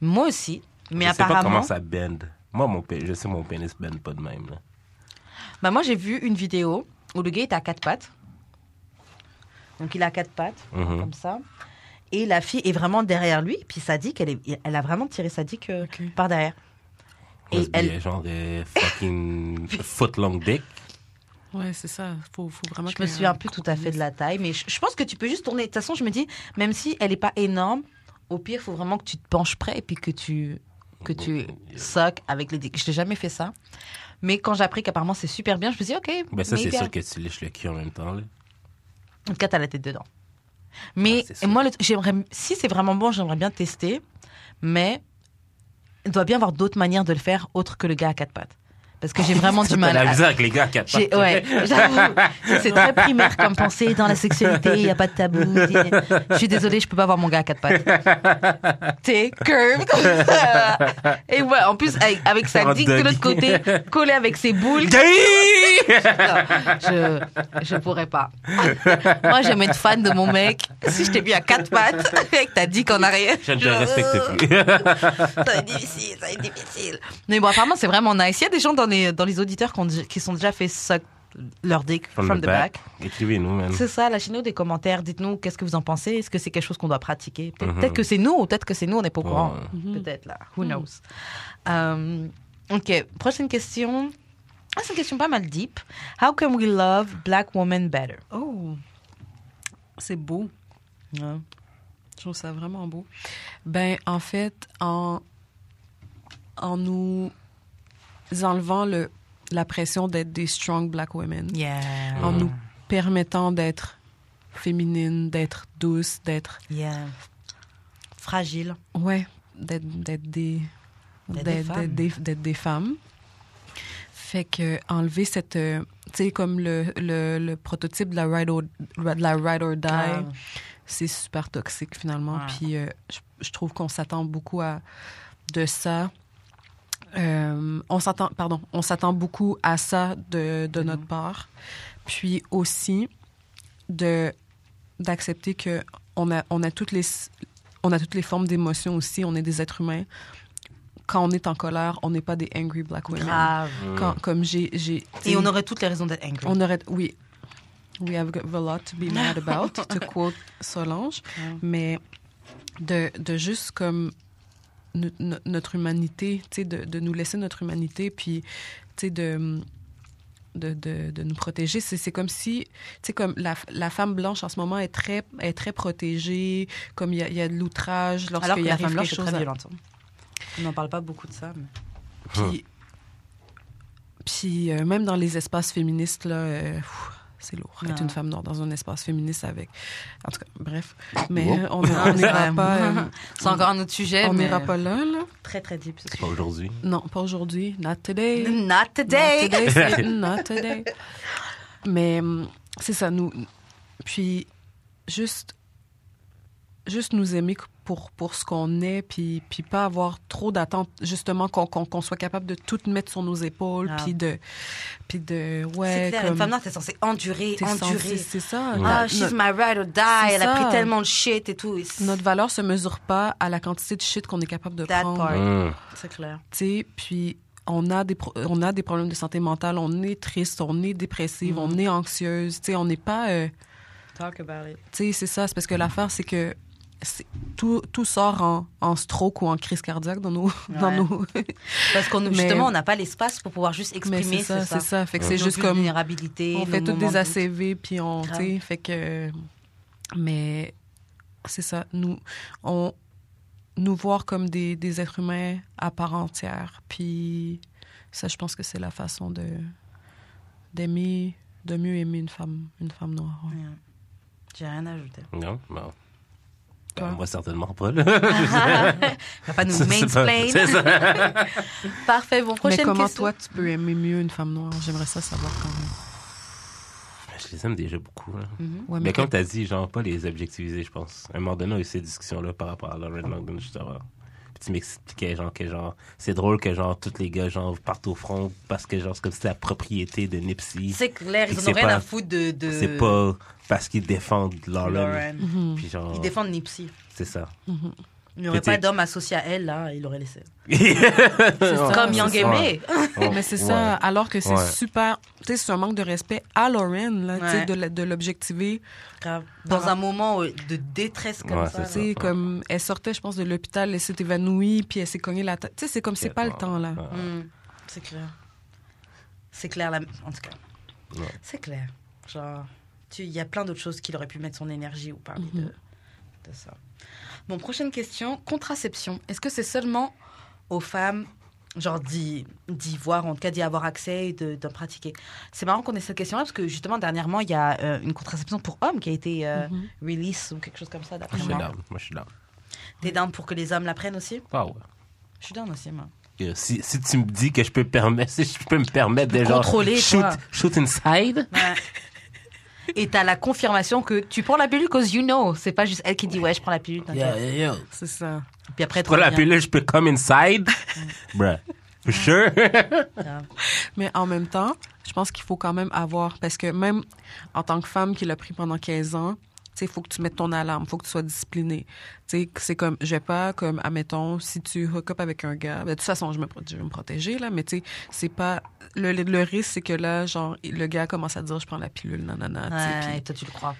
Speaker 1: Moi aussi. Mais
Speaker 2: je sais pas
Speaker 1: apparemment,
Speaker 2: comment ça bend. Moi, mon pé- je sais mon pénis bend pas de même, là.
Speaker 1: bah moi j'ai vu une vidéo où le gars était à quatre pattes. Donc il a quatre pattes,
Speaker 2: Mhm.
Speaker 1: comme ça. Et la fille est vraiment derrière lui. Puis sa dick, elle, est- elle a vraiment tiré sa dick euh,
Speaker 3: Ok.
Speaker 1: par derrière. Et
Speaker 2: Must be
Speaker 1: elle-
Speaker 2: a genre euh, fucking foot long dick.
Speaker 3: Ouais, c'est ça. Faut, faut vraiment
Speaker 1: Je
Speaker 3: que-
Speaker 1: me souviens plus tout à fait de la taille, mais je, je pense que tu peux juste tourner. De toute façon, je me dis, même si elle n'est pas énorme, au pire, il faut vraiment que tu te penches près et puis que tu, que tu
Speaker 2: euh,
Speaker 1: soques avec les dicks. Je n'ai jamais fait ça. Mais quand j'ai appris qu'apparemment c'est super bien, je me suis dit, OK.
Speaker 2: Ben ça, c'est
Speaker 1: maybe I-
Speaker 2: sûr que tu lèches le cul en même temps, là.
Speaker 1: En tout cas, t'as la tête dedans. Mais
Speaker 2: Ouais, Ah, c'est sûr.
Speaker 1: moi, le- j'aimerais, si c'est vraiment bon, j'aimerais bien tester. Mais il doit bien y avoir d'autres manières de le faire autre que le gars à quatre pattes. Parce que j'ai vraiment du mal
Speaker 2: T'as la
Speaker 1: à,
Speaker 2: misère avec les gars à quatre
Speaker 1: J'ai-
Speaker 2: pattes.
Speaker 1: ouais, j'avoue. C'est très primaire comme pensée. Dans la sexualité, il n'y a pas de tabou. Je suis désolée, je peux pas voir mon gars à quatre pattes. T'es curved comme ça. Et ouais, en plus, avec, avec sa
Speaker 2: En
Speaker 1: dick de l'autre côté,
Speaker 2: demi.
Speaker 1: collée avec ses boules.
Speaker 2: Gay!
Speaker 1: Non, je, je pourrais pas. Moi, j'aime être fan de mon mec. Si je t'ai vu à quatre pattes, avec ta dick en arrière.
Speaker 2: Je ne te
Speaker 1: genre,
Speaker 2: respecte plus.
Speaker 1: ça va être difficile, ça va être difficile. Mais bon, apparemment, c'est vraiment nice. Il y a des gens dans les, dans les auditeurs qui, ont dé- qui sont déjà fait suck leur dick from, the, back.
Speaker 2: Écrivez-nous, man.
Speaker 1: C'est ça, lâchez-nous des commentaires, dites-nous qu'est-ce que vous en pensez, est-ce que c'est quelque chose qu'on doit pratiquer Pe-
Speaker 2: Mhm.
Speaker 1: Peut-être que c'est nous, ou peut-être que c'est nous, on n'est pas au
Speaker 2: Ouais.
Speaker 1: courant. Peut-être là, who knows. Euh, ok, prochaine question. Ah, c'est une question pas mal deep. How can we love black women better
Speaker 3: Oh, c'est beau. Je trouve ça vraiment beau. Ben, en fait, en, en nous enlevant le, la pression d'être des strong black women,
Speaker 1: Yeah.
Speaker 3: en nous permettant d'être féminine, d'être douce, d'être.
Speaker 1: Yeah. Fragile.
Speaker 3: Ouais, d'être d'être des.
Speaker 1: D'être des
Speaker 3: d'être-
Speaker 1: femmes.
Speaker 3: d'être des, d'être des femmes. Fait que enlever cette. euh, tu sais, comme le, le, le prototype de la ride or, de la ride or die.
Speaker 1: Ah.
Speaker 3: c'est super toxique finalement.
Speaker 1: Ouais.
Speaker 3: Puis euh, je, je trouve qu'on s'attend beaucoup à de ça. Euh, on s'attend, pardon, on s'attend beaucoup à ça de,
Speaker 1: Mm-hmm.
Speaker 3: de notre part. Puis aussi de d'accepter que on a on a toutes les on a toutes les formes d'émotions aussi. On est des êtres humains. Quand on est en colère, on n'est pas des angry black women.
Speaker 1: Grave.
Speaker 3: Quand- comme j'ai j'ai
Speaker 1: Ah. Et on aurait toutes les raisons d'être angry.
Speaker 3: on aurait. Oui. We have got a lot to be mad about, to quote Solange. Mais de, de juste comme no- no- notre humanité, tu sais, de, de nous laisser notre humanité, puis, tu sais, de. De, de, de nous protéger. C'est c'est comme si, tu sais, comme la, la femme blanche en ce moment est très, est très protégée, comme il y a, il y a de l'outrage
Speaker 1: Alors
Speaker 3: lorsqu'il
Speaker 1: que
Speaker 3: y
Speaker 1: la
Speaker 3: a quelque
Speaker 1: femme blanche est
Speaker 3: chose
Speaker 1: très
Speaker 3: à-
Speaker 1: violente. hein. On n'en parle pas beaucoup de ça. mais-
Speaker 3: puis, puis, euh, même dans les espaces féministes, là, euh, pff, c'est lourd. Être
Speaker 1: Ouais.
Speaker 3: une femme noire dans un espace féministe avec. En tout cas, bref. Mais
Speaker 2: Wow.
Speaker 3: euh, on on n'ira
Speaker 1: Ouais.
Speaker 3: pas, euh,
Speaker 1: C'est encore un autre sujet.
Speaker 3: on
Speaker 1: mais-
Speaker 3: n'ira pas là, là.
Speaker 1: Très, très deep ce
Speaker 2: C'est Pas aujourd'hui.
Speaker 3: Eh ben. Non, pas aujourd'hui. Not today.
Speaker 1: sujet. Not today.
Speaker 3: Not today, c'est- not today. Mais hum, c'est ça, nous. Puis juste, juste nous aimer que pour, pour ce qu'on est, puis, puis pas avoir trop d'attentes, justement, qu'on qu'on- qu'on soit capable de tout mettre sur nos épaules,
Speaker 1: Ah.
Speaker 3: puis de. Puis de.
Speaker 1: C'est
Speaker 3: Ouais,
Speaker 1: clair, une
Speaker 3: comme.
Speaker 1: femme noire, t'es censée endurer,
Speaker 3: t'es
Speaker 1: endurer.
Speaker 3: censée- C'est ça.
Speaker 1: Ah,
Speaker 3: Notre-
Speaker 1: she's my ride or die. Elle a
Speaker 3: ça.
Speaker 1: pris tellement de shit et tout. Et
Speaker 3: notre valeur se mesure pas à la quantité de shit qu'on est capable de
Speaker 1: That
Speaker 3: prendre.
Speaker 1: part.
Speaker 2: Mmh.
Speaker 1: C'est clair.
Speaker 3: tu sais, puis on a des pro- on a des problèmes de santé mentale, on est triste, on est dépressive,
Speaker 1: Mhm.
Speaker 3: on est anxieuse, tu sais, on n'est pas euh,
Speaker 1: Talk about it.
Speaker 3: tu sais, c'est ça, c'est parce que l'affaire c'est que c'est- tout, tout sort en, en stroke ou en crise cardiaque dans nos dans
Speaker 1: Ouais.
Speaker 3: nos
Speaker 1: Parce qu'on
Speaker 3: Mais-
Speaker 1: justement, on n'a pas l'espace pour pouvoir juste
Speaker 3: mais
Speaker 1: exprimer
Speaker 3: c'est ça, c'est ça, fait que c'est juste comme
Speaker 1: vulnérabilité,
Speaker 3: on fait
Speaker 1: tous
Speaker 3: toutes des ACV puis on tu
Speaker 1: Grave.
Speaker 3: sais fait que mais c'est ça nous on nous voir comme des, des êtres humains à part entière puis ça je pense que c'est la façon de d'aimer de mieux aimer une femme une femme noire ouais.
Speaker 1: J'ai rien à ajouter.
Speaker 2: Non, bon.
Speaker 3: Toi?
Speaker 2: Euh, moi, certainement pas. là.
Speaker 1: On va pas nous
Speaker 2: C'est pas-
Speaker 1: mansplain.
Speaker 2: c'est ça.
Speaker 1: Parfait, bon,
Speaker 3: mais
Speaker 1: prochaine
Speaker 3: comment
Speaker 1: question.
Speaker 3: toi tu peux aimer mieux une femme noire j'aimerais ça savoir quand même
Speaker 2: Je les aime déjà beaucoup. hein. là.
Speaker 1: Mhm.
Speaker 3: Ouais,
Speaker 2: Mais
Speaker 3: que-
Speaker 2: comme tu as dit, genre, pas les objectiviser, je pense. À un moment donné, on a eu ces discussions-là par rapport à
Speaker 1: Ah.
Speaker 2: Lauren Langdon, justement. Puis tu m'expliquais, genre, que genre, c'est drôle que, genre, tous les gars, genre, partent au front parce que, genre, c'est comme si c'était la propriété de Nipsey.
Speaker 1: C'est clair, ils
Speaker 2: C'est
Speaker 1: n'ont rien
Speaker 2: pas-
Speaker 1: à foutre de. de...
Speaker 2: C'est pas parce qu'ils défendent Lauren.
Speaker 1: Lauren.
Speaker 3: Mhm.
Speaker 2: Puis genre,
Speaker 1: Ils défendent Nipsey.
Speaker 2: c'est ça.
Speaker 3: Mhm.
Speaker 1: Il n'y aurait
Speaker 2: C'était-
Speaker 1: pas d'homme associé à elle, là, il l'aurait laissé.
Speaker 3: ça.
Speaker 1: Comme
Speaker 3: c'est
Speaker 1: Yang
Speaker 3: ça.
Speaker 1: Aimé.
Speaker 3: Mais c'est ça, alors que c'est
Speaker 2: Ah. Ouais.
Speaker 3: super, tu sais, c'est un manque de respect à Lauren, là, tu sais,
Speaker 1: Ouais.
Speaker 3: de la- de l'objectiver.
Speaker 1: Grave. Dans un moment euh, de détresse comme
Speaker 2: Ouais,
Speaker 1: ça.
Speaker 2: c'est
Speaker 3: Tu sais, comme elle sortait, je pense, de l'hôpital, elle s'est évanouie, puis elle s'est cognée la tête. Tu sais, c'est comme c'est pas le temps, là.
Speaker 1: là. Mm, c'est clair. C'est clair, la... en tout cas.
Speaker 2: Ouais.
Speaker 1: C'est clair. Genre, tu- il y a plein d'autres choses qu'il aurait pu mettre son énergie ou parler
Speaker 3: Mhm.
Speaker 1: de, de ça. Bon, prochaine question. Contraception. Est-ce que c'est seulement aux femmes, genre, d'y d'y voir, en tout cas d'y avoir accès et de, de pratiquer C'est marrant qu'on ait cette question-là, parce que justement, dernièrement, il y a euh, une contraception pour hommes qui a été euh,
Speaker 3: Mhm.
Speaker 1: release ou quelque chose comme ça,
Speaker 2: Je
Speaker 1: d'après
Speaker 2: suis
Speaker 1: moi.
Speaker 2: down. Moi, je suis down.
Speaker 1: T'es down pour que les hommes la prennent aussi
Speaker 2: Ah ouais.
Speaker 1: Je suis down aussi, moi.
Speaker 2: Euh, Si, si tu me dis que je peux, permettre, si je peux me permettre de genre
Speaker 1: contrôler,
Speaker 2: shoot,
Speaker 1: toi.
Speaker 2: shoot inside,
Speaker 1: Ouais. Et t'as la confirmation que tu prends la pilule cause you know. C'est pas juste elle qui dit ouais, je prends la pilule. t'inquiète.
Speaker 2: yeah, yeah, yeah.
Speaker 3: C'est ça.
Speaker 1: Puis après, tu
Speaker 2: Prends la
Speaker 1: reviens.
Speaker 2: pilule, je peux come inside, bruh. Sure.
Speaker 3: Mais en même temps, je pense qu'il faut quand même avoir, parce que même en tant que femme qui l'a pris pendant 15 ans, tu sais, il faut que tu mettes ton alarme, il faut que tu sois disciplinée. Tu sais, que c'est comme, je vais pas, comme, admettons, si tu hook up avec un gars, ben, de toute façon, je, me, pro- je vais me protéger, là, mais tu sais, c'est pas, le, le- le risque, c'est que là, genre, le gars commence à dire, je prends la pilule, nanana, tu sais,
Speaker 1: Ouais,
Speaker 3: puis-
Speaker 1: et toi, tu le crois.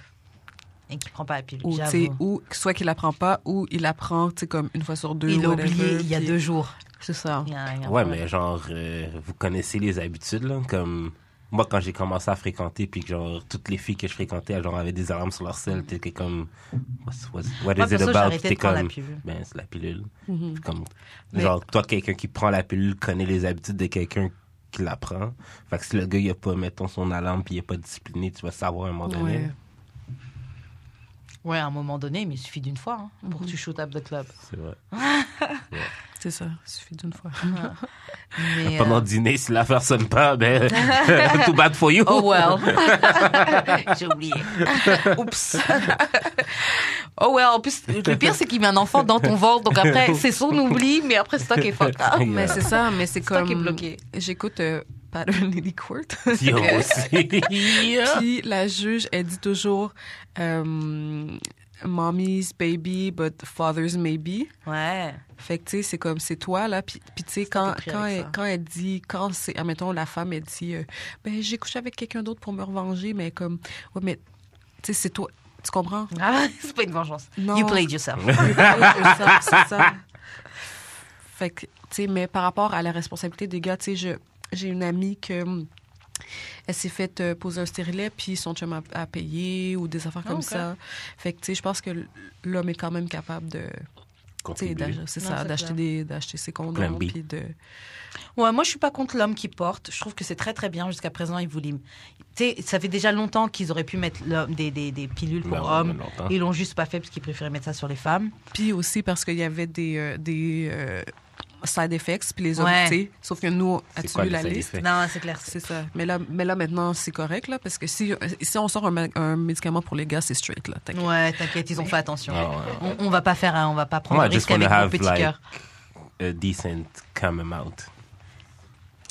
Speaker 1: Et qui prend pas la pilule.
Speaker 3: ou tu sais,
Speaker 1: j'avoue.
Speaker 3: ou soit qu'il apprend pas ou il apprend tu sais comme une fois sur deux
Speaker 1: Il l'a
Speaker 3: whatever,
Speaker 1: oublié il y a
Speaker 3: puis-
Speaker 1: deux jours.
Speaker 3: c'est ça
Speaker 1: Il y a- il y a un
Speaker 2: Ouais,
Speaker 1: problème.
Speaker 2: mais genre, euh, vous connaissez les habitudes, là. Comme moi, quand j'ai commencé à fréquenter, puis que genre, toutes les filles que je fréquentais, elles, genre, avaient des alarmes sur leur selle, t'es que comme, what's, what's,
Speaker 1: Moi,
Speaker 2: what is it
Speaker 1: perso, j'ai
Speaker 2: about?
Speaker 1: arrêté
Speaker 2: T'es
Speaker 1: de prendre la
Speaker 2: comme,
Speaker 1: pilule. Mm-hmm.
Speaker 2: ben, c'est la pilule.
Speaker 3: Mhm.
Speaker 2: Puis Comme,
Speaker 3: Mais-
Speaker 2: genre, toi, quelqu'un qui prend la pilule connaît les habitudes de quelqu'un qui la prend. Fait que si le gars, il a pas, mettons, son alarme, puis il est pas discipliné, tu vas savoir à un moment donné.
Speaker 3: Ouais.
Speaker 1: Ouais, à un moment donné, mais il suffit d'une fois hein, pour
Speaker 3: Mhm.
Speaker 1: que tu shoot up the club.
Speaker 2: C'est vrai.
Speaker 3: c'est ça il suffit d'une fois
Speaker 1: Mais,
Speaker 2: Pendant
Speaker 1: euh,
Speaker 2: le dîner, si l'affaire sonne pas, ben, too bad for you.
Speaker 1: Oh well. J'ai oublié. Oups. oh well. En plus, le pire, c'est qu'il met un enfant dans ton ventre. Donc après, c'est son oubli, mais après, c'est toi qui es fucked up.
Speaker 2: Yeah.
Speaker 3: mais c'est ça mais c'est
Speaker 1: toi
Speaker 3: comme
Speaker 1: qui es bloqué.
Speaker 3: j'écoute euh, Pattern Lily Court
Speaker 2: Yo, aussi.
Speaker 3: puis la juge elle dit toujours euh, mommy's baby but father's maybe
Speaker 1: Ouais.
Speaker 3: fait que tu sais c'est comme c'est toi là puis puis, tu sais quand
Speaker 1: t'es pris
Speaker 3: quand
Speaker 1: avec
Speaker 3: elle,
Speaker 1: ça.
Speaker 3: quand elle dit quand c'est admettons la femme elle dit euh, ben j'ai couché avec quelqu'un d'autre pour me revenger mais comme ouais mais tu sais c'est toi tu comprends
Speaker 1: Ah, c'est pas une vengeance.
Speaker 3: Non.
Speaker 1: You played yourself.
Speaker 3: c'est ça, c'est ça. Fait que, tu sais, mais par rapport à la responsabilité des gars, tu sais, je- j'ai une amie que. hum, Elle s'est faite euh, poser un stérilet, puis son chum a, a payé ou des affaires
Speaker 1: Ah,
Speaker 3: comme
Speaker 1: ok.
Speaker 3: ça. Fait que, tu sais, je pense que l- l'homme est quand même capable de, tu sais,
Speaker 2: Contribuer.
Speaker 3: d'ach- c'est
Speaker 1: Non,
Speaker 3: ça,
Speaker 1: c'est
Speaker 3: d'acheter
Speaker 1: clair.
Speaker 3: des, d'acheter ses
Speaker 2: Plan
Speaker 3: condoms,
Speaker 2: B.
Speaker 3: puis de.
Speaker 1: Ouais, moi, je suis pas contre l'homme qui porte. Je trouve que c'est très, très bien. Jusqu'à présent, ils voulaient. Tu sais, ça fait déjà longtemps qu'ils auraient pu mettre l'homme- des, des, des pilules pour
Speaker 2: Ben, on
Speaker 1: hommes.
Speaker 2: l'a longtemps.
Speaker 1: Ils l'ont juste pas fait parce qu'ils préféraient mettre ça sur les femmes.
Speaker 3: Puis aussi parce qu'il y avait des, euh, des euh, side effects, puis les hommes,
Speaker 1: Ouais.
Speaker 3: tu sais. Sauf que nous,
Speaker 2: C'est
Speaker 3: as-tu
Speaker 2: quoi
Speaker 3: lu
Speaker 2: le
Speaker 3: la
Speaker 2: side
Speaker 3: liste?
Speaker 2: effect?
Speaker 1: Non, c'est clair.
Speaker 3: C'est ça. Mais là, mais là maintenant, c'est correct, là, parce que si, si on sort un, ma- un médicament pour les gars, c'est straight, là. t'inquiète.
Speaker 1: Ouais, t'inquiète, ils ont fait attention.
Speaker 2: Ah, ouais, ouais.
Speaker 1: On, on va pas faire, un- on va pas prendre
Speaker 2: Ouais,
Speaker 1: un
Speaker 2: just
Speaker 1: risque avec
Speaker 2: wanna
Speaker 1: mon
Speaker 2: have,
Speaker 1: petit
Speaker 2: like-
Speaker 1: cœur.
Speaker 2: a decent come out,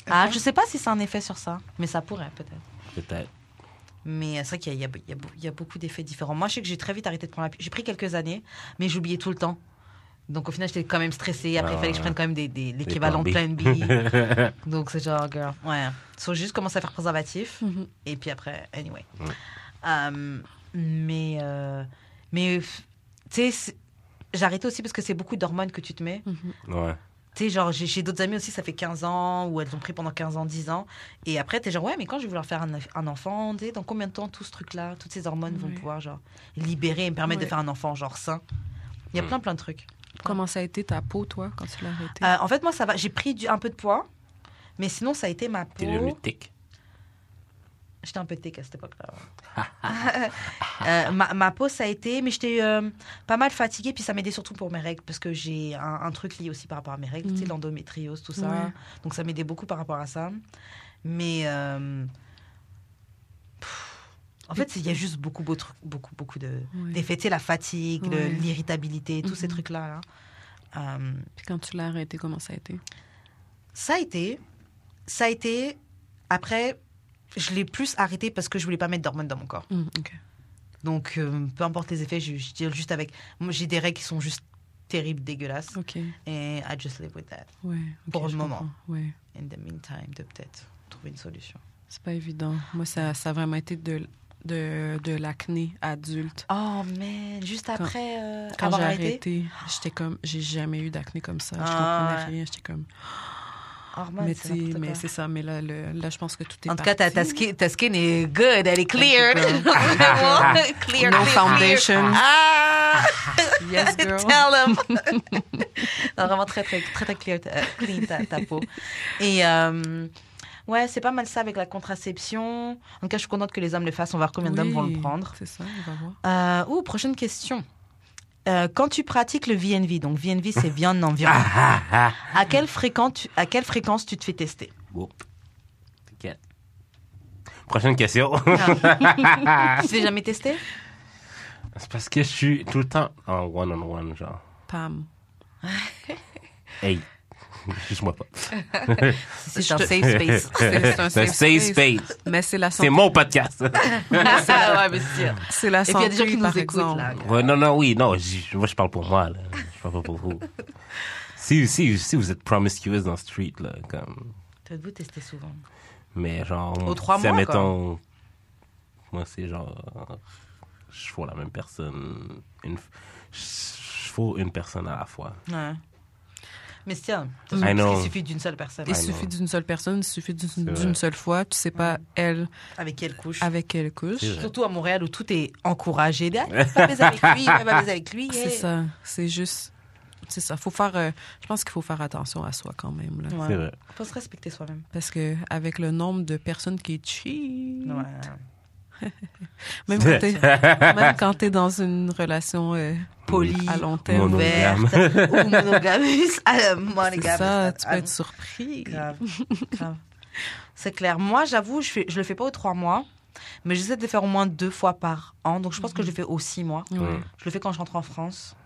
Speaker 1: Ah, je sais pas si c'est un effet sur ça, mais ça pourrait peut-être.
Speaker 2: peut-être.
Speaker 1: Mais euh, c'est vrai qu'il y, a- il y a- il y a beau- il y a beaucoup d'effets différents. Moi, je sais que j'ai très vite arrêté de prendre la pilule. J'ai pris quelques années, mais j'oubliais tout le temps. Donc au final, j'étais quand même stressée. Après, il
Speaker 2: Ah,
Speaker 1: fallait que je prenne quand même des, des- l'équivalent de plein
Speaker 2: plans
Speaker 1: B.
Speaker 2: ouais.
Speaker 1: Donc c'est genre, girl. Ouais. So, juste commencer à faire préservatif.
Speaker 3: Mhm.
Speaker 1: Et puis après, anyway.
Speaker 2: Ouais.
Speaker 1: Euh, mais, euh, mais f- tu sais, c'est- j'arrêtais aussi parce que c'est beaucoup d'hormones que tu te mets. Tu sais, genre, j'ai j'ai d'autres amis aussi, ça fait 15 ans, ou elles ont pris pendant 15 ans, 10 ans. Et après, t'es genre, ouais, mais quand je vais vouloir faire un, un enfant, tu sais, dans combien de temps tout ce truc-là, toutes ces hormones vont
Speaker 3: Ouais.
Speaker 1: pouvoir, genre, libérer et me permettre de
Speaker 3: Ouais.
Speaker 1: faire un enfant, genre, sain. Il y a
Speaker 2: Mm.
Speaker 1: plein, plein de trucs.
Speaker 3: Comment ça a été ta peau, toi, quand tu l'as arrêtée?
Speaker 1: Euh, en fait, moi, ça va. J'ai pris du, un peu de poids, mais sinon, ça a été ma
Speaker 2: T'es devenu
Speaker 1: peau.
Speaker 2: tic.
Speaker 1: J'étais un peu tech à cette époque-là. ouais. Euh, ma, ma peau, ça a été, mais j'étais euh, pas mal fatiguée, puis ça m'aidait surtout pour mes règles, parce que j'ai un, un truc lié aussi par rapport à mes règles, tu sais,
Speaker 3: Mm.
Speaker 1: l'endométriose, tout ça.
Speaker 3: Ouais.
Speaker 1: Donc ça m'aidait beaucoup par rapport à ça. Mais euh, pff, en fait, il y a juste beaucoup, beaucoup, beaucoup, beaucoup de
Speaker 3: Ouais.
Speaker 1: d'effets, tu sais, la fatigue, le-
Speaker 3: Ouais.
Speaker 1: l'irritabilité, tous ces
Speaker 3: Mhm.
Speaker 1: trucs-là. là. Euh,
Speaker 3: Puis quand tu l'as arrêtée, comment ça a été?
Speaker 1: ça a été, ça a été. Après, je l'ai plus arrêté parce que je voulais pas mettre d'hormones dans mon corps.
Speaker 3: Mhm, OK.
Speaker 1: Donc, euh, peu importe les effets, je, je deal juste avec. Moi, j'ai des règles qui sont juste terribles, dégueulasses.
Speaker 3: OK.
Speaker 1: Et I just live with that.
Speaker 3: Ouais. ok,
Speaker 1: Pour le
Speaker 3: je
Speaker 1: moment.
Speaker 3: comprends. Ouais.
Speaker 1: In the meantime, de peut-être trouver une solution.
Speaker 3: C'est pas évident. Moi, ça, ça a vraiment été de, de, de l'acné adulte.
Speaker 1: Oh, mais juste après euh,
Speaker 3: Quand j'ai
Speaker 1: avoir
Speaker 3: arrêté, j'étais comme, j'ai jamais eu d'acné comme ça. Je
Speaker 1: Ah,
Speaker 3: comprenais
Speaker 1: ouais.
Speaker 3: rien. J'étais comme,
Speaker 1: Hormones,
Speaker 3: mais
Speaker 1: Oh, c'est
Speaker 3: tu sais,
Speaker 1: n'importe
Speaker 3: mais
Speaker 1: quoi.
Speaker 3: c'est ça. Mais là, le- là, je pense que tout est
Speaker 1: En tout cas, ta,
Speaker 3: parti.
Speaker 1: ta skin, ta skin est good, elle est clear.
Speaker 3: Thank you,
Speaker 1: Vraiment, clear,
Speaker 3: No
Speaker 1: clear,
Speaker 3: foundation.
Speaker 1: clear. Ah,
Speaker 3: Yes, girl.
Speaker 1: tell them. Non, vraiment très, très, très, très clear, euh, clean ta, ta peau. Et euh, ouais, c'est pas mal ça avec la contraception. En tout cas, je suis contente que les hommes le fassent. On va voir combien d'hommes vont le
Speaker 3: Oui,
Speaker 1: prendre.
Speaker 3: C'est ça, on va voir.
Speaker 1: Euh, ouh, prochaine question. Euh, quand tu pratiques le VNV, donc VNV c'est viande environnement, à quelle, fréquence tu, à quelle fréquence tu te fais tester
Speaker 2: Whoop. T'inquiète. Prochaine question.
Speaker 1: Ah. Tu t'es jamais testé
Speaker 2: C'est parce que je suis tout le temps en one-on-one, genre.
Speaker 3: Pam.
Speaker 2: Hey, juge-moi pas.
Speaker 1: C'est
Speaker 3: Je
Speaker 1: un
Speaker 3: te-
Speaker 1: safe space.
Speaker 3: C'est un
Speaker 2: C'est un safe space.
Speaker 3: Mais c'est la
Speaker 2: C'est
Speaker 3: santé.
Speaker 2: mon podcast.
Speaker 1: Ah, ouais, mais c'est sûr.
Speaker 3: C'est la
Speaker 1: Et puis il y
Speaker 3: santé,
Speaker 1: a des gens qui nous
Speaker 3: par
Speaker 1: écoutent
Speaker 3: exemple.
Speaker 1: là.
Speaker 2: Ouais, non, non, oui, non. j- Moi, je parle pour moi, là. Je parle pas pour vous. Si, si, si vous êtes promiscuous dans le street, là, comme.
Speaker 1: Vous tester souvent.
Speaker 2: Mais genre.
Speaker 1: Aux trois
Speaker 2: si,
Speaker 1: mois,
Speaker 2: admettons, Moi, c'est genre. Je fous la même personne. Une, f- je fous une personne à la fois.
Speaker 1: Ouais. Mais tiens,
Speaker 3: Mm.
Speaker 2: I
Speaker 1: il
Speaker 2: know.
Speaker 1: suffit d'une seule personne.
Speaker 3: Il
Speaker 2: Ah non.
Speaker 3: suffit d'une seule personne, il suffit d'une
Speaker 2: vrai.
Speaker 3: d'une seule fois. Tu sais pas, elle,
Speaker 1: Avec quelle couche
Speaker 3: avec quelle couche.
Speaker 2: C'est vrai.
Speaker 1: Surtout à Montréal où tout est encouragé. Ah, tu vas baiser avec lui, tu vas baiser avec lui.
Speaker 3: C'est
Speaker 1: yeah.
Speaker 3: ça. C'est juste. C'est ça. Faut faire. euh, je pense qu'il faut faire attention à soi quand même. Là.
Speaker 1: Ouais.
Speaker 2: C'est vrai.
Speaker 1: Faut se respecter soi-même.
Speaker 3: Parce que avec le nombre de personnes qui cheat,
Speaker 1: Ouais.
Speaker 3: même quand t'es- même quand t'es dans une relation euh,
Speaker 1: Poli.
Speaker 3: à long terme,
Speaker 2: Mono-
Speaker 1: ouverte ou monogamiste. Ah,
Speaker 3: c'est
Speaker 1: monogamiste.
Speaker 3: ça, tu
Speaker 1: Ah,
Speaker 3: peux être surpris.
Speaker 1: grave, grave. C'est clair. Moi, j'avoue, je, fais- je le fais pas aux trois mois, mais j'essaie de le faire au moins deux fois par an. Donc, je pense que je le fais aux six mois.
Speaker 2: Mm.
Speaker 3: Ouais.
Speaker 1: Je le fais quand je rentre en France.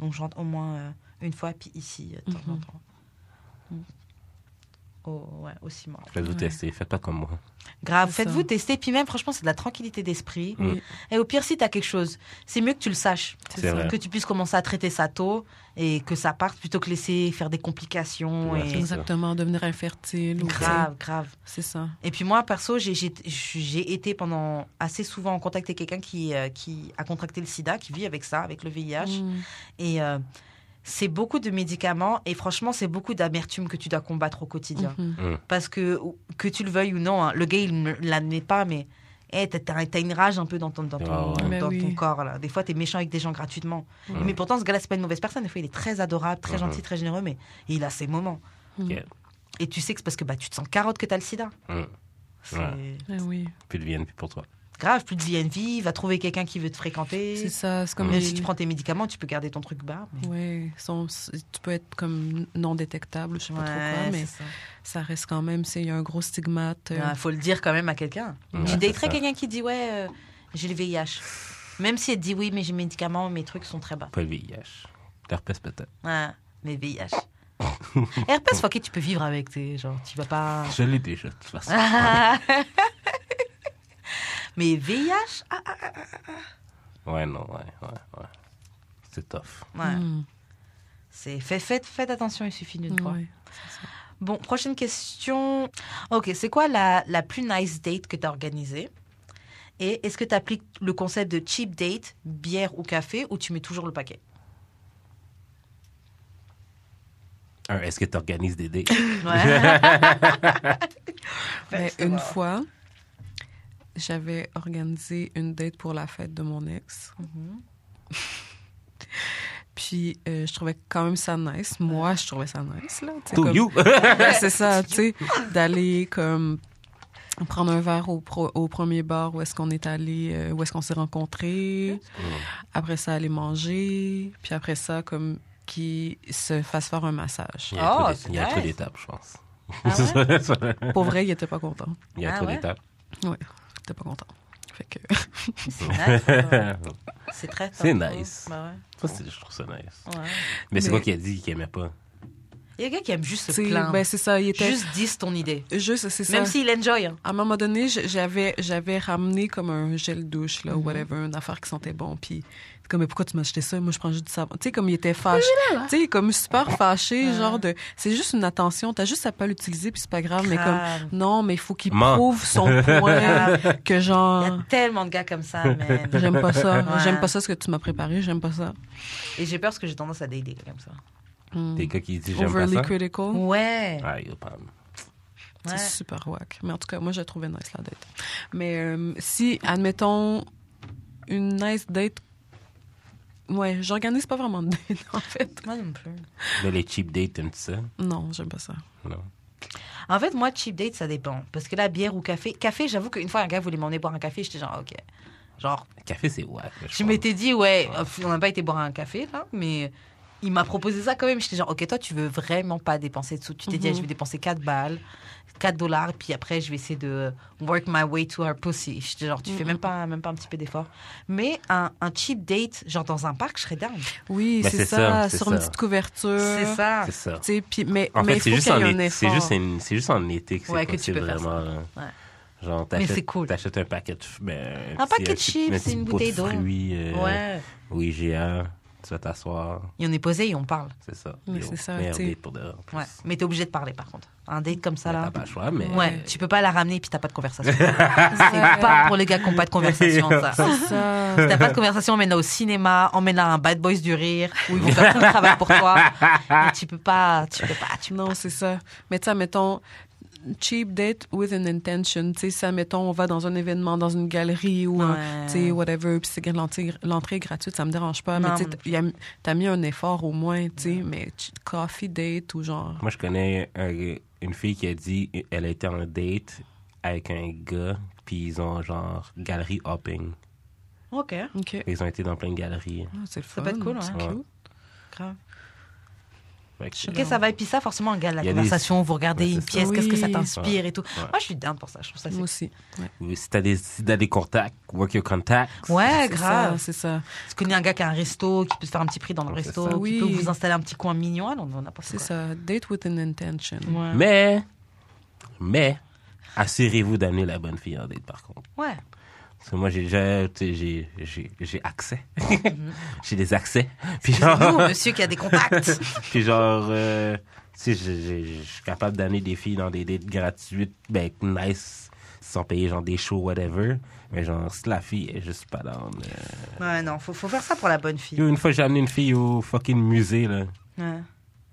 Speaker 1: Donc, je rentre au moins euh, une fois, puis ici, euh, de temps en
Speaker 3: Mhm.
Speaker 1: temps. Mm. Oh, ouais, aux six mois.
Speaker 2: Faites-vous
Speaker 3: Ouais.
Speaker 2: tester. Faites pas comme moi.
Speaker 1: Grave,
Speaker 3: C'est ça.
Speaker 1: faites-vous tester. Puis même, franchement, c'est de la tranquillité d'esprit.
Speaker 2: Oui.
Speaker 1: Et au pire, si t'as quelque chose, c'est mieux que tu le saches.
Speaker 2: C'est
Speaker 3: ça.
Speaker 2: vrai.
Speaker 1: Que tu puisses commencer à traiter ça tôt et que ça parte plutôt que laisser faire des complications.
Speaker 2: Ouais,
Speaker 1: et...
Speaker 2: c'est ça.
Speaker 3: Exactement, devenir infertile. ou-
Speaker 1: Grave, grave.
Speaker 3: C'est ça.
Speaker 1: Et puis moi, perso, j'ai- j'ai j'ai été pendant assez souvent en contact avec quelqu'un qui, euh, qui a contracté le sida, qui vit avec ça, avec le VIH.
Speaker 3: Mm.
Speaker 1: Et euh, c'est beaucoup de médicaments et franchement, c'est beaucoup d'amertume que tu dois combattre au quotidien.
Speaker 3: Mhm.
Speaker 1: Parce que, ou- que tu le veuilles ou non, hein, le gars, il ne l'admet pas, mais hey, t'as- t'as t'as une rage un peu dans ton, dans ton,
Speaker 2: Ah
Speaker 3: ouais.
Speaker 1: dans
Speaker 3: Mais
Speaker 1: ton
Speaker 3: oui.
Speaker 1: corps. Là. Des fois, t'es méchant avec des gens gratuitement.
Speaker 3: Ouais.
Speaker 1: Mais pourtant, ce gars-là, c'est pas une mauvaise personne. Des fois, il est très adorable, très
Speaker 2: Mhm.
Speaker 1: gentil, très généreux, mais il a ses moments.
Speaker 3: Mm.
Speaker 2: Ok.
Speaker 1: Et tu sais que c'est parce que bah, tu te sens carotte que t'as le sida.
Speaker 2: Mhm.
Speaker 1: C'est-
Speaker 2: Ouais.
Speaker 3: Ah oui,
Speaker 2: Puis de VNP pour toi. Mm.
Speaker 1: grave, plus de VNV, va trouver quelqu'un qui veut te fréquenter.
Speaker 3: c'est ça. C'est comme
Speaker 1: Même
Speaker 3: les-
Speaker 1: si tu prends tes médicaments, tu peux garder ton truc bas. mais-
Speaker 3: Ouais, sont- tu peux être comme non détectable, je sais pas trop quoi,
Speaker 1: Ouais,
Speaker 3: mais
Speaker 1: c'est ça.
Speaker 3: ça reste quand même, c'est- il y a un gros stigmate. euh,
Speaker 1: Ouais, Bah, faut le dire quand même à quelqu'un.
Speaker 2: Ouais,
Speaker 1: tu
Speaker 2: c'est
Speaker 1: daterais
Speaker 2: ça.
Speaker 1: quelqu'un qui dit ouais, euh, j'ai le VIH. Même si elle dit oui, mais j'ai mes médicaments, mes trucs sont très bas.
Speaker 2: Pas le VIH. L'herpès peut-être.
Speaker 1: Ouais, mais VIH. herpès, ok, tu peux vivre avec tes genre, tu vas pas.
Speaker 2: Je l'ai déjà, de toute façon.
Speaker 1: mais VIH, ah, Hein?
Speaker 2: Ouais, non, ouais, ouais, ouais. C'est tough.
Speaker 3: Mm.
Speaker 1: ouais,
Speaker 3: hmm.
Speaker 4: C'est fait, faites, faites attention, il suffit d'une fois.
Speaker 3: Ouais, c'est ça.
Speaker 4: Bon,
Speaker 1: Prochaine question. Ok, c'est quoi la, la plus nice date que tu as organisée Et est-ce que tu appliques le concept de cheap date, bière ou café, ou tu mets toujours le paquet
Speaker 2: Un, Est-ce que tu organises des dates?
Speaker 1: Ouais.
Speaker 3: Mais Ben, une fois, j'avais organisé une date pour la fête de mon ex.
Speaker 1: Mm-hmm.
Speaker 3: Puis euh, je trouvais quand même ça nice. Moi, je trouvais ça nice, là. tu sais,
Speaker 2: To
Speaker 3: comme-
Speaker 1: Oh,
Speaker 2: you!
Speaker 3: Ouais, Ben, c'est ça, tu sais, d'aller comme prendre un verre au, pro- au premier bar où est-ce qu'on est allé, euh, où est-ce qu'on s'est rencontrés. Après ça, aller manger. Puis après ça, comme qui se fasse faire un massage.
Speaker 2: Il y a trop
Speaker 1: Oh,
Speaker 2: d'é-
Speaker 1: c'est
Speaker 2: il y a trop
Speaker 1: nice.
Speaker 2: d'étapes, je pense.
Speaker 1: Ah ouais
Speaker 3: Pour vrai, il était pas content.
Speaker 2: Il y a
Speaker 1: Ah
Speaker 2: trop
Speaker 1: ouais?
Speaker 2: d'étapes.
Speaker 3: Il était pas content. Fait que
Speaker 1: C'est nice, ouais. C'est très
Speaker 2: C'est
Speaker 1: tendre.
Speaker 2: nice.
Speaker 1: Bah
Speaker 2: Ça, c'est- je trouve ça nice.
Speaker 1: ouais, ouais.
Speaker 2: Mais c'est
Speaker 3: Mais-
Speaker 2: quoi qu'il a dit qu'il aimait pas?
Speaker 1: Il y a quelqu'un qui aime juste se
Speaker 3: Tu sais,
Speaker 1: plaindre.
Speaker 3: ben, c'est ça, il était
Speaker 1: Juste 10 ton idée.
Speaker 3: juste c'est ça.
Speaker 1: Même s'il enjoy. hein.
Speaker 3: À un moment donné, j- j'avais j'avais ramené comme un gel douche
Speaker 1: Mhm.
Speaker 3: là ou whatever, une affaire qui sentait bon puis c'est comme mais pourquoi tu m'as acheté ça Moi je prends juste du savon. Tu sais comme il était fâché. Tu sais comme super fâché genre de c'est juste une attention, t'as juste à pas l'utiliser puis c'est pas grave Ah, mais comme
Speaker 1: Grave.
Speaker 3: non, mais il faut qu'il
Speaker 2: Mens.
Speaker 3: prouve son point
Speaker 1: Grave.
Speaker 3: que
Speaker 1: Il y a
Speaker 3: genre
Speaker 1: tellement de gars comme ça, man.
Speaker 3: Ah. j'aime pas ça,
Speaker 1: Ouais.
Speaker 3: j'aime pas ça ce que tu m'as préparé, j'aime pas ça.
Speaker 1: Et j'ai peur parce que j'ai tendance à dater comme ça.
Speaker 3: Hmm.
Speaker 1: Mm.
Speaker 2: Des gars qui disent j'aime pas
Speaker 3: Overly
Speaker 2: ça?
Speaker 3: critical.
Speaker 1: Ouais.
Speaker 2: Ah, yo, pam.
Speaker 1: Ouais.
Speaker 3: C'est super wack. Mais en tout cas, moi, j'ai trouvé nice la date. Mais euh, si, admettons, une nice date. Ouais, j'organise pas vraiment de date, en fait.
Speaker 1: Moi non plus.
Speaker 2: Mais les cheap dates, t'aimes-tu ça?
Speaker 3: Non, j'aime pas ça.
Speaker 2: Non.
Speaker 1: En fait, moi, cheap date, ça dépend. Parce que là, bière ou café. Café, j'avoue qu'une fois, un gars voulait m'emmener boire un café, j'étais genre, ok. Genre,
Speaker 2: Le café, c'est wack. là,
Speaker 1: je
Speaker 2: pense.
Speaker 1: m'étais dit, ouais, euh, on n'a pas été boire un café, là, mais il m'a proposé ça quand même. J'étais genre, ok, toi, tu veux vraiment pas dépenser de sous. Tu t'es dit,
Speaker 3: Mhm.
Speaker 1: je vais dépenser 4 balles, 4 dollars, puis après, je vais essayer de work my way to her pussy. J'étais genre, tu fais même pas, même pas un petit peu d'effort. Mais un, un cheap date, genre dans un parc, je serais down.
Speaker 3: Oui,
Speaker 2: Ben,
Speaker 3: c'est
Speaker 2: c'est
Speaker 3: ça,
Speaker 2: ça, c'est
Speaker 3: Sur une
Speaker 2: ça.
Speaker 3: petite couverture.
Speaker 1: C'est ça.
Speaker 2: C'est ça.
Speaker 3: Tu sais, puis- mais,
Speaker 2: En
Speaker 3: mais
Speaker 2: fait,
Speaker 3: il faut
Speaker 2: c'est juste,
Speaker 3: qu'il y
Speaker 2: en
Speaker 3: ait un
Speaker 2: é- c'est
Speaker 3: effort.
Speaker 2: juste, une- c'est juste en été que c'est
Speaker 1: Ouais, que tu
Speaker 2: possible
Speaker 1: peux faire ça.
Speaker 2: vraiment. euh, Genre,
Speaker 1: Mais
Speaker 2: t'achètes,
Speaker 1: c'est cool.
Speaker 2: t'achètes un paquet de. f- ben,
Speaker 1: Un
Speaker 2: petit-
Speaker 1: paquet de
Speaker 2: petit-
Speaker 1: chips,
Speaker 2: un
Speaker 1: c'est
Speaker 2: petit
Speaker 1: une
Speaker 2: pot de
Speaker 1: bouteille d'eau.
Speaker 2: fruits, euh,
Speaker 1: Ouais.
Speaker 2: au IGA, tu vas t'asseoir,
Speaker 1: Et on est posé et on parle.
Speaker 2: c'est ça.
Speaker 3: Mais
Speaker 2: Yo,
Speaker 3: c'est ça,
Speaker 2: meilleure
Speaker 3: tu sais.
Speaker 2: date pour dehors. en plus.
Speaker 1: Ouais. Mais t'es obligé de parler, par contre. Un date comme ça,
Speaker 2: Mais
Speaker 1: là.
Speaker 2: T'as pas le choix, mais.
Speaker 1: Ouais, tu peux pas la ramener puis t'as pas de conversation. C'est pas pour les gars qui ont pas de conversation, ça.
Speaker 3: C'est
Speaker 2: Ah!
Speaker 3: ça.
Speaker 1: Si t'as pas de conversation, emmène-la au cinéma, emmène-la à un Bad Boys du rire, où ils vont faire tout le travail pour toi. Mais tu peux pas, tu peux pas, tu peux
Speaker 3: Non, c'est ça. Mais tu sais, mettons, cheap date with an intention. Tu sais, ça, mettons, on va dans un événement, dans une galerie ou un-
Speaker 1: Ouais.
Speaker 3: tu sais, whatever, puis c'est l'entrée, l'entrée est gratuite, ça me dérange pas.
Speaker 1: Non,
Speaker 3: mais tu
Speaker 1: moi non
Speaker 3: sais, y a- t'as mis un effort au moins, tu sais, mais ch- coffee date ou genre.
Speaker 2: Moi, je connais un- une fille qui a dit elle a été en date avec un gars, puis ils ont genre galerie hopping.
Speaker 1: pas. Ok,
Speaker 3: OK.
Speaker 2: Ils ont été dans plein de galeries.
Speaker 3: Ah, c'est le
Speaker 1: Ça peut être cool,
Speaker 3: c'est
Speaker 1: ouais.
Speaker 3: cute.
Speaker 2: Ouais.
Speaker 1: grave.
Speaker 2: Fait que-
Speaker 1: Ok, ça va. Et puis ça, forcément, un gars, la
Speaker 2: Il y a des-
Speaker 1: conversation, vous regardez
Speaker 2: Ouais, c'est
Speaker 1: une
Speaker 2: ça.
Speaker 1: pièce, qu'est-ce que ça
Speaker 3: Oui.
Speaker 1: t'inspire et tout.
Speaker 2: Ouais.
Speaker 1: Moi, je suis dingue pour ça, je trouve ça c'est
Speaker 3: Moi aussi. Ouais.
Speaker 2: Oui, euh, Si t'as des, si t'as des contacts, work your contacts.
Speaker 1: Ouais,
Speaker 3: C'est ça,
Speaker 1: Ah, grave.
Speaker 3: c'est ça.
Speaker 1: Tu connais un gars qui a un resto, qui peut se faire un petit prix dans le
Speaker 2: Ouais, c'est
Speaker 1: resto,
Speaker 2: ça.
Speaker 1: qui
Speaker 3: Oui.
Speaker 1: peut vous installer un petit coin mignon. Ah Alors, on n'a pas
Speaker 3: C'est ça. Date with an intention.
Speaker 1: Ouais.
Speaker 2: Mais, mais, assurez-vous d'amener la bonne fille en date, par contre.
Speaker 1: Ouais.
Speaker 2: Parce que moi, j'ai déjà, tu sais, j'ai, j'ai, j'ai accès. j'ai des accès. Puis genre,
Speaker 1: Mhm. Nous, monsieur qui a des contacts.
Speaker 2: puis genre euh, tu sais, j'ai- j'ai- je suis capable d'amener des filles dans des dates gratuites, ben, nice, sans payer genre des shows, whatever. Mais genre, si la fille est juste pas dans...
Speaker 1: Ouais, non, faut, faut faire ça pour la bonne fille.
Speaker 2: Yo, une fois, j'ai amené une fille au fucking musée, là.
Speaker 1: Ouais.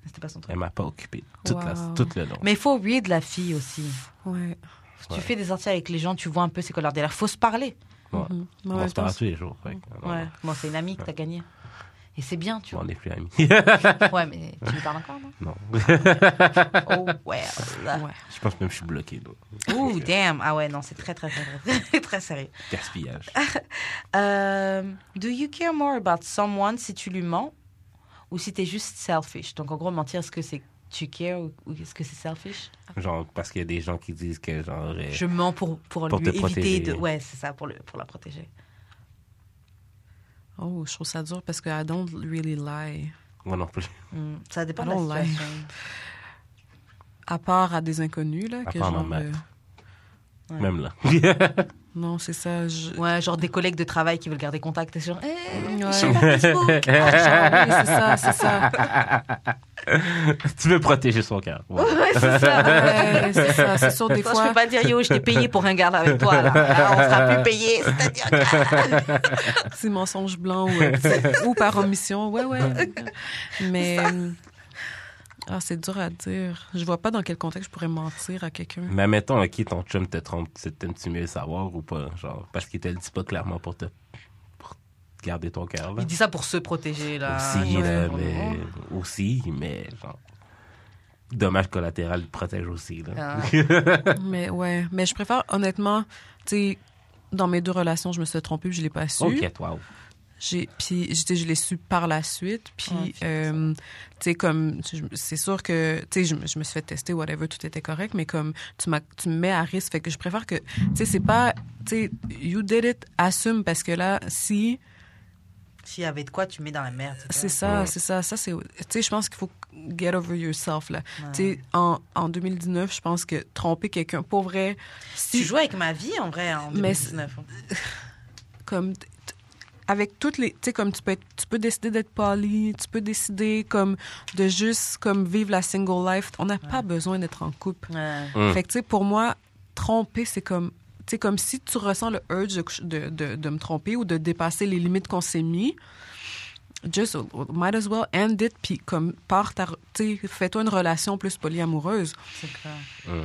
Speaker 1: C'était pas son truc.
Speaker 2: Elle m'a pas occupé toute la,
Speaker 3: Wow.
Speaker 2: tout le long.
Speaker 1: Mais il faut oublier de la fille aussi.
Speaker 3: Ouais.
Speaker 1: Tu
Speaker 2: Ouais.
Speaker 1: fais des sorties avec les gens, tu vois un peu c'est quoi leur délire. Faut se parler.
Speaker 2: Ouais.
Speaker 3: Mhm. Mais en
Speaker 2: On
Speaker 3: même
Speaker 2: se
Speaker 3: temps,
Speaker 2: parle tous les jours. fait que,
Speaker 1: Ouais. Bon, c'est une amie que
Speaker 2: Ouais.
Speaker 1: t'as gagnée. Et c'est bien, tu
Speaker 2: On
Speaker 1: vois.
Speaker 2: n'est plus amis.
Speaker 1: Ouais, mais tu lui parles encore, non
Speaker 2: non.
Speaker 1: Oh, well.
Speaker 3: Ouais.
Speaker 2: Je pense même que je suis bloqué. là.
Speaker 1: Ouh, damn. Ah ouais, non, c'est très, très, très, très, très, très sérieux.
Speaker 2: Gaspillage.
Speaker 1: Euh, do you care more about someone si tu lui mens ou si t'es juste selfish Donc, en gros, mentir, est-ce que c'est tu cares ou, ou est-ce que c'est selfish
Speaker 2: Genre, parce qu'il y a des gens qui disent que genre. euh,
Speaker 1: Je mens pour, pour,
Speaker 2: Pour
Speaker 1: lui
Speaker 2: te
Speaker 1: éviter
Speaker 2: protéger.
Speaker 1: de. Ouais, c'est ça, pour, le, pour la protéger.
Speaker 3: Oh, je trouve ça dur parce que I don't really lie.
Speaker 2: Moi non plus.
Speaker 1: Hmm, Ça dépend de
Speaker 3: I don't
Speaker 1: la
Speaker 3: lie.
Speaker 1: situation.
Speaker 3: À part à des inconnus, là.
Speaker 2: À
Speaker 3: que
Speaker 2: part ma
Speaker 3: genre,
Speaker 2: mère.
Speaker 3: euh,
Speaker 1: Ouais.
Speaker 2: Même là.
Speaker 3: Non, c'est ça. je-
Speaker 1: Ouais, genre des collègues de travail qui veulent garder contact. C'est genre, Eh, je
Speaker 3: Ouais.
Speaker 1: suis pas Facebook.
Speaker 3: Ah, genre, oui, c'est ça, c'est ça.
Speaker 2: tu veux protéger son cœur. Voilà.
Speaker 1: Ouais, c'est ça.
Speaker 3: Ouais, c'est ça. C'est sûr, des
Speaker 1: Toi,
Speaker 3: fois.
Speaker 1: je peux pas dire yo, je t'ai payé pour un garde avec toi. Là, Là, on sera plus payé. C'est-à-dire que-
Speaker 3: petit mensonge blanc ou, euh, un petit- ou par omission. Ouais, ouais. Mais. euh, Ah, c'est dur à dire. Je vois pas dans quel contexte je pourrais mentir à quelqu'un.
Speaker 2: Mais mettons, ok, ton chum te trompe, c'est un petit mieux savoir ou pas? Genre, parce qu'il te le dit pas clairement pour te pour garder ton cœur. là.
Speaker 1: Il dit ça pour se protéger là.
Speaker 2: Aussi,
Speaker 3: ouais,
Speaker 2: là,
Speaker 1: pour le
Speaker 2: mais.
Speaker 1: moment.
Speaker 2: Aussi, mais genre. Dommage collatéral protège aussi, là.
Speaker 1: Ah.
Speaker 3: Mais ouais. Mais je préfère, honnêtement, tu sais, dans mes deux relations, je me suis trompée puis je l'ai pas su.
Speaker 2: Ok, toi.
Speaker 3: J'ai, puis je, tu sais, je l'ai su par la suite. Puis,
Speaker 1: Ouais, puis
Speaker 3: euh, tu sais, comme, je- c'est sûr que, tu sais, je, me- je me suis fait tester, whatever, tout était correct, mais comme, tu, m'as- tu me mets à risque. Fait que je préfère que, tu sais, c'est pas, tu sais, you did it, assume, parce que là, si,
Speaker 1: S'il y avait de quoi, tu mets dans la merde.
Speaker 3: C'est ça,
Speaker 2: Ouais.
Speaker 3: c'est ça. Ça, c'est. Tu sais, je pense qu'il faut get over yourself, là.
Speaker 1: Ouais.
Speaker 3: Tu sais, en, en 2019, je pense que tromper quelqu'un, pour vrai, si.
Speaker 1: Tu joues avec ma vie en vrai en
Speaker 3: Mais
Speaker 1: 2019. hein.
Speaker 3: Comme. t- t- Avec toutes les. Tu sais, comme tu peux, être- tu peux décider d'être poli, tu peux décider, comme, de juste, comme, vivre la single life. On n'a pas besoin d'être en couple.
Speaker 1: Ouais.
Speaker 2: Mm.
Speaker 3: Fait que, tu sais, pour moi, tromper, c'est comme. Tu sais, comme si tu ressens le urge de, couche- de, de, de me tromper ou de dépasser les limites qu'on s'est mis, just might as well end it, puis comme, pars ta. re- Tu sais, fais-toi une relation plus polyamoureuse.
Speaker 1: C'est clair.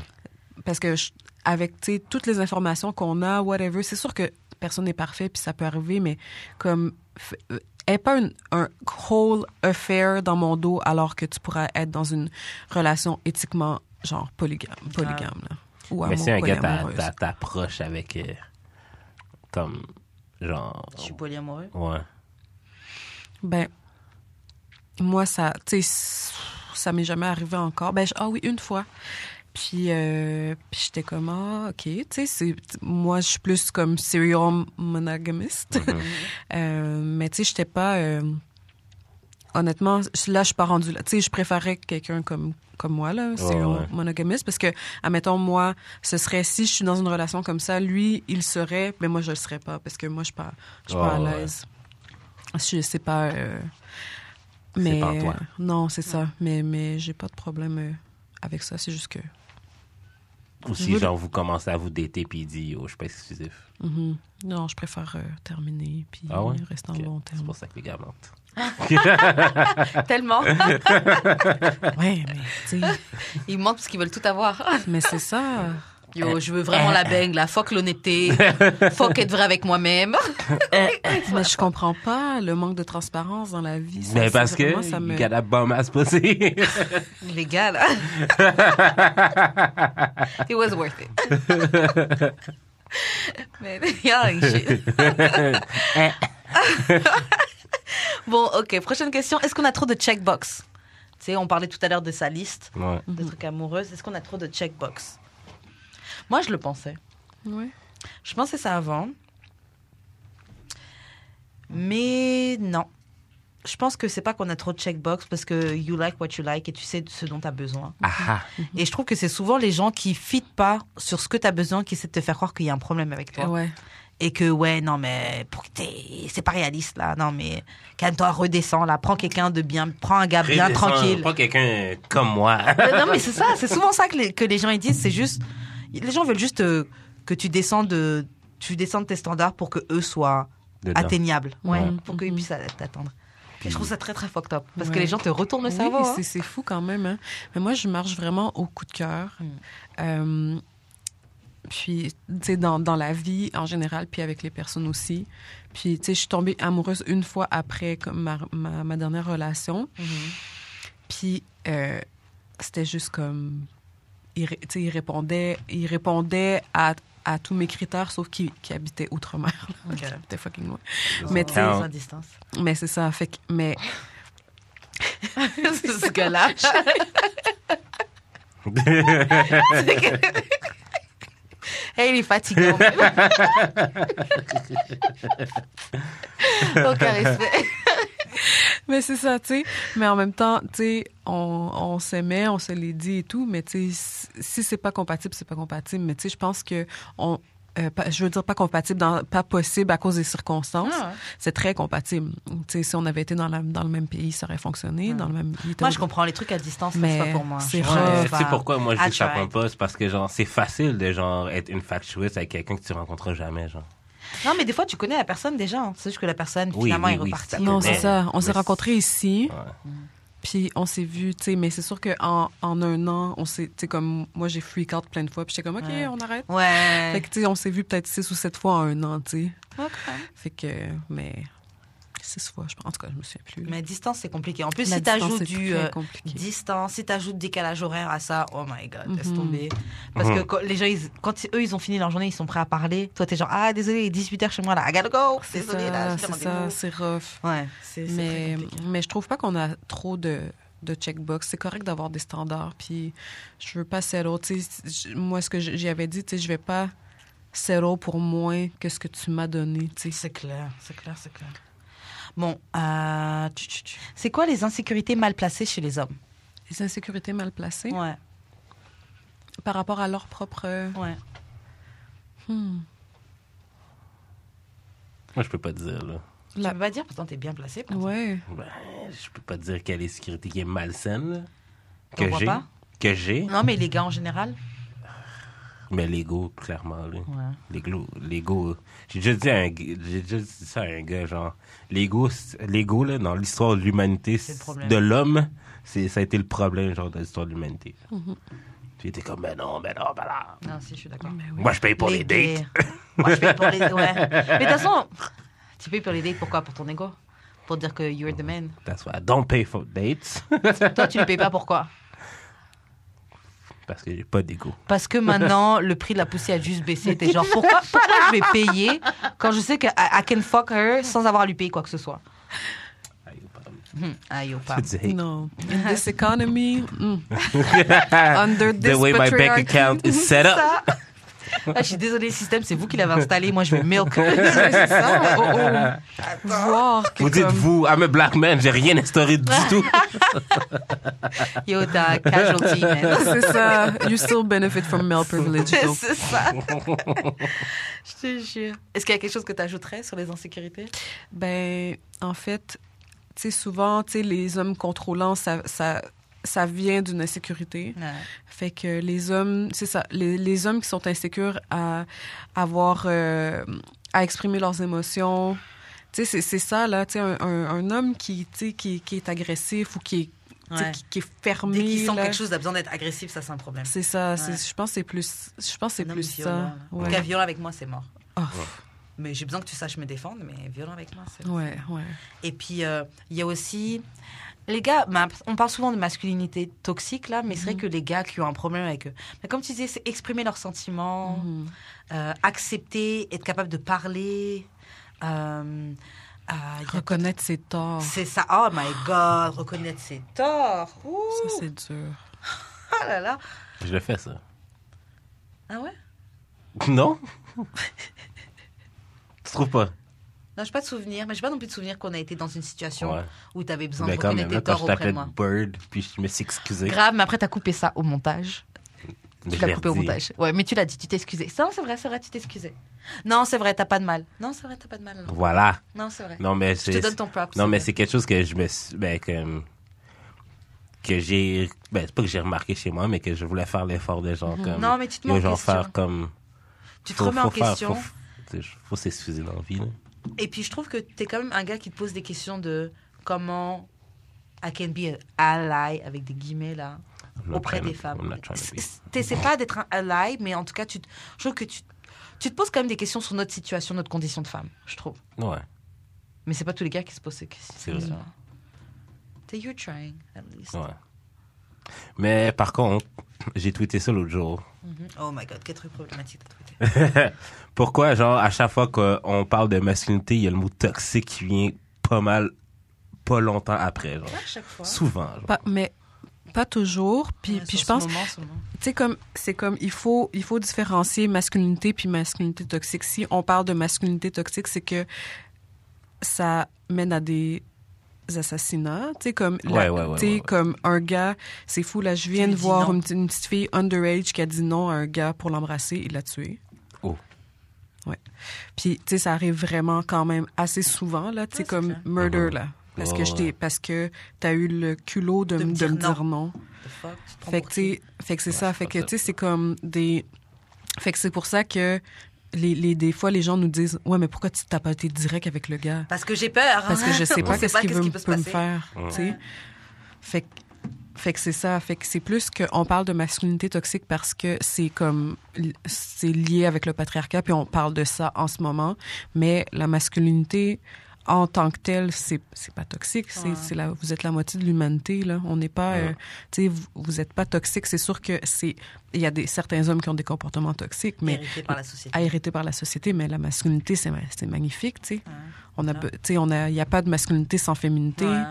Speaker 3: Parce que, je- avec, tu sais, toutes les informations qu'on a, whatever, c'est sûr que personne n'est parfait, puis ça peut arriver, mais comme. f- euh, Aie pas une- un whole affair dans mon dos alors que tu pourras être dans une relation éthiquement, genre, polygame, polygame là. Ou
Speaker 2: Ah. Mais
Speaker 3: amour-
Speaker 2: si un gars t'a-
Speaker 3: polyamoureuse.
Speaker 2: t'a- t'approche avec. euh, comme. Genre.
Speaker 1: Je suis polyamoureux.
Speaker 2: Ouais.
Speaker 3: Ben, moi, ça, tu sais, ça m'est jamais arrivé encore. Ben, je- ah oui, une fois. Puis, euh, puis j'étais comme, ah, OK, tu sais, c'est- moi, je suis plus comme serial monogamiste.
Speaker 2: Mhm.
Speaker 3: Euh, mais, tu sais, j'étais pas... euh, honnêtement, je- là, je suis pas rendue là. Tu sais, je préférais quelqu'un comme, comme moi, là, serial
Speaker 2: ouais.
Speaker 3: monogamiste, parce que, admettons, moi, ce serait, si je suis dans une relation comme ça, lui, il serait, mais moi, je le serais pas, parce que moi, je suis pas, je suis pas
Speaker 2: Ah, Ouais,
Speaker 3: à
Speaker 2: ouais.
Speaker 3: l'aise. Je sais pas. euh,
Speaker 2: C'est
Speaker 3: mais
Speaker 2: pas toi.
Speaker 3: euh, non, c'est ça. Mais mais j'ai pas de problème euh, avec ça. C'est juste que
Speaker 2: Ou
Speaker 3: Je
Speaker 2: si,
Speaker 3: veux-
Speaker 2: genre, vous commencez à vous dater puis il dit, oh, je suis pas exclusif.
Speaker 3: mhm. non, je préfère euh, terminer puis
Speaker 2: Ah ouais?
Speaker 3: rester en
Speaker 2: Ok.
Speaker 3: bon
Speaker 2: C'est
Speaker 3: terme.
Speaker 2: pour ça que les gars mentent.
Speaker 1: Tellement.
Speaker 3: Ouais, mais tu sais,
Speaker 1: Ils mentent parce qu'ils veulent tout avoir.
Speaker 3: mais c'est ça.
Speaker 1: Yo, je veux vraiment la beigne, la Fuck l'honnêteté. Fuck être vrai avec moi-même.
Speaker 3: mais je comprends pas le manque de transparence dans la vie. Ça,
Speaker 2: Mais
Speaker 3: c'est
Speaker 2: parce
Speaker 3: vraiment,
Speaker 2: que.
Speaker 3: ça me-
Speaker 2: You got a bomb ass pussy.
Speaker 1: Les gars, là. It was worth it. Mais, yeah, shit. bon, ok. Prochaine question. Est-ce qu'on a trop de checkbox Tu sais, on parlait tout à l'heure de sa liste
Speaker 2: Ouais.
Speaker 1: de trucs amoureux. Est-ce qu'on a trop de checkbox Moi, je le pensais.
Speaker 3: Ouais.
Speaker 1: Je pensais ça avant. Mais non. Je pense que c'est pas qu'on a trop de checkbox parce que you like what you like et tu sais ce dont tu as besoin.
Speaker 2: Ah
Speaker 1: Et je trouve que c'est souvent les gens qui fitent pas sur ce que tu as besoin qui essaient de te faire croire qu'il y a un problème avec toi.
Speaker 3: Ouais.
Speaker 1: Et que ouais, non mais pour que t'aies- c'est pas réaliste là. Non mais calme-toi, redescends là, prends quelqu'un de bien, prends un gars bien tranquille.
Speaker 2: Pas quelqu'un comme moi.
Speaker 1: Euh, non, mais c'est ça, c'est souvent ça que les, que les gens ils disent. C'est juste, les gens veulent juste euh, que tu descendes, euh, tu descendes tes standards pour que eux soient atteignables,
Speaker 2: Ouais.
Speaker 1: Ouais, pour qu'ils
Speaker 3: Mhm.
Speaker 1: puissent t'attendre. Et je trouve ça très très fucked up parce que
Speaker 3: Ouais.
Speaker 1: les gens te retournent le
Speaker 3: Oui,
Speaker 1: cerveau. hein.
Speaker 3: c'est- c'est fou quand même. hein. Mais moi, je marche vraiment au coup de
Speaker 1: Mm.
Speaker 3: cœur. Euh, puis, tu sais, dans, dans la vie en général, puis avec les personnes aussi. Puis, tu sais, je suis tombée amoureuse une fois après comme ma, ma, ma dernière relation.
Speaker 1: Mm-hmm.
Speaker 3: Puis, euh, c'était juste comme... Il, ré- tu sais, il répondait, il répondait à, à tous mes critères, sauf qu'il qu'il habitait outre-mer.
Speaker 1: Ok.
Speaker 3: C'était fucking loin.
Speaker 1: Mais
Speaker 3: Mais
Speaker 1: tu
Speaker 3: tu
Speaker 1: sais,
Speaker 2: sais-
Speaker 1: à distance.
Speaker 3: Mais c'est ça, fait que... Mais
Speaker 1: ce gars-là. Et il est fatigué. en fait. Aucun respect.
Speaker 3: Mais c'est ça, tu sais. Mais en même temps, tu sais, on, on s'aimait, on se l'est dit et tout, mais tu sais, si c'est pas compatible, c'est pas compatible. Mais tu sais, je pense que on, euh, pas- je veux dire pas compatible, dans, pas possible à cause des circonstances.
Speaker 1: Ah.
Speaker 3: C'est très compatible. Tu sais, si on avait été dans, la- dans le même pays, ça aurait fonctionné.
Speaker 1: Ouais.
Speaker 3: Dans le même pays,
Speaker 1: Ah. Moi, je comprends les trucs à distance, mais
Speaker 3: Mais
Speaker 1: c'est pas pour moi.
Speaker 3: c'est
Speaker 1: Je
Speaker 3: rough.
Speaker 1: sais
Speaker 2: C'est
Speaker 1: pas.
Speaker 2: pourquoi moi je dis
Speaker 1: I
Speaker 2: que ça
Speaker 1: tried.
Speaker 2: prend pas, c'est parce que genre c'est facile de genre être infatué avec quelqu'un que tu rencontres jamais genre.
Speaker 1: Non, mais des fois, tu connais la personne déjà. hein. C'est juste que la personne,
Speaker 2: Oui,
Speaker 1: finalement,
Speaker 2: oui,
Speaker 1: est
Speaker 2: oui,
Speaker 1: repartie.
Speaker 2: c'est
Speaker 3: Non, c'est
Speaker 2: Mais-
Speaker 3: ça. On s'est
Speaker 2: mais-
Speaker 3: rencontrés ici,
Speaker 2: Ouais.
Speaker 3: puis on s'est vus, tu sais, mais c'est sûr qu'en en un an, on s'est, tu sais, comme moi, j'ai freak out plein de fois, puis j'étais comme, OK,
Speaker 1: Ouais.
Speaker 3: on arrête. Fait
Speaker 1: Ouais.
Speaker 3: que, tu sais, on s'est vus peut-être six ou sept fois en un an, tu sais.
Speaker 1: Ok.
Speaker 3: Fait que, mais six fois, je pense. En tout cas, je me souviens plus.
Speaker 1: Mais distance, c'est compliqué. En plus,
Speaker 3: La
Speaker 1: si
Speaker 3: distance,
Speaker 1: t'ajoutes
Speaker 3: c'est
Speaker 1: du
Speaker 3: très
Speaker 1: euh,
Speaker 3: compliqué.
Speaker 1: distance, si t'ajoutes décalage horaire à ça, oh my god, laisse
Speaker 3: Mhm.
Speaker 1: tomber. Parce que
Speaker 2: Mhm.
Speaker 1: quand, les gens, ils- quand ils- eux, ils ont fini leur journée, ils sont prêts à parler. Toi, t'es genre, ah, désolé, 18h chez moi, là, I gotta go.
Speaker 3: C'est
Speaker 1: Désolé,
Speaker 3: ça,
Speaker 1: là, j'ai
Speaker 3: c'est
Speaker 1: demandé
Speaker 3: ça,
Speaker 1: vous.
Speaker 3: c'est rough.
Speaker 1: Ouais, c'est c'est très
Speaker 3: Mais,
Speaker 1: compliqué.
Speaker 3: mais je trouve pas qu'on a trop de, de checkbox. C'est correct d'avoir des standards, puis je veux pas settle. Tu sais, j- moi, ce que j- j'y avais dit, tu sais, je vais pas settle pour moins que ce que tu m'as donné, tu sais.
Speaker 1: C'est clair, c'est clair, c'est clair. Bon, euh, tch, tch, tch. c'est quoi les insécurités mal placées chez les hommes
Speaker 3: Les insécurités mal placées
Speaker 1: Ouais,
Speaker 3: par rapport à leur propre...
Speaker 1: ouais.
Speaker 3: Hmm.
Speaker 2: Moi je peux pas dire là.
Speaker 3: La-
Speaker 1: Tu peux pas dire, pourtant t'es bien placé. par exemple.
Speaker 3: Ouais.
Speaker 2: Ben, je peux pas dire quelle est sécurité qui est malsaine là,
Speaker 1: T'en
Speaker 2: que
Speaker 1: vois
Speaker 2: j'ai
Speaker 1: pas?
Speaker 2: que j'ai
Speaker 1: Non, mais les gars en général.
Speaker 2: mais l'ego clairement là.
Speaker 1: Ouais.
Speaker 2: L'ego, l'ego. J'ai déjà dit à un, g- j'ai déjà dit ça à un gars, genre, l'ego, c'est- l'ego, là, dans l'histoire de l'humanité,
Speaker 1: C'est le
Speaker 2: c'est-
Speaker 1: problème.
Speaker 2: de l'homme, c'est, ça a été le problème, genre, de l'histoire de l'humanité.
Speaker 3: Mhm.
Speaker 2: Puis il était comme, ben non, ben non, ben non.
Speaker 1: Non, si, je suis d'accord.
Speaker 3: Mais oui.
Speaker 2: Moi, je paye pour les, dates.
Speaker 1: gays. Moi, je paye pour les ouais. Mais de toute façon, tu payes pour les dates, pourquoi Pour ton ego Pour dire que you're the man.
Speaker 2: That's why I don't pay for dates.
Speaker 1: Toi, tu ne payes pas, pourquoi
Speaker 2: Parce que j'ai pas d'ego.
Speaker 1: Parce que maintenant, le prix de la poussée a juste baissé. T'es genre, pourquoi, pourquoi je vais payer quand je sais que I, I can fuck her sans avoir à lui payer quoi que ce soit
Speaker 2: Aïe, pardon.
Speaker 1: Hmm, Aïe, ou pas.
Speaker 2: Tu dis, hey,
Speaker 3: Non. In this economy, mm. under this
Speaker 2: the way my bank
Speaker 3: patriarchy.
Speaker 2: account is set up.
Speaker 1: Ça Ah, je suis désolée, système, c'est vous qui l'avez installé. Moi, je vais milk.
Speaker 3: C'est ça. Oh, oh. Voir que
Speaker 2: Vous dites,
Speaker 3: comme-
Speaker 2: vous, I'm a black man, j'ai rien instauré du tout.
Speaker 1: Yo, t'as casualty, man.
Speaker 3: C'est ça. You still benefit from male privilege. though.
Speaker 1: C'est ça. je te jure. Est-ce qu'il y a quelque chose que tu ajouterais sur les insécurités
Speaker 3: Ben, en fait, tu sais, souvent, tu sais, les hommes contrôlants, ça, ça, ça vient d'une insécurité. Fait que les hommes, c'est ça, les, les hommes qui sont insécures à avoir, euh, à exprimer leurs émotions. Tu sais, c'est- c'est ça, là, tu sais, un, un- un homme qui, tu sais, qui, qui est agressif ou qui est, tu sais,
Speaker 1: Ouais.
Speaker 3: qui, qui est fermé.
Speaker 1: Dès qu'il sent
Speaker 3: là,
Speaker 1: quelque chose, a besoin d'être agressif, ça c'est un problème.
Speaker 3: C'est ça, c'est-
Speaker 1: Ouais.
Speaker 3: je pense que c'est plus, je pense que c'est
Speaker 1: Un homme
Speaker 3: plus
Speaker 1: violent,
Speaker 3: ça.
Speaker 1: là. En tout cas,
Speaker 3: Ouais.
Speaker 1: violent avec moi, c'est mort.
Speaker 3: Oh,
Speaker 1: Mais j'ai besoin que tu saches me défendre, mais violent avec moi, c'est
Speaker 3: ouais, ouais.
Speaker 1: Et puis, euh, il y a aussi. Les gars, ma- on parle souvent de masculinité toxique, là, mais c'est vrai que les gars qui ont un problème avec eux. Mais comme tu disais, c'est exprimer leurs sentiments,
Speaker 3: Mhm.
Speaker 1: euh, accepter, être capable de parler. euh, euh, il y a-
Speaker 3: Reconnaître ses torts. Ça,
Speaker 1: C'est ça. Oh my God, reconnaître ses torts. Ouh,
Speaker 3: c'est dur.
Speaker 1: oh là là.
Speaker 2: Je le fais, ça.
Speaker 1: Ah ouais
Speaker 2: Non? tu trouves pas?
Speaker 1: Non, j'ai pas de souvenir, mais j'ai pas non plus de souvenir qu'on a été dans une situation
Speaker 2: Ouais.
Speaker 1: où t'avais besoin
Speaker 2: Mais
Speaker 1: de
Speaker 2: quand même,
Speaker 1: reconnaître
Speaker 2: là,
Speaker 1: tes torts
Speaker 2: quand je
Speaker 1: auprès de
Speaker 2: t'appelais
Speaker 1: moi.
Speaker 2: Bird, puis je me suis excusé.
Speaker 1: Grave, mais après t'as coupé ça au montage.
Speaker 2: mais
Speaker 1: Tu
Speaker 2: je
Speaker 1: l'as
Speaker 2: l'ai
Speaker 1: coupé au
Speaker 2: redit.
Speaker 1: montage. Ouais, mais tu l'as dit, tu t'es excusé. Non, c'est vrai, c'est vrai, tu t'es excusé. Non, c'est vrai, t'as pas de mal. Non, c'est vrai, t'as pas de mal. Non,
Speaker 2: Voilà.
Speaker 1: Non, c'est vrai.
Speaker 2: Non, mais
Speaker 1: Je te
Speaker 2: c'est.
Speaker 1: donne ton prop.
Speaker 2: Non, mais
Speaker 1: vrai.
Speaker 2: c'est quelque chose que je me. suis- Ben, que, que j'ai. Ben, c'est pas que j'ai remarqué chez moi, mais que je voulais faire l'effort de genre comme.
Speaker 1: Mhm. Non, mais tu te
Speaker 2: yo,
Speaker 1: mets en
Speaker 2: genre
Speaker 1: question.
Speaker 2: faire comme.
Speaker 1: Tu te
Speaker 2: faut-
Speaker 1: remets
Speaker 2: faut
Speaker 1: en
Speaker 2: faire-
Speaker 1: question.
Speaker 2: faut- tu sais, Faut s'excuser dans la vie, là.
Speaker 1: Et puis je trouve que t'es quand même un gars qui te pose des questions de comment I can be an ally, avec des guillemets là,
Speaker 2: I'm not
Speaker 1: auprès
Speaker 2: trying
Speaker 1: des
Speaker 2: to-
Speaker 1: femmes.
Speaker 2: I'm not trying to be-
Speaker 1: C'est- T'essaies pas d'être un ally, mais en tout cas, tu, te- je trouve que tu, tu te poses quand même des questions sur notre situation, notre condition de femme, je trouve.
Speaker 2: Ouais.
Speaker 1: Mais c'est pas tous les gars qui se posent ces questions.
Speaker 2: C'est vrai.
Speaker 1: T'es you're trying, at least.
Speaker 2: Ouais. Mais par contre, j'ai tweeté ça l'autre jour.
Speaker 1: Mhm. Oh my god, quel truc problématique t'as trouvé.
Speaker 2: Pourquoi, genre, à chaque fois qu'on parle de masculinité, il y a le mot toxique qui vient pas mal, pas longtemps après, genre.
Speaker 1: Pas à chaque fois.
Speaker 2: Souvent, genre.
Speaker 3: Pas- mais pas toujours. Puis,
Speaker 1: Ouais, sur
Speaker 3: puis je
Speaker 1: ce
Speaker 3: pense, tu
Speaker 1: moment, ce moment.
Speaker 3: sais, comme, c'est comme, il faut, il faut différencier masculinité puis masculinité toxique. Si on parle de masculinité toxique, c'est que ça mène à des assassinats, tu sais comme la-
Speaker 2: Ouais, ouais, ouais,
Speaker 3: tu sais,
Speaker 2: ouais, ouais.
Speaker 3: comme un gars, c'est fou là, je viens
Speaker 1: lui
Speaker 3: de
Speaker 1: dis
Speaker 3: voir
Speaker 1: non.
Speaker 3: une, petite- une petite fille underage qui a dit non à un gars pour l'embrasser, il l'a tué.
Speaker 2: Oh.
Speaker 3: Puis, tu sais, ça arrive vraiment quand même assez souvent, là. Tu sais,
Speaker 1: Ouais, c'est
Speaker 3: comme
Speaker 1: clair.
Speaker 3: murder,
Speaker 2: Mhm.
Speaker 3: là. Parce
Speaker 2: Ouais,
Speaker 3: que je
Speaker 2: ouais.
Speaker 3: t'ai- parce que t'as eu le culot de,
Speaker 1: De
Speaker 3: me
Speaker 1: me
Speaker 3: de
Speaker 1: dire
Speaker 3: me
Speaker 1: non.
Speaker 3: dire non.
Speaker 1: The fuck, tu te prends
Speaker 3: Fait que,
Speaker 1: pour
Speaker 3: tu sais, fait que c'est
Speaker 2: Ouais,
Speaker 3: ça.
Speaker 2: c'est
Speaker 3: Fait que,
Speaker 2: fucked
Speaker 3: tu
Speaker 2: up.
Speaker 3: sais, c'est comme des. Fait que c'est pour ça que les, les, des fois, les gens nous disent Ouais, mais pourquoi tu t'as pas été direct avec le gars
Speaker 1: Parce que j'ai peur.
Speaker 3: Parce que je sais
Speaker 1: On
Speaker 3: pas
Speaker 1: sait
Speaker 3: qu'est-ce qu'il veut
Speaker 1: qui
Speaker 3: me-
Speaker 1: peut se
Speaker 3: peut me
Speaker 1: passer.
Speaker 3: faire.
Speaker 2: Ouais.
Speaker 3: tu sais. Fait que. Fait que c'est ça. Fait que c'est plus qu'on parle de masculinité toxique parce que c'est comme li- c'est lié avec le patriarcat puis on parle de ça en ce moment. Mais la masculinité en tant que telle, c'est c'est pas toxique. C'est
Speaker 1: Ouais.
Speaker 3: c'est la vous êtes la moitié de l'humanité là. On n'est pas
Speaker 2: Ouais.
Speaker 3: euh, tu sais vous, vous êtes pas toxique. C'est sûr que c'est il y a des certains hommes qui ont des comportements toxiques, mais
Speaker 1: Vérifié par la société.
Speaker 3: à hériter par la société, mais la masculinité, c'est ma- c'est magnifique, tu sais.
Speaker 1: Ouais.
Speaker 3: On a,
Speaker 1: Ouais.
Speaker 3: be- tu sais, on a, il n'y a pas de masculinité sans féminité.
Speaker 1: Ouais.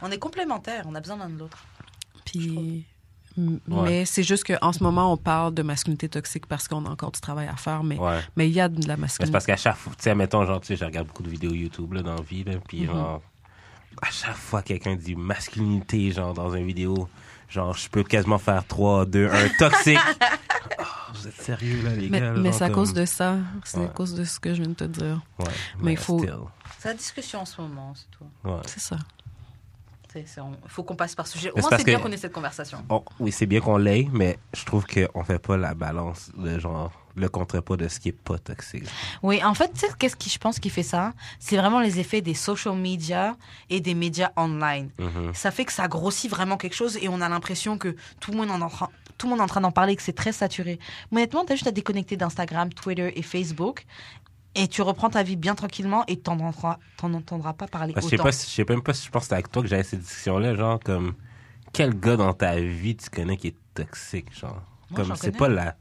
Speaker 1: On est complémentaires, on a besoin l'un de l'autre.
Speaker 3: Puis, m-
Speaker 2: Ouais.
Speaker 3: mais c'est juste qu'en ce moment, on parle de masculinité toxique parce qu'on a encore du travail à faire, mais
Speaker 2: Ouais.
Speaker 3: mais il y a de
Speaker 2: Mais
Speaker 3: la
Speaker 2: C'est
Speaker 3: masculinité.
Speaker 2: parce qu'à chaque fois, tu sais, mettons, genre, tu sais, je regarde beaucoup de vidéos YouTube, là, dans la vie, là,
Speaker 3: Mhm.
Speaker 2: puis genre, à chaque fois, quelqu'un dit masculinité, genre, dans une vidéo, genre, je peux quasiment faire 3, 2, 1, toxique. Oh, vous êtes sérieux, là, les
Speaker 3: Mais,
Speaker 2: gars?
Speaker 3: mais
Speaker 2: genre,
Speaker 3: c'est à
Speaker 2: comme-
Speaker 3: cause de ça. C'est à
Speaker 2: Ouais.
Speaker 3: cause de ce que je viens de te dire.
Speaker 2: Ouais,
Speaker 3: Mais il faut-
Speaker 2: still,
Speaker 1: C'est la discussion en ce moment, c'est tout.
Speaker 2: ouais.
Speaker 3: C'est ça.
Speaker 1: Il faut qu'on passe par ce sujet. Au
Speaker 2: Mais
Speaker 1: moins, c'est
Speaker 2: c'est parce
Speaker 1: bien
Speaker 2: que-
Speaker 1: qu'on ait cette conversation.
Speaker 2: On- oui, c'est bien qu'on l'ait, mais je trouve qu'on fait pas la balance, le genre, le contrepoids de ce qui est pas toxique.
Speaker 1: Oui, en fait, tu sais, qu'est-ce qui, je pense, qui fait ça C'est vraiment les effets des social media et des médias online.
Speaker 2: Mhm.
Speaker 1: Ça fait que ça grossit vraiment quelque chose et on a l'impression que tout le monde en est en train- tout le monde est en train d'en parler, que c'est très saturé. Mais honnêtement, t'as juste à déconnecter d'Instagram, Twitter et Facebook et tu reprends ta vie bien tranquillement et t'en entendras, t'en entendras pas parler
Speaker 2: Parce que je sais
Speaker 1: autant.
Speaker 2: pas si- je sais même pas si je pense que c'est avec toi que j'avais cette discussion-là, genre, comme, quel gars dans ta vie tu connais qui est toxique, genre?
Speaker 1: Moi,
Speaker 2: Comme,
Speaker 1: j'en
Speaker 2: c'est
Speaker 1: connais.
Speaker 2: pas la.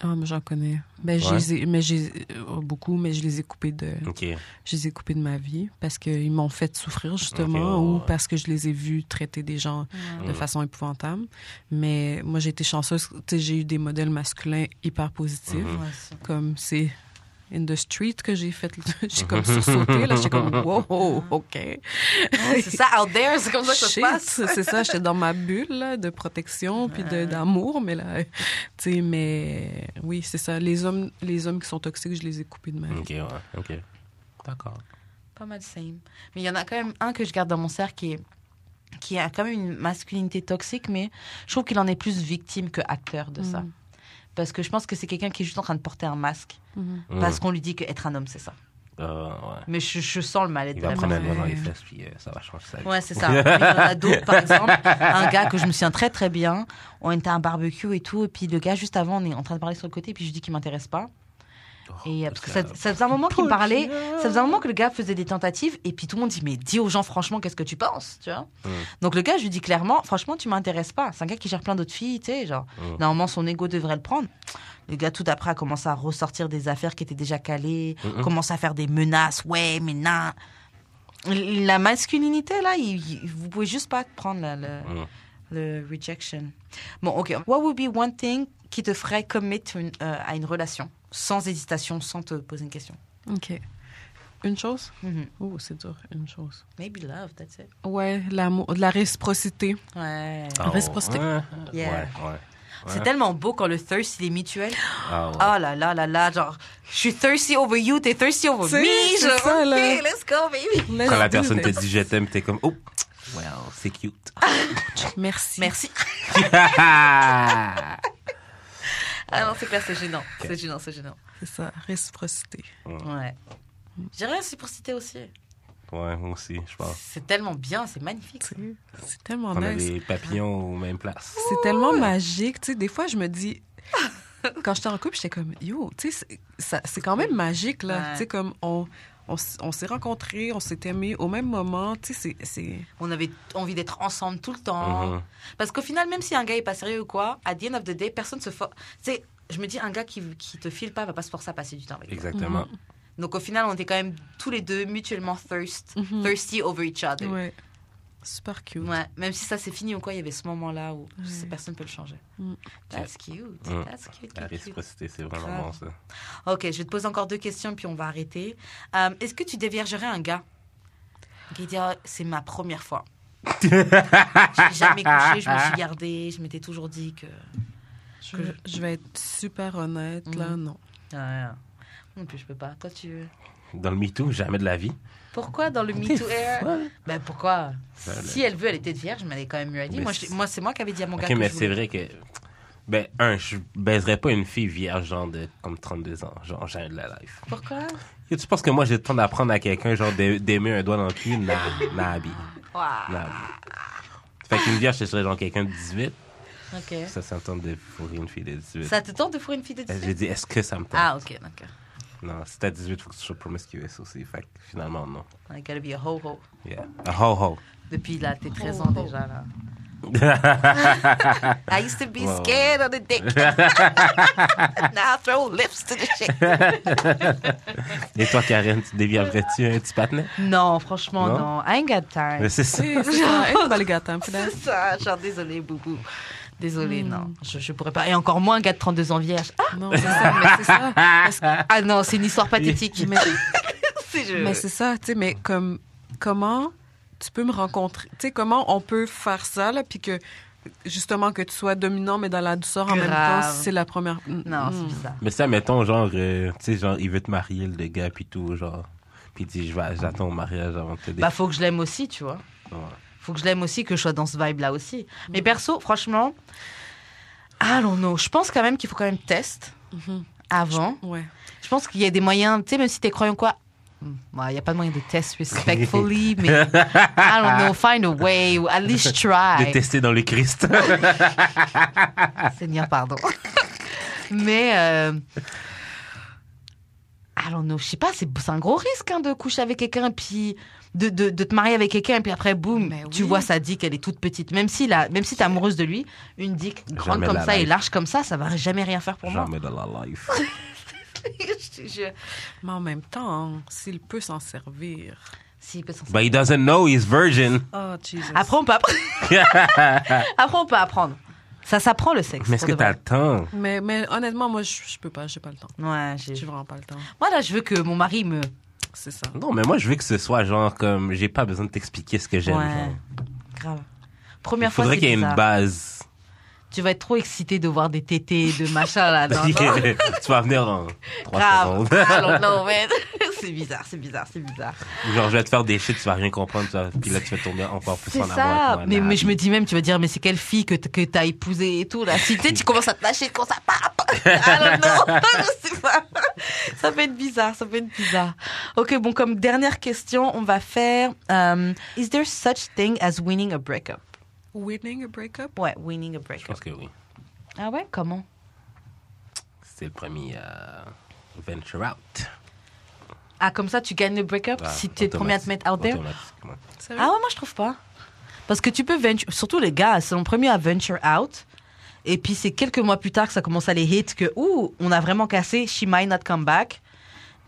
Speaker 3: Ah, mais j'en connais. Ben, je
Speaker 2: Ouais.
Speaker 3: les ai- mais j'ai euh, beaucoup, mais je les ai coupés de,
Speaker 2: Ok.
Speaker 3: je les ai coupés de ma vie parce qu'ils m'ont fait souffrir justement
Speaker 2: Ok, ouais,
Speaker 3: ou
Speaker 2: ouais.
Speaker 3: parce que je les ai vus traiter des gens de
Speaker 2: Mm.
Speaker 3: façon épouvantable. Mais moi, j'ai été chanceuse. Tu sais, j'ai eu des modèles masculins hyper positifs.
Speaker 2: Mhm.
Speaker 3: Comme c'est in the street que j'ai fait. j'ai comme sursauté. Là, j'étais comme, wow, OK.
Speaker 1: Ouais, c'est ça, out there, c'est comme ça que ça se
Speaker 3: Shit,
Speaker 1: passe.
Speaker 3: c'est ça, j'étais dans ma bulle là, de protection puis de-
Speaker 1: Ouais.
Speaker 3: d'amour, mais là, tu sais, mais oui, c'est ça. Les hommes, les hommes qui sont toxiques, je les ai coupés de ma vie.
Speaker 2: Ok, ouais, ok. D'accord.
Speaker 1: Pas mal same. Mais il y en a quand même un que je garde dans mon cercle qui est qui a quand même une masculinité toxique, mais je trouve qu'il en est plus victime que acteur de ça.
Speaker 3: Mm.
Speaker 1: Parce que je pense que c'est quelqu'un qui est juste en train de porter un masque
Speaker 3: Mhm.
Speaker 1: parce qu'on lui dit qu'être un homme, c'est ça.
Speaker 2: Euh, Mm. ouais.
Speaker 1: Mais je, je sens le mal-être
Speaker 2: Il
Speaker 1: de
Speaker 2: va
Speaker 1: la
Speaker 2: prendre un
Speaker 1: personne.
Speaker 2: doigt dans les fesses, puis euh, ça va changer sa vie.
Speaker 1: Ouais, c'est ça. Il y en a d'autres, par exemple. Un gars que je me souviens très très bien. On était à un barbecue et tout. Et puis le gars, juste avant, on est en train de parler sur le côté. Et puis je dis qu'il m'intéresse pas.
Speaker 2: Oh,
Speaker 1: Et euh, parce que ça, ça faisait un moment qu'il me parlait. Ça faisait un moment que le gars faisait des tentatives. Et puis tout le monde dit Mais dis aux gens, franchement, qu'est-ce que tu penses tu vois
Speaker 2: Mm.
Speaker 1: Donc le gars, je lui dis clairement Franchement, tu m'intéresses pas. C'est un gars qui gère plein d'autres filles. Tu sais, genre,
Speaker 2: Mm.
Speaker 1: normalement, son ego devrait le prendre. Le gars, tout d'après, a commencé à ressortir des affaires qui étaient déjà calées,
Speaker 2: Mm-mm.
Speaker 1: commence à faire des menaces. Ouais, mais non. La masculinité, là, il- il- vous pouvez juste pas prendre la- le,
Speaker 2: Mm.
Speaker 1: le rejection. Bon, ok. What would be one thing qui te ferait commit to une- euh, à une relation sans hésitation, sans te poser une question
Speaker 3: OK. Une chose?
Speaker 1: Mhm.
Speaker 3: Oh, c'est dur, une chose.
Speaker 1: Maybe love, that's it.
Speaker 3: Ouais, l'amour, la réciprocité.
Speaker 1: Ouais.
Speaker 2: Ah,
Speaker 3: Réciprocité.
Speaker 2: Ouais,
Speaker 1: Yeah.
Speaker 2: ouais. ouais.
Speaker 1: C'est tellement beau quand le thirst il est mutuel.
Speaker 2: Ah, ouais.
Speaker 1: Oh là là là là, genre, je suis thirsty over you, t'es thirsty over
Speaker 3: C'est-
Speaker 1: me.
Speaker 3: c'est
Speaker 1: genre,
Speaker 3: ça, là.
Speaker 1: ok, let's go, baby.
Speaker 2: Quand la personne te dit je t'aime, t'es comme, oh, well, c'est cute.
Speaker 3: Merci.
Speaker 1: Merci.
Speaker 2: Ah.
Speaker 1: Ah non, c'est clair, c'est gênant. C'est gênant, c'est gênant.
Speaker 3: C'est ça, réciprocité.
Speaker 1: Ouais. Je dirais réciprocité aussi.
Speaker 2: ouais, moi aussi, je pense.
Speaker 1: C'est tellement bien, c'est magnifique.
Speaker 3: Tu sais, C'est
Speaker 1: Oh,
Speaker 3: tellement
Speaker 2: On a
Speaker 3: nice.
Speaker 2: des papillons aux mêmes places.
Speaker 3: C'est tellement magique. Tu sais, des fois, je me dis. Quand j'étais en couple, j'étais comme, yo, tu sais, c'est- ça- c'est quand même magique, là.
Speaker 1: Ouais.
Speaker 3: Tu sais, comme, on, on, s- on s'est rencontrés, on s'est aimés au même moment. Tu sais, c'est- c'est.
Speaker 1: On avait envie d'être ensemble tout le temps.
Speaker 2: Mhm.
Speaker 1: Parce qu'au final, même si un gars est pas sérieux ou quoi, à the end of the day, personne se force. Tu sais, je me dis, un gars qui, qui te file pas va pas se forcer à passer du temps avec toi.
Speaker 2: Exactement.
Speaker 1: Mm-hmm. Donc au final, on était quand même tous les deux mutuellement thirst,
Speaker 3: Mhm.
Speaker 1: thirsty over each other. Ouais.
Speaker 3: Ouais. Super cute.
Speaker 1: même si ça c'est fini ou quoi, il y avait ce moment-là où
Speaker 3: Ouais.
Speaker 1: personne peut le changer.
Speaker 3: Mhm.
Speaker 1: That's cute.
Speaker 2: Mhm.
Speaker 1: That's cute.
Speaker 2: La
Speaker 1: cute, cute.
Speaker 2: réciprocité, c'est vraiment
Speaker 1: Grave.
Speaker 2: bon, ça.
Speaker 1: Ok, je vais te poser encore deux questions puis on va arrêter. Euh, Est-ce que tu déviergerais un gars qui dit Ah, c'est ma première fois. J'ai jamais couché, je me suis gardée, je m'étais toujours dit que.
Speaker 3: Mm-hmm. Je, je vais être super honnête, là, non.
Speaker 1: Ah, Non plus, je peux pas. Toi, tu veux.
Speaker 2: Dans le MeToo, jamais de la vie.
Speaker 1: Pourquoi dans le Me Too Air
Speaker 2: Ouais.
Speaker 1: Ben pourquoi
Speaker 2: Ça,
Speaker 1: Si elle veut, elle était vierge, mais elle est quand même ready.
Speaker 2: Mais
Speaker 1: Moi, je-
Speaker 2: c'est-
Speaker 1: moi, c'est moi qui avais dit à mon gars
Speaker 2: Ok,
Speaker 1: que
Speaker 2: mais
Speaker 1: je
Speaker 2: c'est
Speaker 1: voulais.
Speaker 2: vrai que. Ben, un, je baiserais pas une fille vierge, genre de comme 32 ans, genre jamais de la life.
Speaker 1: Pourquoi
Speaker 2: Et tu penses que moi j'ai le temps d'apprendre à quelqu'un, genre d'ai- d'aimer un doigt dans le cul? Nah, nah, Abby.
Speaker 1: Waouh.
Speaker 2: Nah, Abby. Fait qu'une vierge, ce serait genre quelqu'un de 18.
Speaker 1: Ok.
Speaker 2: Ça, ça me tente de fourrer une fille de 18.
Speaker 1: Ça te tente de fourrer une fille de
Speaker 2: Euh, J'ai
Speaker 1: 18
Speaker 2: dit, est-ce que ça me tente?
Speaker 1: Ah, ok, d'accord.
Speaker 2: Non, si t'as 18, faut que tu sois promiscuous aussi. Fait que finalement, non.
Speaker 1: I gotta be a ho-ho.
Speaker 2: Yeah. Ah, oh, A ho-ho.
Speaker 1: Depuis là, t'es 13 ans déjà là. I used to be
Speaker 2: Wow.
Speaker 1: scared of the dick. Now I throw lips to the shit.
Speaker 2: Et toi, Karen, tu déviergerais-tu un petit patinet?
Speaker 1: Non, franchement,
Speaker 2: Non?
Speaker 1: non. I ain't got time.
Speaker 2: Mais c'est ça.
Speaker 3: C'est ça, être baligatan, putain.
Speaker 1: C'est ça, genre désolé, boubou. Désolé, non. Je, je pourrais pas. Et encore moins un gars de 32 ans vierge. Ah,
Speaker 3: Non, c'est ça, mais c'est ça. Parce que-
Speaker 1: ah non, c'est une histoire pathétique.
Speaker 3: mais-
Speaker 1: Si je-
Speaker 3: Mais c'est ça, tu sais, mais comme, comment tu peux me rencontrer? Tu sais, comment on peut faire ça, là, puis que, justement, que tu sois dominant, mais dans la douceur en même temps,
Speaker 1: Grave.
Speaker 3: c'est la première.
Speaker 1: Non,
Speaker 3: Mm.
Speaker 1: c'est ça.
Speaker 2: Mais ça, mettons, genre, euh, tu sais, genre, il veut te marier, le gars, puis tout, genre. Puis il dit, je vais- j'attends au mariage avant de te
Speaker 1: Bah, faut que je l'aime aussi, tu vois.
Speaker 2: Ouais.
Speaker 1: Faut que je l'aime aussi, que je sois dans ce vibe-là aussi. Mais perso, franchement, allons-nous. Je pense quand même qu'il faut quand même test
Speaker 3: Mhm.
Speaker 1: avant.
Speaker 3: Ouais.
Speaker 1: Je pense qu'il y a des moyens, tu sais, même si t'es croyant ou quoi. hmm, ouais, Il n'y a pas de moyen de test respectfully, mais I don't know, find a way, or at least
Speaker 2: De
Speaker 1: try.
Speaker 2: tester dans le Christ.
Speaker 1: Seigneur, pardon. mais, euh, I don't know, je sais pas, c'est c'est un gros risque hein, de coucher avec quelqu'un, puis de, de, de te marier avec quelqu'un, puis après, boum,
Speaker 3: Mais
Speaker 1: tu
Speaker 3: oui.
Speaker 1: vois sa dick, elle est toute petite. Même si, la, même si t'es amoureuse de lui, une dick grande
Speaker 2: Jamais
Speaker 1: comme
Speaker 2: la
Speaker 1: ça et
Speaker 2: life.
Speaker 1: large comme ça, ça va jamais rien faire pour moi.
Speaker 2: Jamais de la life.
Speaker 1: Je te jure.
Speaker 3: Mais en même temps, s'il peut s'en servir.
Speaker 1: Si, il peut s'en
Speaker 2: But Ben, he doesn't know he's virgin.
Speaker 3: Oh, Jesus.
Speaker 1: Après, on peut, appre- Après, on peut apprendre. Ça s'apprend le sexe.
Speaker 2: Mais est-ce
Speaker 1: pour
Speaker 2: que
Speaker 1: de vrai.
Speaker 2: t'as le temps?
Speaker 3: Mais, mais honnêtement, moi, je, je peux pas, j'ai pas le temps.
Speaker 1: Ouais, j'ai-
Speaker 3: J'ai vraiment pas le temps.
Speaker 1: Moi, là, je veux que mon mari me.
Speaker 3: C'est ça.
Speaker 2: Non, mais moi, je veux que ce soit genre comme, j'ai pas besoin de t'expliquer ce que j'aime.
Speaker 1: Ouais.
Speaker 2: genre.
Speaker 1: Grave.
Speaker 2: Il
Speaker 1: Première fois,
Speaker 2: faudrait
Speaker 1: c'est
Speaker 2: qu'il y ait une
Speaker 1: bizarre.
Speaker 2: base.
Speaker 1: Tu vas être trop excité de voir des tétés, de machin, là. Non, non.
Speaker 2: tu vas venir en 3
Speaker 1: Grave.
Speaker 2: secondes.
Speaker 1: Ah, non, non, mais. c'est bizarre, c'est bizarre, c'est bizarre.
Speaker 2: Ou genre, je vais te faire des shit, tu vas rien comprendre, tu vas- puis là, tu vas tomber encore plus
Speaker 1: C'est
Speaker 2: en amour.
Speaker 1: ça.
Speaker 2: avec moi,
Speaker 1: Mais,
Speaker 2: là.
Speaker 1: mais je me dis même, tu vas dire, mais c'est quelle fille que, t- que t'as épousée et tout, là. Si tu sais, tu commences à te lâcher, quand ça pape. Ah non, non, je sais pas. Ça peut être bizarre, ça peut être bizarre. Ok, bon, comme dernière question, on va faire euh, Is there such thing as winning a breakup?
Speaker 3: Winning a breakup?
Speaker 1: Ouais, winning a
Speaker 2: Je
Speaker 1: breakup.
Speaker 2: pense que oui.
Speaker 1: Ah ouais? Comment?
Speaker 2: C'est le premier euh, venture out.
Speaker 1: Ah, comme ça, tu gagnes le breakup
Speaker 2: Ouais,
Speaker 1: si tu es le premier à te
Speaker 2: automatique-
Speaker 1: mettre out there?
Speaker 2: automatiquement.
Speaker 3: Sérieux?
Speaker 1: Ah ouais, moi je trouve pas. Parce que tu peux venture, surtout les gars, c'est mon premier à venture out. Et puis c'est quelques mois plus tard que ça commence à les hits que ouh, on a vraiment cassé, she might not come back.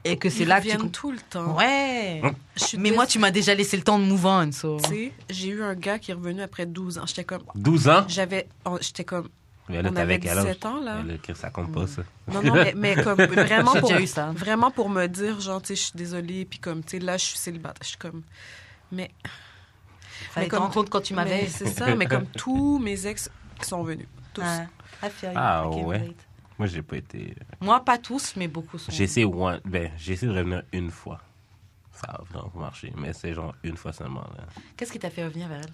Speaker 1: Et que c'est
Speaker 3: Ils
Speaker 1: là que tu.
Speaker 3: viennent
Speaker 1: com-
Speaker 3: tout le temps.
Speaker 1: Ouais.
Speaker 3: Je suis
Speaker 1: Mais moi, tu m'as déjà laissé le temps de move on, so.
Speaker 3: désolée. J'ai eu un gars qui est revenu après 12 ans. J'étais comme.
Speaker 2: 12 ans?
Speaker 3: J'avais. on- J'étais comme.
Speaker 2: Mais là,
Speaker 3: On
Speaker 2: t'as
Speaker 3: avait
Speaker 2: avec quel âge?
Speaker 3: 17 ans, là.
Speaker 2: Mais Chris, ça compte
Speaker 1: Mm.
Speaker 2: pas, ça.
Speaker 3: Non, non, mais, mais comme vraiment
Speaker 1: J'ai
Speaker 3: pour,
Speaker 1: déjà eu ça.
Speaker 3: vraiment pour me dire, genre, tu sais, je suis désolée, puis comme, tu sais, là, je suis célibataire. Je suis comme. Mais.
Speaker 1: Fallait te rendre compte quand tu m'avais.
Speaker 3: mais C'est ça, mais comme tous mes ex sont venus. Tous.
Speaker 1: Ouais. I feel you.
Speaker 2: Ah,
Speaker 1: I can't
Speaker 2: ouais.
Speaker 1: relate.
Speaker 2: Moi, j'ai pas été.
Speaker 1: Moi, pas tous, mais beaucoup sont.
Speaker 2: J'ai essayé, one... ben, j'ai essayé de revenir une fois. Ça a vraiment marché, mais c'est genre une fois seulement, là.
Speaker 1: Qu'est-ce qui t'a fait revenir vers elle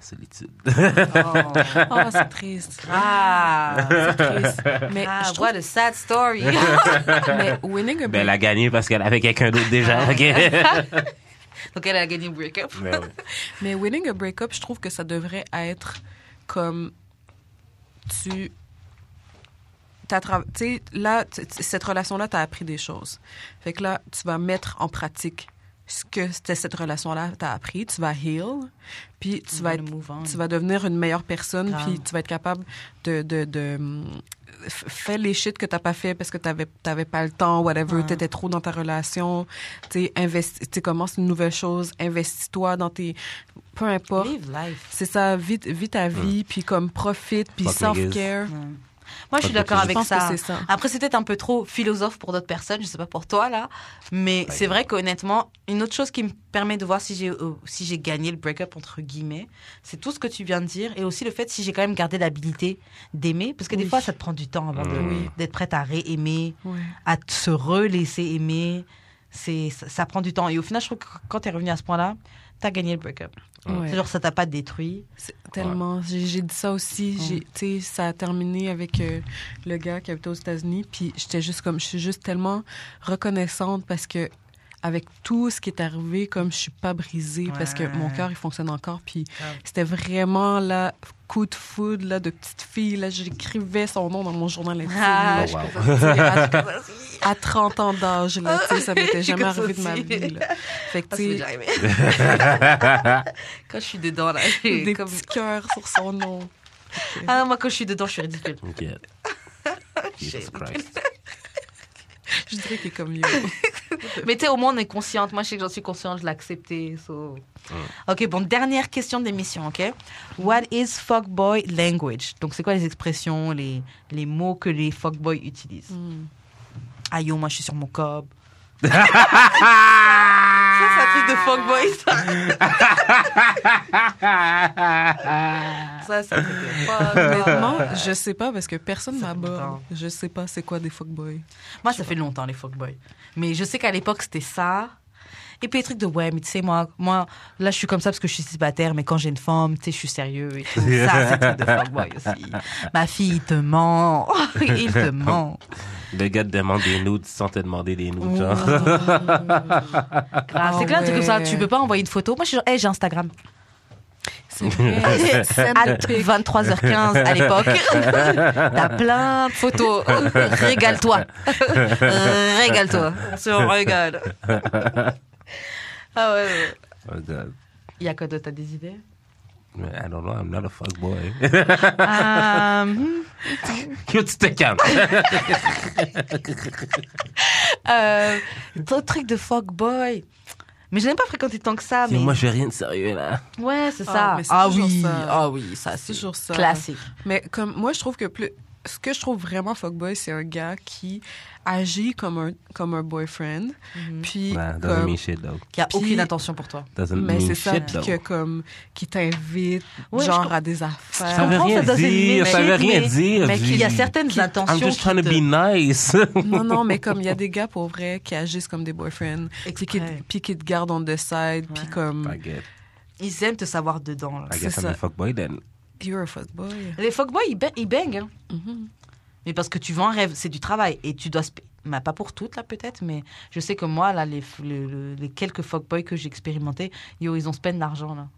Speaker 2: solitude.
Speaker 1: Oh.
Speaker 3: Oh, c'est triste.
Speaker 1: Ah,
Speaker 3: C'est triste. Mais
Speaker 1: ah
Speaker 3: je trouve
Speaker 1: what a sad story.
Speaker 3: mais winning a
Speaker 2: ben,
Speaker 3: break-
Speaker 2: elle a gagné parce qu'elle avait quelqu'un d'autre déjà. OK? Ben
Speaker 1: Donc elle a gagné le break-up.
Speaker 2: Mais ouais.
Speaker 3: mais winning a breakup, je trouve que ça devrait être comme tu t'as tra- tu sais, là tu- tu- cette relation là tu as appris des choses. Fait que là tu vas mettre en pratique ce que c'était cette relation là t'as appris, tu vas heal, puis tu vas
Speaker 1: le
Speaker 3: être
Speaker 1: move on.
Speaker 3: tu vas devenir une meilleure personne,
Speaker 1: Grave.
Speaker 3: puis tu vas être capable de, de, de, hum, f- faire les shit que t'as pas fait parce que t'avais t'avais pas le temps, whatever,
Speaker 1: Ouais.
Speaker 3: t'étais trop dans ta relation. Tu sais, commence une nouvelle chose, investis-toi dans tes. Peu importe.
Speaker 1: Live life.
Speaker 3: C'est ça, vis, vis ta vie, puis comme profite, puis
Speaker 2: Fuck niggas.
Speaker 3: self-care.
Speaker 1: Ouais. Moi, je suis
Speaker 2: Pas de
Speaker 1: d'accord
Speaker 2: côté.
Speaker 3: Je
Speaker 1: avec
Speaker 3: pense
Speaker 1: ça.
Speaker 3: que c'est ça.
Speaker 1: Après, c'était un peu trop philosophe pour d'autres personnes, je sais pas pour toi là, mais
Speaker 2: Ouais.
Speaker 1: c'est vrai qu'honnêtement, une autre chose qui me permet de voir si j'ai euh, si j'ai gagné le break-up entre guillemets, c'est tout ce que tu viens de dire et aussi le fait si j'ai quand même gardé l'habilité d'aimer, parce que des
Speaker 3: Oui.
Speaker 1: fois, ça te prend du temps avant de-
Speaker 2: Oui.
Speaker 1: d'être prête à réaimer,
Speaker 3: Ouais.
Speaker 1: à t- se relaisser aimer. C'est ça, ça prend du temps et au final, je trouve que quand t'es revenu à ce point-là, t'as gagné le break-up.
Speaker 3: Ouais.
Speaker 1: C'est genre ça t'a pas détruit.
Speaker 3: C'est Tellement. J'ai j'ai dit ça aussi.
Speaker 1: Mm.
Speaker 3: J'ai- tu sais, ça a terminé avec euh, le gars qui habitait aux États-Unis. Puis j'étais juste comme, je suis juste tellement reconnaissante parce que avec tout ce qui est arrivé, comme je suis pas brisée parce que
Speaker 1: Ouais.
Speaker 3: mon cœur il fonctionne encore. Puis
Speaker 1: Grave.
Speaker 3: c'était vraiment là coup de foudre là de petite fille là. J'écrivais son nom dans mon journal intime.
Speaker 1: Ah,
Speaker 3: là.
Speaker 1: je
Speaker 2: Oh, wow.
Speaker 1: peux pas te dire, ah, je peux pas te dire.
Speaker 3: à 30 ans d'âge là, tu sais, ça
Speaker 1: Je suis
Speaker 3: m'était jamais
Speaker 1: comme ça
Speaker 3: arrivé de ma
Speaker 1: aussi.
Speaker 3: vie. Là. Fait que
Speaker 1: Ah, ça m'est
Speaker 3: tu sais,
Speaker 1: déjà arrivé. quand je suis dedans, là, j'ai
Speaker 3: des
Speaker 1: comme...
Speaker 3: petits cœurs sur son nom.
Speaker 1: Ah non, moi, quand je suis dedans, je suis ridicule.
Speaker 2: Ok. Jesus Christ.
Speaker 3: Je dirais qu'il est comme lui.
Speaker 1: Mais tu sais, au moins, on est consciente. Moi, je sais que j'en suis consciente, je l'ai accepté. so. Ok, bon, dernière question d'émission, ok? What is fuckboy language? Donc, c'est quoi les expressions, les, les mots que les fuckboys utilisent? Aïe, yo, moi, je suis sur mon cob. ça, c'est un truc de fuckboy, ça. ça, c'est un truc de fuckboy.
Speaker 3: Honnêtement, je sais pas parce que personne
Speaker 1: Ça fait
Speaker 3: m'aborde.
Speaker 1: longtemps.
Speaker 3: Je sais pas c'est quoi des fuckboys.
Speaker 1: Moi, ça fait longtemps, les fuckboys. Mais je sais qu'à l'époque, c'était ça. Et puis les trucs de ouais, mais tu sais, moi, moi, là, je suis comme ça parce que je suis célibataire, mais quand j'ai une femme, tu sais, je suis sérieux et tout. Ça, c'est des trucs de fuckboy aussi. Ma fille, il te ment. il te ment.
Speaker 2: Le gars te demande des nudes sans te demander des nudes, genre.
Speaker 1: Grave.
Speaker 3: Ah
Speaker 1: c'est clair, un truc comme ça.
Speaker 3: ouais.
Speaker 1: Tu peux pas envoyer une photo. Moi, je suis genre, hey, j'ai Instagram.
Speaker 3: C'est vrai.
Speaker 1: Alt 23h15 à l'époque. T'as plein de photos. Régale-toi. Régale-toi. On se régale. ah ouais, ouais.
Speaker 2: Oh God.
Speaker 1: Il y a quoi d'autre T'as des idées
Speaker 2: Mais I don't know, I'm not a fuckboy.
Speaker 1: Euh,
Speaker 2: Yo, tu te calmes.
Speaker 1: Ah, euh, d'autres trucs de fuckboy. Mais je n'ai pas fréquenté tant que ça. Mais...
Speaker 2: Moi, je fais rien de sérieux, là.
Speaker 1: Ouais, c'est
Speaker 3: Ah,
Speaker 1: ça.
Speaker 3: mais c'est
Speaker 1: Ah
Speaker 3: toujours
Speaker 1: oui,
Speaker 3: ça.
Speaker 1: ah oui, ça
Speaker 3: C'est
Speaker 1: c'est
Speaker 3: toujours ça.
Speaker 1: classique.
Speaker 3: Mais comme moi, je trouve que plus. Ce que je trouve vraiment fuckboy, c'est un gars qui agit comme un, comme un boyfriend.
Speaker 1: Mm-hmm.
Speaker 3: Puis.
Speaker 2: Nah, doesn't
Speaker 3: comme-
Speaker 2: mean shit, though.
Speaker 1: Qui a
Speaker 3: Puis-
Speaker 1: aucune attention pour toi.
Speaker 2: Doesn't
Speaker 3: mais
Speaker 2: mean
Speaker 3: c'est
Speaker 2: shit,
Speaker 3: ça, puis
Speaker 2: though.
Speaker 3: que comme. qui t'invite,
Speaker 1: Ouais, je
Speaker 3: genre,
Speaker 1: comprends.
Speaker 3: à des
Speaker 2: Ça
Speaker 3: affaires.
Speaker 2: veut
Speaker 1: comprends,
Speaker 2: rien
Speaker 1: ça doesn't mean
Speaker 2: dire, ça veut
Speaker 1: shit,
Speaker 2: rien
Speaker 1: mais-
Speaker 2: dire.
Speaker 1: Mais qu'il y a
Speaker 2: Julie.
Speaker 1: certaines intentions.
Speaker 2: I'm just
Speaker 1: qui
Speaker 2: trying
Speaker 1: te-
Speaker 2: to be nice.
Speaker 3: Non, non, mais comme il y a des gars pour vrai qui agissent comme des boyfriends, puis qui,
Speaker 1: Exprès.
Speaker 3: puis qui te gardent on the side, puis comme.
Speaker 2: I get,
Speaker 1: Ils aiment te savoir dedans. là.
Speaker 2: I guess
Speaker 3: C'est
Speaker 2: I'm a
Speaker 3: ça.
Speaker 2: fuckboy then.
Speaker 3: You're a fuckboy.
Speaker 1: Les fuckboys, ils, ba- ils bangent. hein.
Speaker 3: Mhm.
Speaker 1: Mais parce que tu vends un rêve, c'est du travail. Et tu dois. sp- bah, pas pour toutes, là, peut-être, mais je sais que moi, là, les, f- le- le- les quelques fuckboys que j'ai expérimentés, yo, ils ont spend d'argent, là.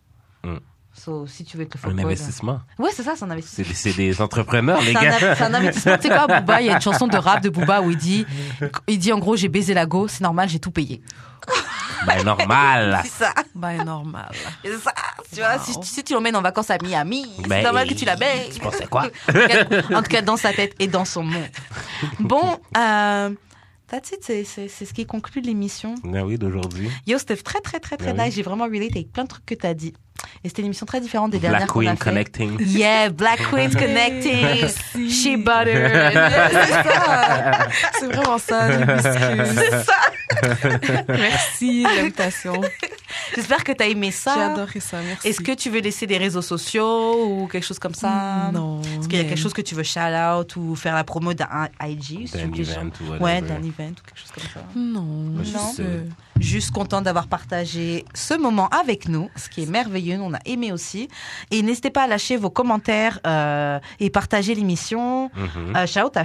Speaker 2: Mm.
Speaker 1: So, si tu veux être le
Speaker 2: Un
Speaker 1: fuckboy. là-
Speaker 2: investissement.
Speaker 1: Ouais, c'est ça, c'est un investissement.
Speaker 2: C'est des- c'est des entrepreneurs, les
Speaker 1: C'est un,
Speaker 2: gars.
Speaker 1: av- c'est un investissement. Tu sais quoi, Booba, il y a une chanson de rap de Booba où il dit, il dit en gros, j'ai baisé la go, c'est normal, j'ai tout payé.
Speaker 2: Ben, normal.
Speaker 1: ça,
Speaker 3: Ben, normal.
Speaker 1: c'est ça. Tu vois, si, si tu l'emmènes en vacances à Miami, c'est
Speaker 2: Ben,
Speaker 1: normal que tu la baises.
Speaker 2: Tu pensais quoi?
Speaker 1: en tout cas, dans sa tête et dans son monde. Bon, euh, that's it, c'est- c'est c'est ce qui conclut l'émission.
Speaker 2: Ben oui, d'aujourd'hui.
Speaker 1: Yo, c'était très, très, très, très
Speaker 2: Ben oui.
Speaker 1: nice. J'ai vraiment relate avec plein de trucs que t'as dit. Et c'était une émission très différente des dernières
Speaker 2: Black
Speaker 1: qu'on a
Speaker 2: Queen
Speaker 1: fait.
Speaker 2: Connecting.
Speaker 1: Yeah, Black Queens Connecting.
Speaker 3: Merci.
Speaker 1: She butter.
Speaker 3: C'est ça. C'est vraiment ça, les biscuits.
Speaker 1: C'est ça.
Speaker 3: Merci de l'invitation.
Speaker 1: J'espère que t'as aimé ça.
Speaker 3: J'ai adoré ça, merci.
Speaker 1: Est-ce que tu veux laisser des réseaux sociaux ou quelque chose comme ça
Speaker 3: Non.
Speaker 1: Est-ce qu'il y a quelque chose que tu veux shout out ou faire la promo d'un IG si tu
Speaker 2: D'un
Speaker 1: veux que les gens-
Speaker 2: event ou whatever.
Speaker 1: Ouais, d'un event ou quelque chose comme ça.
Speaker 3: Non.
Speaker 2: Non.
Speaker 3: juste, euh,
Speaker 1: Juste content d'avoir partagé ce moment avec nous, ce qui est merveilleux, nous, on a aimé aussi. Et n'hésitez pas à lâcher vos commentaires euh, et partager l'émission.
Speaker 2: Mhm.
Speaker 1: Euh, shout out à
Speaker 2: Ben oui, ça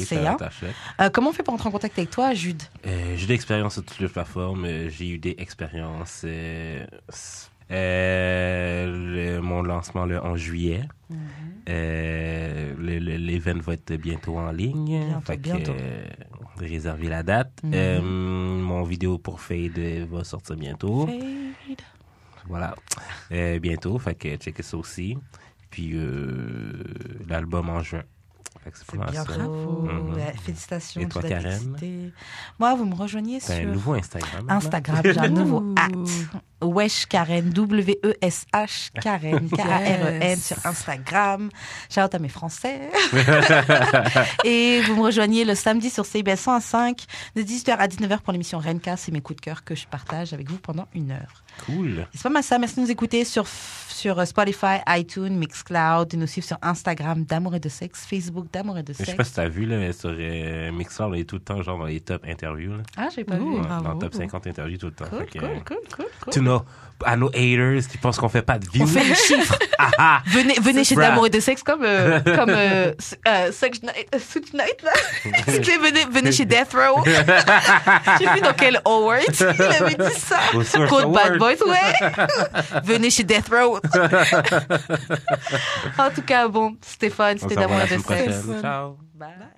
Speaker 1: choc.ca.
Speaker 2: t'achète.
Speaker 1: Euh, comment on fait pour entrer en contact avec toi, Jude
Speaker 2: Euh, j'ai eu de l'expérience sur toutes les plateformes. euh, J'ai eu des expériences. euh, s- euh, le- mon lancement le 11 juillet.
Speaker 1: Mhm.
Speaker 2: Euh, le- le- L'event va être bientôt en ligne.
Speaker 1: Bientôt,
Speaker 2: Fait que,
Speaker 1: bientôt.
Speaker 2: euh, réservez la date.
Speaker 1: Mhm.
Speaker 2: Euh, mon vidéo pour Fade euh, va sortir bientôt. Voilà. Euh, bientôt. Fait que checkez ça aussi. Puis euh, l'album en juin. Fait que c'est pas mal
Speaker 1: Bien
Speaker 2: ça.
Speaker 1: bravo.
Speaker 2: Mhm.
Speaker 1: Ouais, Félicitations.
Speaker 2: Et
Speaker 1: tu
Speaker 2: toi,
Speaker 1: dois
Speaker 2: Karen Ben,
Speaker 1: t'exciter. Moi, vous me rejoignez
Speaker 2: T'as un
Speaker 1: sur
Speaker 2: nouveau Instagram. hein? maintenant?
Speaker 1: Instagram. J'ai un nouveau
Speaker 3: Ouh.
Speaker 1: hat. Wesh Karen, W-E-S-H Karen, K-A-R-E-N
Speaker 3: Yes.
Speaker 1: E sur Instagram. Shout out à mes Français. Et vous me rejoignez le samedi sur CBS 105 de 18h à 19h pour l'émission Renka. C'est mes coups de cœur que je partage avec vous pendant une heure.
Speaker 2: Cool.
Speaker 1: Et C'est pas mal ça. Merci de nous écouter sur, sur Spotify, iTunes, Mixcloud, de nous suivre sur Instagram d'amour et de sexe, Facebook d'amour et de
Speaker 2: Je sais
Speaker 1: sexe.
Speaker 2: pas si t'as vu, là, mais sur euh, Mixer, là, il est tout le temps, genre, dans les top interviews, là.
Speaker 1: Ah, j'ai pas vu.
Speaker 3: Ouh.
Speaker 2: Ouais,
Speaker 3: bravo.
Speaker 2: dans le top 50 interviews tout le temps.
Speaker 1: Cool,
Speaker 2: Fait que, euh,
Speaker 1: cool, cool, cool, cool.
Speaker 2: To know, à nos haters qui pensent qu'on fait pas de views.
Speaker 1: On fait les chiffres.
Speaker 2: Ah, ah.
Speaker 1: Venez, venez chez
Speaker 2: Bruh.
Speaker 1: D'amour et de sexe comme, euh, comme euh, s- euh, Such Night, euh, Such Night, là. C'était venez, venez chez Death Row. J'ai vu dans quel Howard il avait dit ça.
Speaker 2: Au Source
Speaker 1: Contre Bad
Speaker 2: Award.
Speaker 1: Boys, ouais. venez chez Death Row. en tout cas, bon, Stéphane,
Speaker 2: On
Speaker 1: c'était
Speaker 2: se revoit
Speaker 1: D'amour
Speaker 2: la
Speaker 1: et de
Speaker 2: semaine
Speaker 1: sexe.
Speaker 2: prochaine. Ciao.
Speaker 1: Bye.